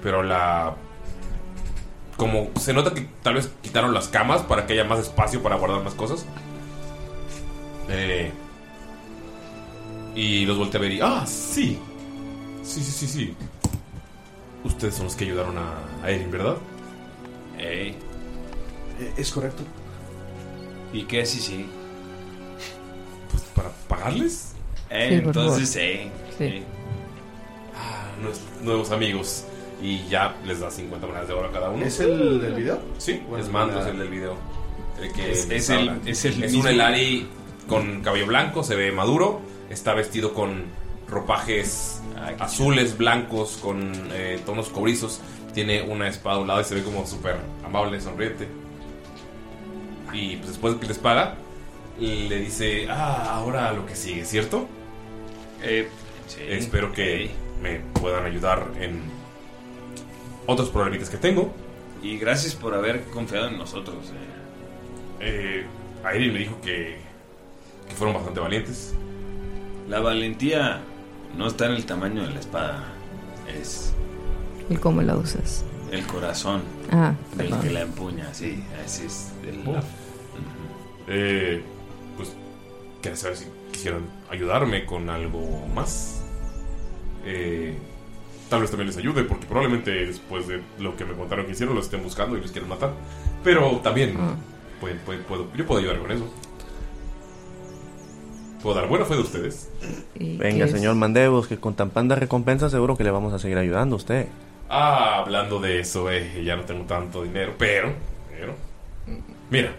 [SPEAKER 3] Pero la. Como se nota que tal vez quitaron las camas para que haya más espacio para guardar más cosas. Eh, y los volteé a ver y. ¡Ah, sí! Sí, sí, sí, sí. Ustedes son los que ayudaron a, a Erin, ¿verdad? Ey.
[SPEAKER 9] Es correcto.
[SPEAKER 8] ¿Y qué si sí?
[SPEAKER 3] Pues, ¿Para pagarles?
[SPEAKER 8] Eh, Sí, por entonces, favor. eh, Sí. eh.
[SPEAKER 3] Ah, nues- nuevos amigos. Y ya les da 50 monedas de oro a cada uno.
[SPEAKER 9] ¿Es el del video?
[SPEAKER 3] Sí,
[SPEAKER 9] Bueno,
[SPEAKER 3] es Manto,
[SPEAKER 9] la-
[SPEAKER 3] es el del video. El que
[SPEAKER 8] Es-
[SPEAKER 3] les
[SPEAKER 8] es el-
[SPEAKER 3] habla.
[SPEAKER 8] es el
[SPEAKER 3] un
[SPEAKER 8] mismo.
[SPEAKER 3] Elari con cabello blanco, se ve maduro. Está vestido con ropajes azules, blancos, con eh, tonos cobrizos. Tiene una espada a un lado y se ve como súper amable, sonriente. Y pues, después de que les paga, le dice, ah, ahora lo que sigue, ¿cierto? Espero que me puedan ayudar en otros problemitas que tengo.
[SPEAKER 8] Y gracias por haber confiado en nosotros. eh.
[SPEAKER 3] Eh, Aileen me dijo que, que fueron bastante valientes.
[SPEAKER 8] La valentía no está en el tamaño de la espada, es
[SPEAKER 11] ¿Y cómo la usas?
[SPEAKER 8] el corazón
[SPEAKER 11] Ah,
[SPEAKER 8] del
[SPEAKER 11] perdón.
[SPEAKER 8] que la empuña, sí, así es. el-
[SPEAKER 3] Oh. Eh, pues quería saber si quisieran ayudarme con algo más. Eh, tal vez también les ayude, porque probablemente después de lo que me contaron que hicieron, los estén buscando y los quieren matar. Pero también
[SPEAKER 11] Ah.
[SPEAKER 3] pueden- pueden- puedo, yo puedo ayudar con eso. ¿Puedo dar buena fe de ustedes? qué
[SPEAKER 4] Venga,
[SPEAKER 3] es?
[SPEAKER 4] señor Mandevos, que con tan panda recompensa seguro que le vamos a seguir ayudando a usted.
[SPEAKER 3] Ah, hablando de eso, eh, ya no tengo tanto dinero, pero, pero, mira,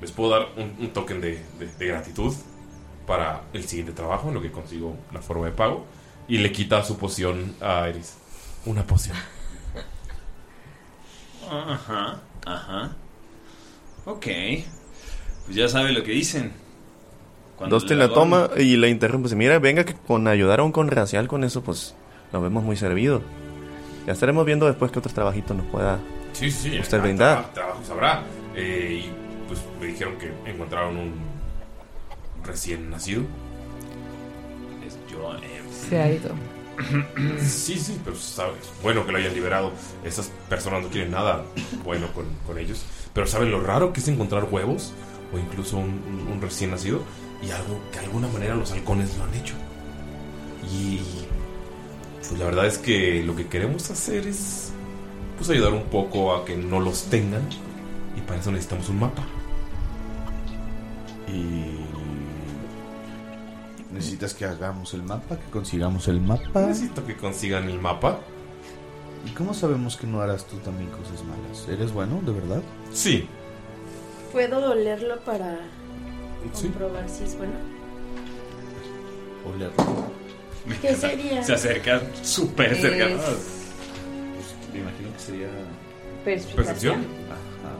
[SPEAKER 3] les puedo dar un, un token de, de- de gratitud para el siguiente trabajo, en lo que consigo la forma de pago, y le quita su poción a Eris. Una poción.
[SPEAKER 8] Ajá, ajá. Ok. Pues ya sabe lo que dicen. Cuando
[SPEAKER 4] Dos te
[SPEAKER 8] le
[SPEAKER 4] la toma
[SPEAKER 8] adoran-
[SPEAKER 4] y la interrumpe. Dice, Mira, venga, que con ayudar a un conracial con eso, pues nos vemos muy servidos. Ya estaremos viendo después qué otros trabajitos nos pueda
[SPEAKER 3] Sí, sí.
[SPEAKER 4] usted
[SPEAKER 3] ah,
[SPEAKER 4] brindar.
[SPEAKER 3] traba- Trabajo sabrá. Eh, y pues me dijeron que encontraron un recién nacido. Es- yo, eh,
[SPEAKER 11] Se ha ido.
[SPEAKER 3] Sí, sí, pero sabes, bueno que lo hayan liberado. Esas personas no quieren nada bueno con, con ellos. Pero ¿saben lo raro que es encontrar huevos? O incluso un, un- un recién nacido. Y algo que de alguna manera los halcones lo han hecho. Y pues la verdad es que lo que queremos hacer es pues ayudar un poco a que no los tengan. Y para eso necesitamos un mapa.
[SPEAKER 14] Y necesitas que hagamos el mapa, que consigamos el mapa.
[SPEAKER 3] Necesito que consigan el mapa.
[SPEAKER 14] ¿Y cómo sabemos que no harás tú también cosas malas? ¿Eres bueno, de verdad?
[SPEAKER 3] Sí.
[SPEAKER 5] ¿Puedo olerlo para
[SPEAKER 3] Sí.
[SPEAKER 5] comprobar si es bueno?
[SPEAKER 14] Oler.
[SPEAKER 5] ¿Qué sería?
[SPEAKER 8] Se acerca súper
[SPEAKER 5] Es-
[SPEAKER 8] cerca.
[SPEAKER 14] Pues, me imagino que sería.
[SPEAKER 8] Percepción.
[SPEAKER 14] Ajá.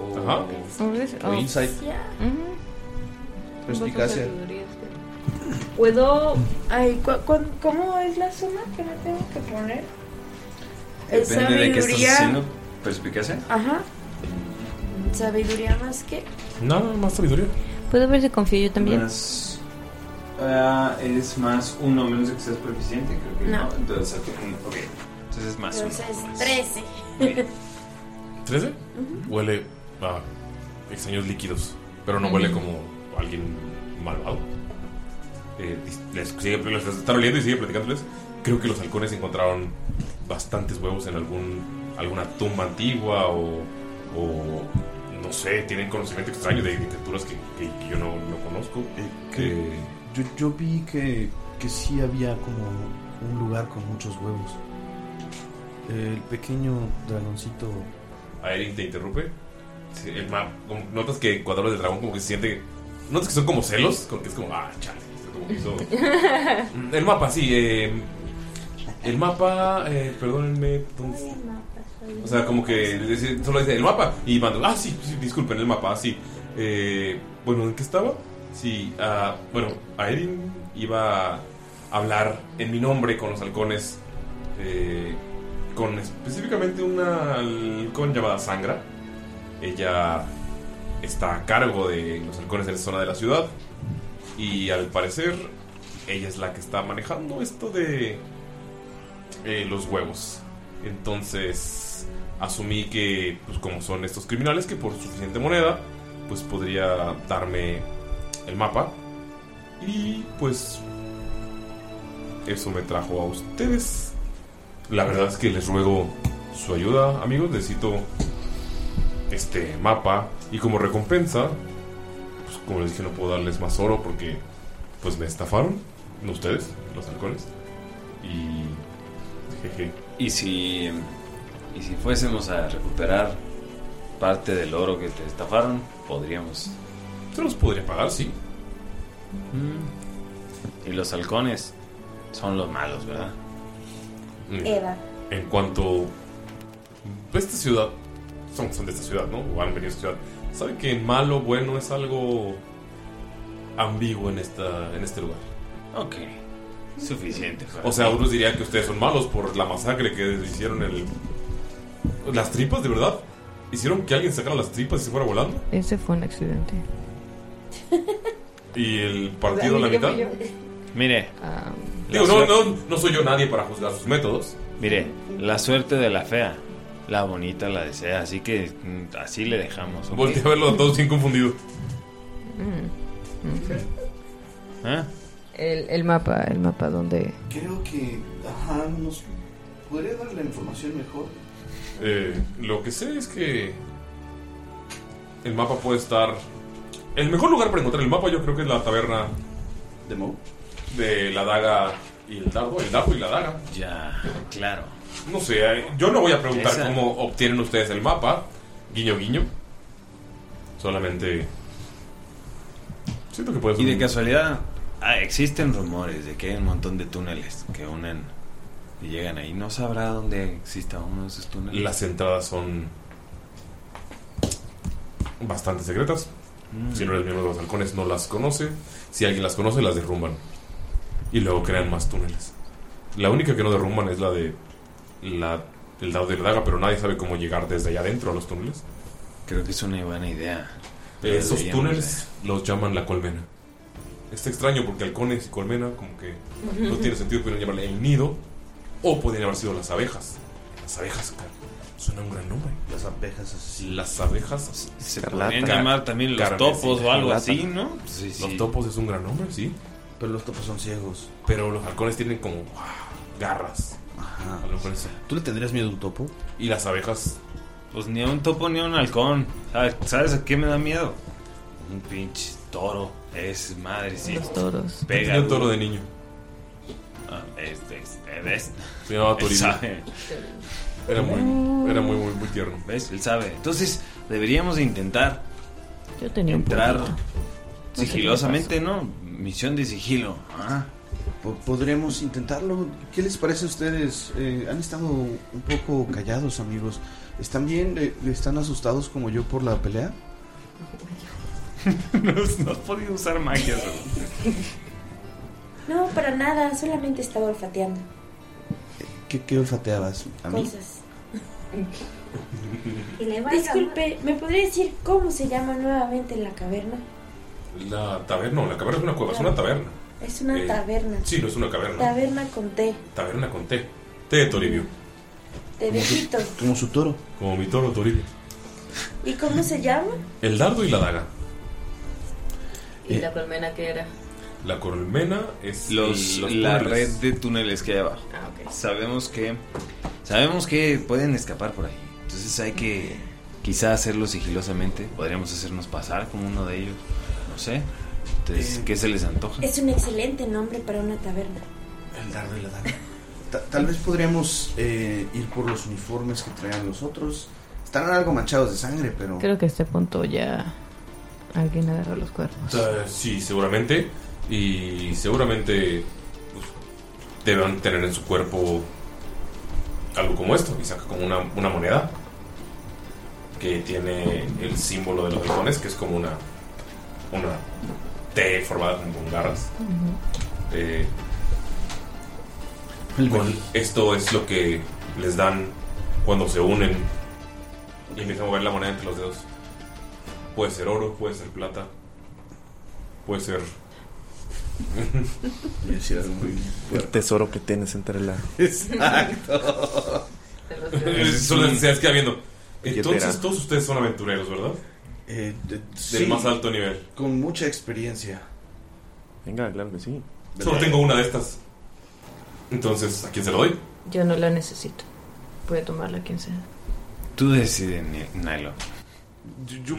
[SPEAKER 8] O-
[SPEAKER 7] Oh,
[SPEAKER 14] o insight.
[SPEAKER 5] Ujú.
[SPEAKER 14] Perspicacia.
[SPEAKER 5] este. ¿Puedo...? Ay, cu- cu- ¿Cómo es la suma que me tengo que poner? Es
[SPEAKER 8] Depende de qué estás
[SPEAKER 5] sabiduría-
[SPEAKER 8] haciendo. ¿eh? Perspicacia.
[SPEAKER 5] Ajá. ¿Sabiduría más que?
[SPEAKER 3] No, no, más sabiduría.
[SPEAKER 7] ¿Puedo ver si confío yo también?
[SPEAKER 8] Más. ah, es más uno, menos que seas proficiente, creo que no.
[SPEAKER 5] No.
[SPEAKER 8] Entonces, ok, uno, ok. Entonces es más
[SPEAKER 5] Entonces,
[SPEAKER 8] uno.
[SPEAKER 5] 13.
[SPEAKER 3] ¿13? Huele a extraños líquidos, pero no huele como alguien malvado. Eh, dis- les, sigue- les están oliendo y sigue platicándoles. Creo que los halcones encontraron bastantes huevos en algún alguna tumba antigua o, o, no sé, tienen conocimiento extraño de arquitecturas que, que- que yo no, no conozco.
[SPEAKER 14] que-
[SPEAKER 3] Eh,
[SPEAKER 14] Yo, yo vi que, que sí había como un lugar con muchos huevos. El pequeño dragoncito.
[SPEAKER 3] A Eric te interrumpe. Sí, el map, como- notas que cuando hablas del dragón como que se siente... Notas que son como celos, como que es como, ah, chale. como que hizo- Mm, El mapa, sí. eh, el mapa, eh, perdónenme. ¿dónde está? O sea, como que dice- solo dice el mapa y mando, ah, sí, sí, disculpen, el mapa, ah, sí. Eh, bueno, ¿en qué estaba? Sí, ah, bueno, Aerin iba a hablar en mi nombre con los halcones, eh, con específicamente una halcón llamada Sangra. Ella está a cargo de los halcones de la zona de la ciudad y al parecer ella es la que está manejando esto de eh, los huevos. Entonces asumí que, pues como son estos criminales, que por suficiente moneda, pues podría darme el mapa. Y pues eso me trajo a ustedes. La verdad es que les ruego su ayuda, amigos. Necesito este mapa. Y como recompensa, pues como les dije, no puedo darles más oro porque pues me estafaron. No ustedes, los halcones. Y... Jeje.
[SPEAKER 8] Y si. Y si fuésemos a recuperar parte del oro que te estafaron, podríamos.
[SPEAKER 3] Se los podría pagar, sí.
[SPEAKER 8] Y los halcones son los malos, ¿verdad?
[SPEAKER 13] Eva.
[SPEAKER 3] En cuanto a esta ciudad, son, son de esta ciudad, ¿no? O han venido a esta ciudad. Saben que malo, bueno es algo ambiguo en, esta, en este lugar.
[SPEAKER 8] Ok. Suficiente. pues. para
[SPEAKER 3] O sea,
[SPEAKER 8] mí.
[SPEAKER 3] unos dirían que ustedes son malos por la masacre que hicieron el... Las tripas, de verdad. Hicieron que alguien sacara las tripas y se fuera volando.
[SPEAKER 11] Ese fue un accidente.
[SPEAKER 3] Y el partido a la
[SPEAKER 11] Ni siquiera
[SPEAKER 3] mitad.
[SPEAKER 11] fui yo.
[SPEAKER 8] Mire.
[SPEAKER 3] Digo,
[SPEAKER 8] la
[SPEAKER 3] no,
[SPEAKER 8] suerte-
[SPEAKER 3] no, no soy yo nadie para juzgar sus métodos.
[SPEAKER 8] Mire, la suerte de la fea. La bonita la desea, así que mm, así le dejamos. ¿ok?
[SPEAKER 3] Voltea a verlo a todos bien confundido.
[SPEAKER 11] Mm, ok.
[SPEAKER 8] ¿Ah?
[SPEAKER 11] El, el mapa, el mapa donde...
[SPEAKER 9] Creo que. Ajá, nos. ¿Podría dar la información mejor?
[SPEAKER 3] Eh, lo que sé es que el mapa puede estar. El mejor lugar para encontrar el mapa, yo creo que es la taberna.
[SPEAKER 9] ¿De Mo?
[SPEAKER 3] De la daga y el dardo. El dardo y la daga.
[SPEAKER 8] Ya, claro.
[SPEAKER 3] No sé, eh, yo no voy a preguntar
[SPEAKER 8] Esa.
[SPEAKER 3] cómo obtienen ustedes el mapa. Guiño, guiño. Solamente. Siento que puedes.
[SPEAKER 8] Y de casualidad, ah, existen rumores de que hay un montón de túneles que unen y llegan ahí. No sabrá dónde exista uno de esos túneles.
[SPEAKER 3] Las entradas son bastante secretas.
[SPEAKER 8] Mm.
[SPEAKER 3] Si no eres miembro de los halcones, no las conoce. Si alguien las conoce, las derrumban. Y luego crean más túneles. La única que no derrumban es la de la, el dado de la daga, pero nadie sabe cómo llegar desde allá adentro a los túneles.
[SPEAKER 8] Creo que es una buena idea.
[SPEAKER 3] Eh, esos
[SPEAKER 8] Deberíamos
[SPEAKER 3] túneles los llaman la colmena. Está extraño porque halcones y colmena, como que no tiene sentido, pudieron llamarle el nido o podrían haber sido las abejas. Las abejas, cara, suena un gran nombre. Las abejas Las abejas
[SPEAKER 8] Se podrían llamar también los topos o algo así, ¿no? Sí, sí.
[SPEAKER 3] Los topos es un gran nombre, sí. Pero los topos son ciegos. Pero los halcones tienen como ah, garras. Ajá.
[SPEAKER 8] ¿Tú le tendrías miedo a un topo?
[SPEAKER 3] ¿Y las abejas?
[SPEAKER 8] Pues ni a un topo ni a un halcón. Ah, ¿Sabes a qué me da miedo? Un pinche toro. Es madre, sí.
[SPEAKER 11] Los toros.
[SPEAKER 8] Pega.
[SPEAKER 3] Tenía un toro de niño.
[SPEAKER 8] Ah, este, este, ¿ves?
[SPEAKER 3] Se llamaba
[SPEAKER 8] Él
[SPEAKER 3] Toribio.
[SPEAKER 8] sabe.
[SPEAKER 3] Era muy- era muy, muy, muy tierno.
[SPEAKER 8] ¿Ves? Él sabe. Entonces, deberíamos de intentar
[SPEAKER 11] Yo tenía un
[SPEAKER 8] entrar
[SPEAKER 11] poquito. No sé
[SPEAKER 8] sigilosamente, ¿no? Misión de sigilo. Ah.
[SPEAKER 9] Po- Podremos intentarlo. ¿Qué les parece a ustedes? Eh, han estado un poco callados, amigos. ¿Están bien? Eh, ¿Están asustados como yo por la pelea?
[SPEAKER 8] no, no has podido usar magia. Raúl.
[SPEAKER 5] No, para nada, solamente estaba olfateando
[SPEAKER 9] ¿Qué, qué olfateabas? ¿A mí?
[SPEAKER 5] cosas. Disculpe, ¿me podría decir cómo se llama nuevamente la caverna?
[SPEAKER 3] La taberna, no, la caverna es una cueva, es una taberna.
[SPEAKER 5] Es una
[SPEAKER 3] Eh,
[SPEAKER 5] taberna.
[SPEAKER 3] Sí, no es una caverna.
[SPEAKER 5] Taberna con té,
[SPEAKER 3] taberna con té. Té de Toribio.
[SPEAKER 5] de vejito.
[SPEAKER 9] Como su toro.
[SPEAKER 3] Como mi toro Toribio.
[SPEAKER 5] ¿Y cómo se llama?
[SPEAKER 3] El dardo y la daga.
[SPEAKER 16] ¿Y la colmena que era?
[SPEAKER 3] La colmena es
[SPEAKER 8] los,
[SPEAKER 3] los
[SPEAKER 8] la red
[SPEAKER 3] túneles.
[SPEAKER 8] de túneles que hay abajo. Sabemos que sabemos que pueden escapar por ahí. Entonces hay que quizá hacerlo sigilosamente. Podríamos hacernos pasar como uno de ellos. No sé. Entonces, ¿qué se les antoja?
[SPEAKER 5] Es un excelente nombre para una taberna.
[SPEAKER 9] El dardo y la daga. Ta- tal vez podríamos eh, ir por los uniformes que traían los otros. Están algo manchados de sangre, pero...
[SPEAKER 11] Creo que a este punto ya alguien agarró los cuernos.
[SPEAKER 3] Eh, sí, seguramente. Y seguramente pues, deban tener en su cuerpo algo como esto. Y saca como una, una moneda que tiene el símbolo de los halcones, que es como una, una T formada como con garras. Eh, con- esto es lo que les dan cuando se unen y empiezan a mover la moneda entre los dedos. Puede ser oro, puede ser plata, puede ser.
[SPEAKER 4] El tesoro que tienes entre la.
[SPEAKER 3] Exacto. Solo se les queda viendo. Entonces todos ustedes son aventureros, ¿verdad?
[SPEAKER 9] Eh, de-
[SPEAKER 3] Del
[SPEAKER 9] sí.
[SPEAKER 3] más alto nivel.
[SPEAKER 9] Con mucha experiencia.
[SPEAKER 4] Venga, claro que sí.
[SPEAKER 3] Solo tengo una de estas. Entonces, ¿a quién se lo doy?
[SPEAKER 11] Yo no la necesito. Puede tomarla quien sea.
[SPEAKER 8] Tú decides, Nilo.
[SPEAKER 9] Yo,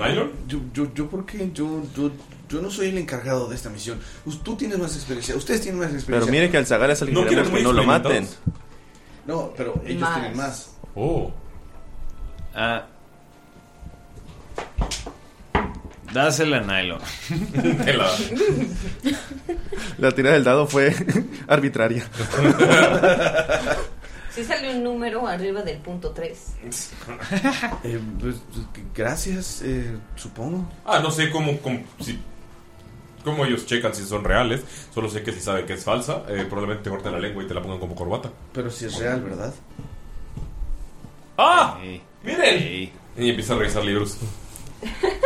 [SPEAKER 9] Yo, yo, yo, ¿por qué? Yo, yo, yo no soy el encargado de esta misión. Us- Tú tienes más experiencia. Ustedes tienen más experiencia.
[SPEAKER 4] Pero mire que al Zagar es el que No queremos quieren que muy no lo maten.
[SPEAKER 9] No, pero ellos
[SPEAKER 4] Más.
[SPEAKER 9] tienen más.
[SPEAKER 3] Oh.
[SPEAKER 8] Ah. Dásela a Nilo.
[SPEAKER 4] La tira del dado fue arbitraria.
[SPEAKER 7] Sí salió un número arriba del punto 3.
[SPEAKER 9] Eh, pues, gracias, eh, supongo.
[SPEAKER 3] Ah, no sé cómo, cómo, si- cómo ellos checan si son reales. Solo sé que si saben que es falsa, eh, probablemente te corten la lengua y te la pongan como corbata.
[SPEAKER 9] Pero si es real, ¿verdad?
[SPEAKER 3] ¡Ah! ¡Miren! Y empieza a revisar libros.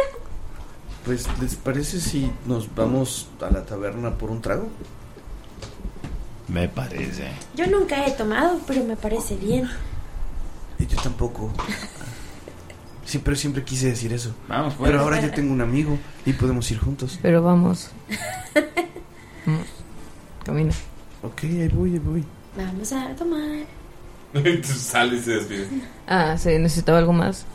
[SPEAKER 9] Pues, ¿les parece si nos vamos a la taberna por un trago?
[SPEAKER 8] Me parece.
[SPEAKER 5] Yo nunca he tomado, pero me parece bien.
[SPEAKER 9] Y yo tampoco. Sí, pero siempre quise decir eso.
[SPEAKER 8] Vamos,
[SPEAKER 11] pues.
[SPEAKER 9] Pero ahora ya tengo un amigo y podemos ir juntos.
[SPEAKER 11] Pero vamos. Vamos. Camina.
[SPEAKER 9] Ok, ahí voy, ahí voy.
[SPEAKER 5] Vamos a tomar.
[SPEAKER 3] Entonces sale y se despide.
[SPEAKER 11] Ah, ¿se necesitaba algo más?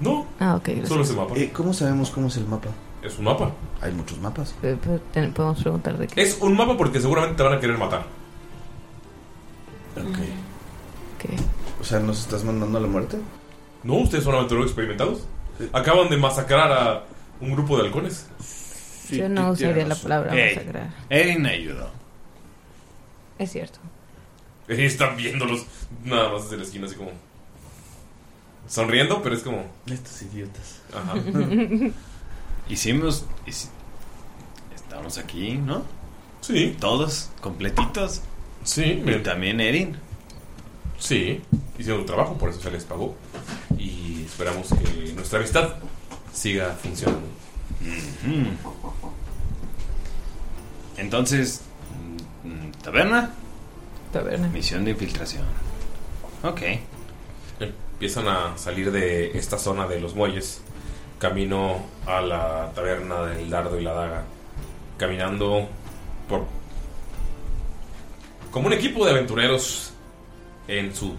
[SPEAKER 3] No.
[SPEAKER 11] Ah, ok. gracias.
[SPEAKER 9] Eh, ¿Cómo sabemos cómo es el mapa?
[SPEAKER 3] Es un mapa.
[SPEAKER 9] Hay muchos mapas.
[SPEAKER 11] Pe- pe- ten- Podemos preguntar de qué.
[SPEAKER 3] Es un mapa porque seguramente te van a querer matar.
[SPEAKER 9] Ok. O sea, ¿nos estás mandando a la muerte?
[SPEAKER 3] No, ustedes son aventureros experimentados. Acaban de masacrar a un grupo de halcones.
[SPEAKER 11] Yo no usaría la palabra
[SPEAKER 8] Ey,
[SPEAKER 11] masacrar.
[SPEAKER 8] Erin ayudó.
[SPEAKER 11] Es cierto.
[SPEAKER 3] Y están viéndolos nada más desde la esquina, así como. Sonriendo, pero es como.
[SPEAKER 9] Estos idiotas.
[SPEAKER 3] Ajá.
[SPEAKER 8] Hicimos. hici- Estamos aquí, ¿no?
[SPEAKER 3] Sí.
[SPEAKER 8] Todos completitos.
[SPEAKER 3] Sí.
[SPEAKER 8] Y también Erin.
[SPEAKER 3] Sí. Hicieron un trabajo, por eso se les pagó. Y esperamos que nuestra amistad siga funcionando.
[SPEAKER 8] Mm, Entonces, mm, ¿taberna?
[SPEAKER 17] Taberna.
[SPEAKER 8] Misión de infiltración. Ok.
[SPEAKER 3] Empiezan a salir de esta zona de los muelles, camino a la taberna del dardo y la daga, caminando por... como un equipo de aventureros en su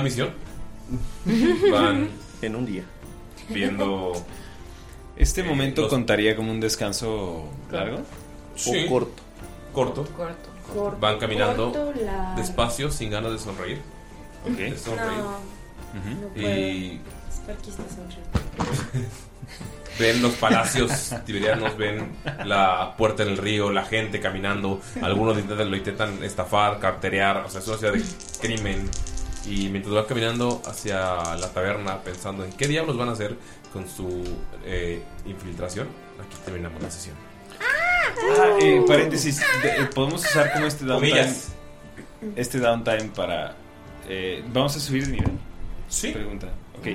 [SPEAKER 3] misión. Van
[SPEAKER 4] en un día
[SPEAKER 3] viendo...
[SPEAKER 8] ¿Este
[SPEAKER 3] Eh,
[SPEAKER 8] momento contaría como un descanso largo?
[SPEAKER 3] Sí. Corto.
[SPEAKER 5] Corto,
[SPEAKER 3] Van caminando
[SPEAKER 5] corto, largo.
[SPEAKER 3] despacio, sin ganas de sonreír. De sonreír.
[SPEAKER 5] No, no puedo.
[SPEAKER 3] Y
[SPEAKER 5] Es porque está sonriendo.
[SPEAKER 3] ven los palacios tiberianos, ven la puerta en el río, la gente caminando. Algunos intentan, lo intentan estafar, carterear. O sea, es una ciudad de crimen. Y mientras vas caminando hacia la taberna, pensando en qué diablos van a hacer con su eh, infiltración, aquí terminamos la sesión.
[SPEAKER 8] Ah, eh, paréntesis, de- eh, podemos usar como este downtime.
[SPEAKER 3] Comillas.
[SPEAKER 8] Este downtime para. eh, ¿Vamos a subir de nivel? Sí. Pregunta. Ok.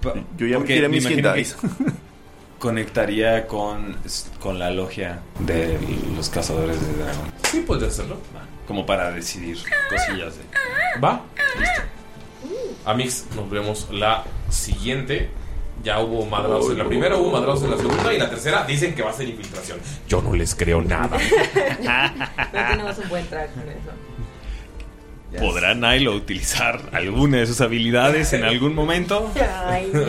[SPEAKER 8] Pa-
[SPEAKER 4] Yo ya me
[SPEAKER 8] porque
[SPEAKER 4] tiré
[SPEAKER 8] me
[SPEAKER 4] mis
[SPEAKER 8] imagino
[SPEAKER 4] hit dice.
[SPEAKER 8] que Conectaría con, con la logia de los cazadores de dragón.
[SPEAKER 3] Sí, podría hacerlo.
[SPEAKER 8] Como para decidir cosillas de.
[SPEAKER 3] ¿Va? Amix, nos vemos la siguiente. Ya hubo madrazos en la primera, hubo madrazos en la segunda y la tercera dicen que va a ser infiltración. Yo no les creo nada.
[SPEAKER 7] No tenemos un buen track con eso.
[SPEAKER 8] ¿Podrá Nilo utilizar alguna de sus habilidades en algún momento?
[SPEAKER 5] Ay, no.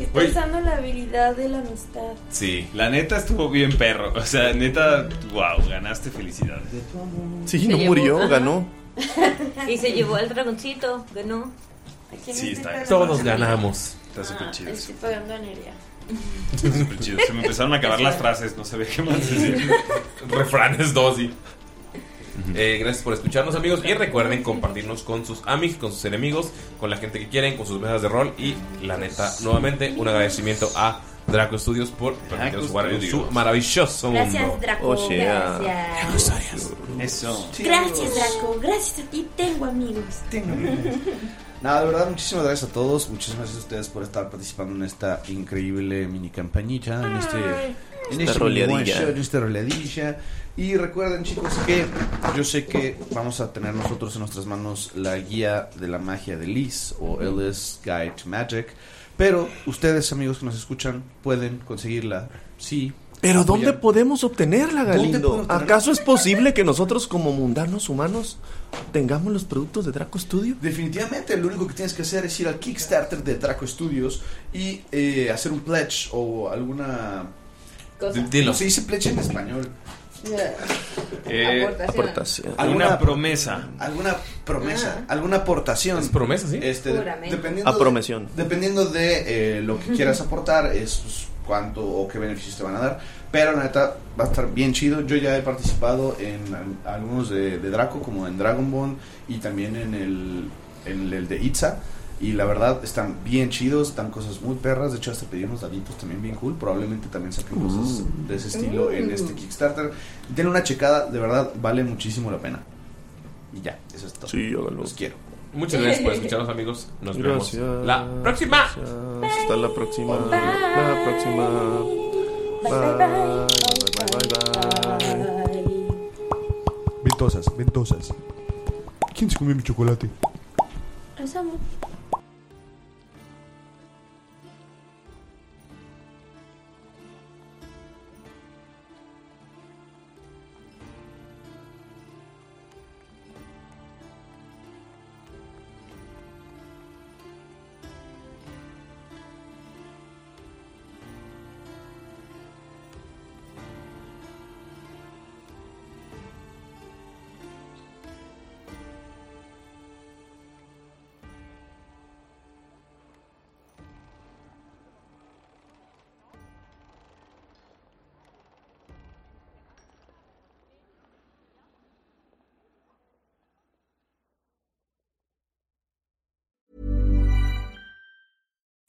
[SPEAKER 5] Estoy
[SPEAKER 8] Oye.
[SPEAKER 5] usando la habilidad de la amistad.
[SPEAKER 8] Sí. La neta estuvo bien perro. O sea, neta, wow, ganaste felicidades.
[SPEAKER 4] Sí,
[SPEAKER 7] Se
[SPEAKER 4] no
[SPEAKER 7] llevó-
[SPEAKER 4] murió,
[SPEAKER 7] Ajá.
[SPEAKER 4] ganó.
[SPEAKER 7] Y se llevó al dragoncito, ganó.
[SPEAKER 8] Sí, está.
[SPEAKER 3] Todos
[SPEAKER 8] está-
[SPEAKER 3] ganamos.
[SPEAKER 7] Ah,
[SPEAKER 8] Está súper chido.
[SPEAKER 5] Estoy pagando energía.
[SPEAKER 8] Está súper chido. Se me empezaron a acabar las frases, no sabía qué más decir.
[SPEAKER 3] Refranes dos y. Eh, gracias por escucharnos amigos y recuerden compartirnos con sus amigos, con sus enemigos, con la gente que quieren, con sus mesas de rol y la neta nuevamente un agradecimiento a Draco Studios por permitirnos jugar en su
[SPEAKER 8] Studios.
[SPEAKER 3] maravilloso mundo.
[SPEAKER 5] Gracias, Draco.
[SPEAKER 18] Oh,
[SPEAKER 5] Gracias.
[SPEAKER 8] Eso.
[SPEAKER 5] Gracias, Draco. Gracias a ti tengo amigos. Tengo amigos.
[SPEAKER 9] Nada, de verdad, muchísimas gracias a todos. Muchísimas gracias a ustedes por estar participando en esta increíble mini campañita, en este.
[SPEAKER 5] Ay.
[SPEAKER 9] En
[SPEAKER 4] Esta
[SPEAKER 9] este
[SPEAKER 4] roleadilla.
[SPEAKER 9] mini one shot, en esta roleadilla. Y recuerden, chicos, que yo sé que vamos a tener nosotros en nuestras manos la guía de la magia de Liz o
[SPEAKER 19] Ujú.
[SPEAKER 9] LS Guide to Magic. Pero ustedes, amigos que nos escuchan, pueden conseguirla. Sí.
[SPEAKER 4] Pero ¿dónde
[SPEAKER 9] Apoyan.
[SPEAKER 4] podemos obtenerla,
[SPEAKER 9] ¿Dónde
[SPEAKER 4] Galindo?
[SPEAKER 9] puedo obtener-
[SPEAKER 4] ¿Acaso es posible que nosotros como mundanos humanos tengamos los productos de Draco Studio?
[SPEAKER 9] Definitivamente, lo único que tienes que hacer es ir al Kickstarter de Draco Studios y eh, hacer un pledge o alguna.
[SPEAKER 7] Cosa.
[SPEAKER 3] Dilo.
[SPEAKER 9] Se dice pledge en español.
[SPEAKER 8] Eh,
[SPEAKER 9] Aportación. aportación.
[SPEAKER 8] Una
[SPEAKER 9] Alguna-
[SPEAKER 8] promesa.
[SPEAKER 9] Alguna promesa, alguna aportación. Es
[SPEAKER 3] promesa, sí.
[SPEAKER 9] Este,
[SPEAKER 7] Juramento.
[SPEAKER 9] dependiendo de-
[SPEAKER 4] Apromesión.
[SPEAKER 9] dependiendo de eh, lo que quieras aportar, es pues, cuánto o qué beneficios te van a dar. Pero la neta va a estar bien chido. Yo ya he participado en al- algunos de, de Draco, como en Dragon Ball y también en el, en el de Itza. Y la verdad están bien chidos, están cosas muy perras. De hecho, hasta pedimos daditos también bien cool. Probablemente también saquen cosas de ese estilo en este Kickstarter. Denle una checada, de verdad vale muchísimo la pena. Y ya, eso es todo.
[SPEAKER 4] Sí, háganlo.
[SPEAKER 9] Los quiero.
[SPEAKER 3] Muchas gracias por escucharnos, amigos. Nos
[SPEAKER 4] Gracias.
[SPEAKER 3] vemos la próxima.
[SPEAKER 4] Hasta la próxima. La próxima. Bye. Bye, bye, bye, bye.
[SPEAKER 9] Ventosas, ventosas. ¿Quién se comió mi chocolate?
[SPEAKER 5] Los amo.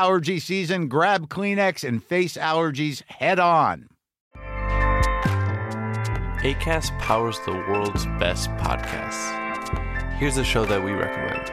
[SPEAKER 20] allergy season, grab Kleenex and face allergies head on.
[SPEAKER 18] ACAST powers the world's best podcasts. Here's a show that we recommend.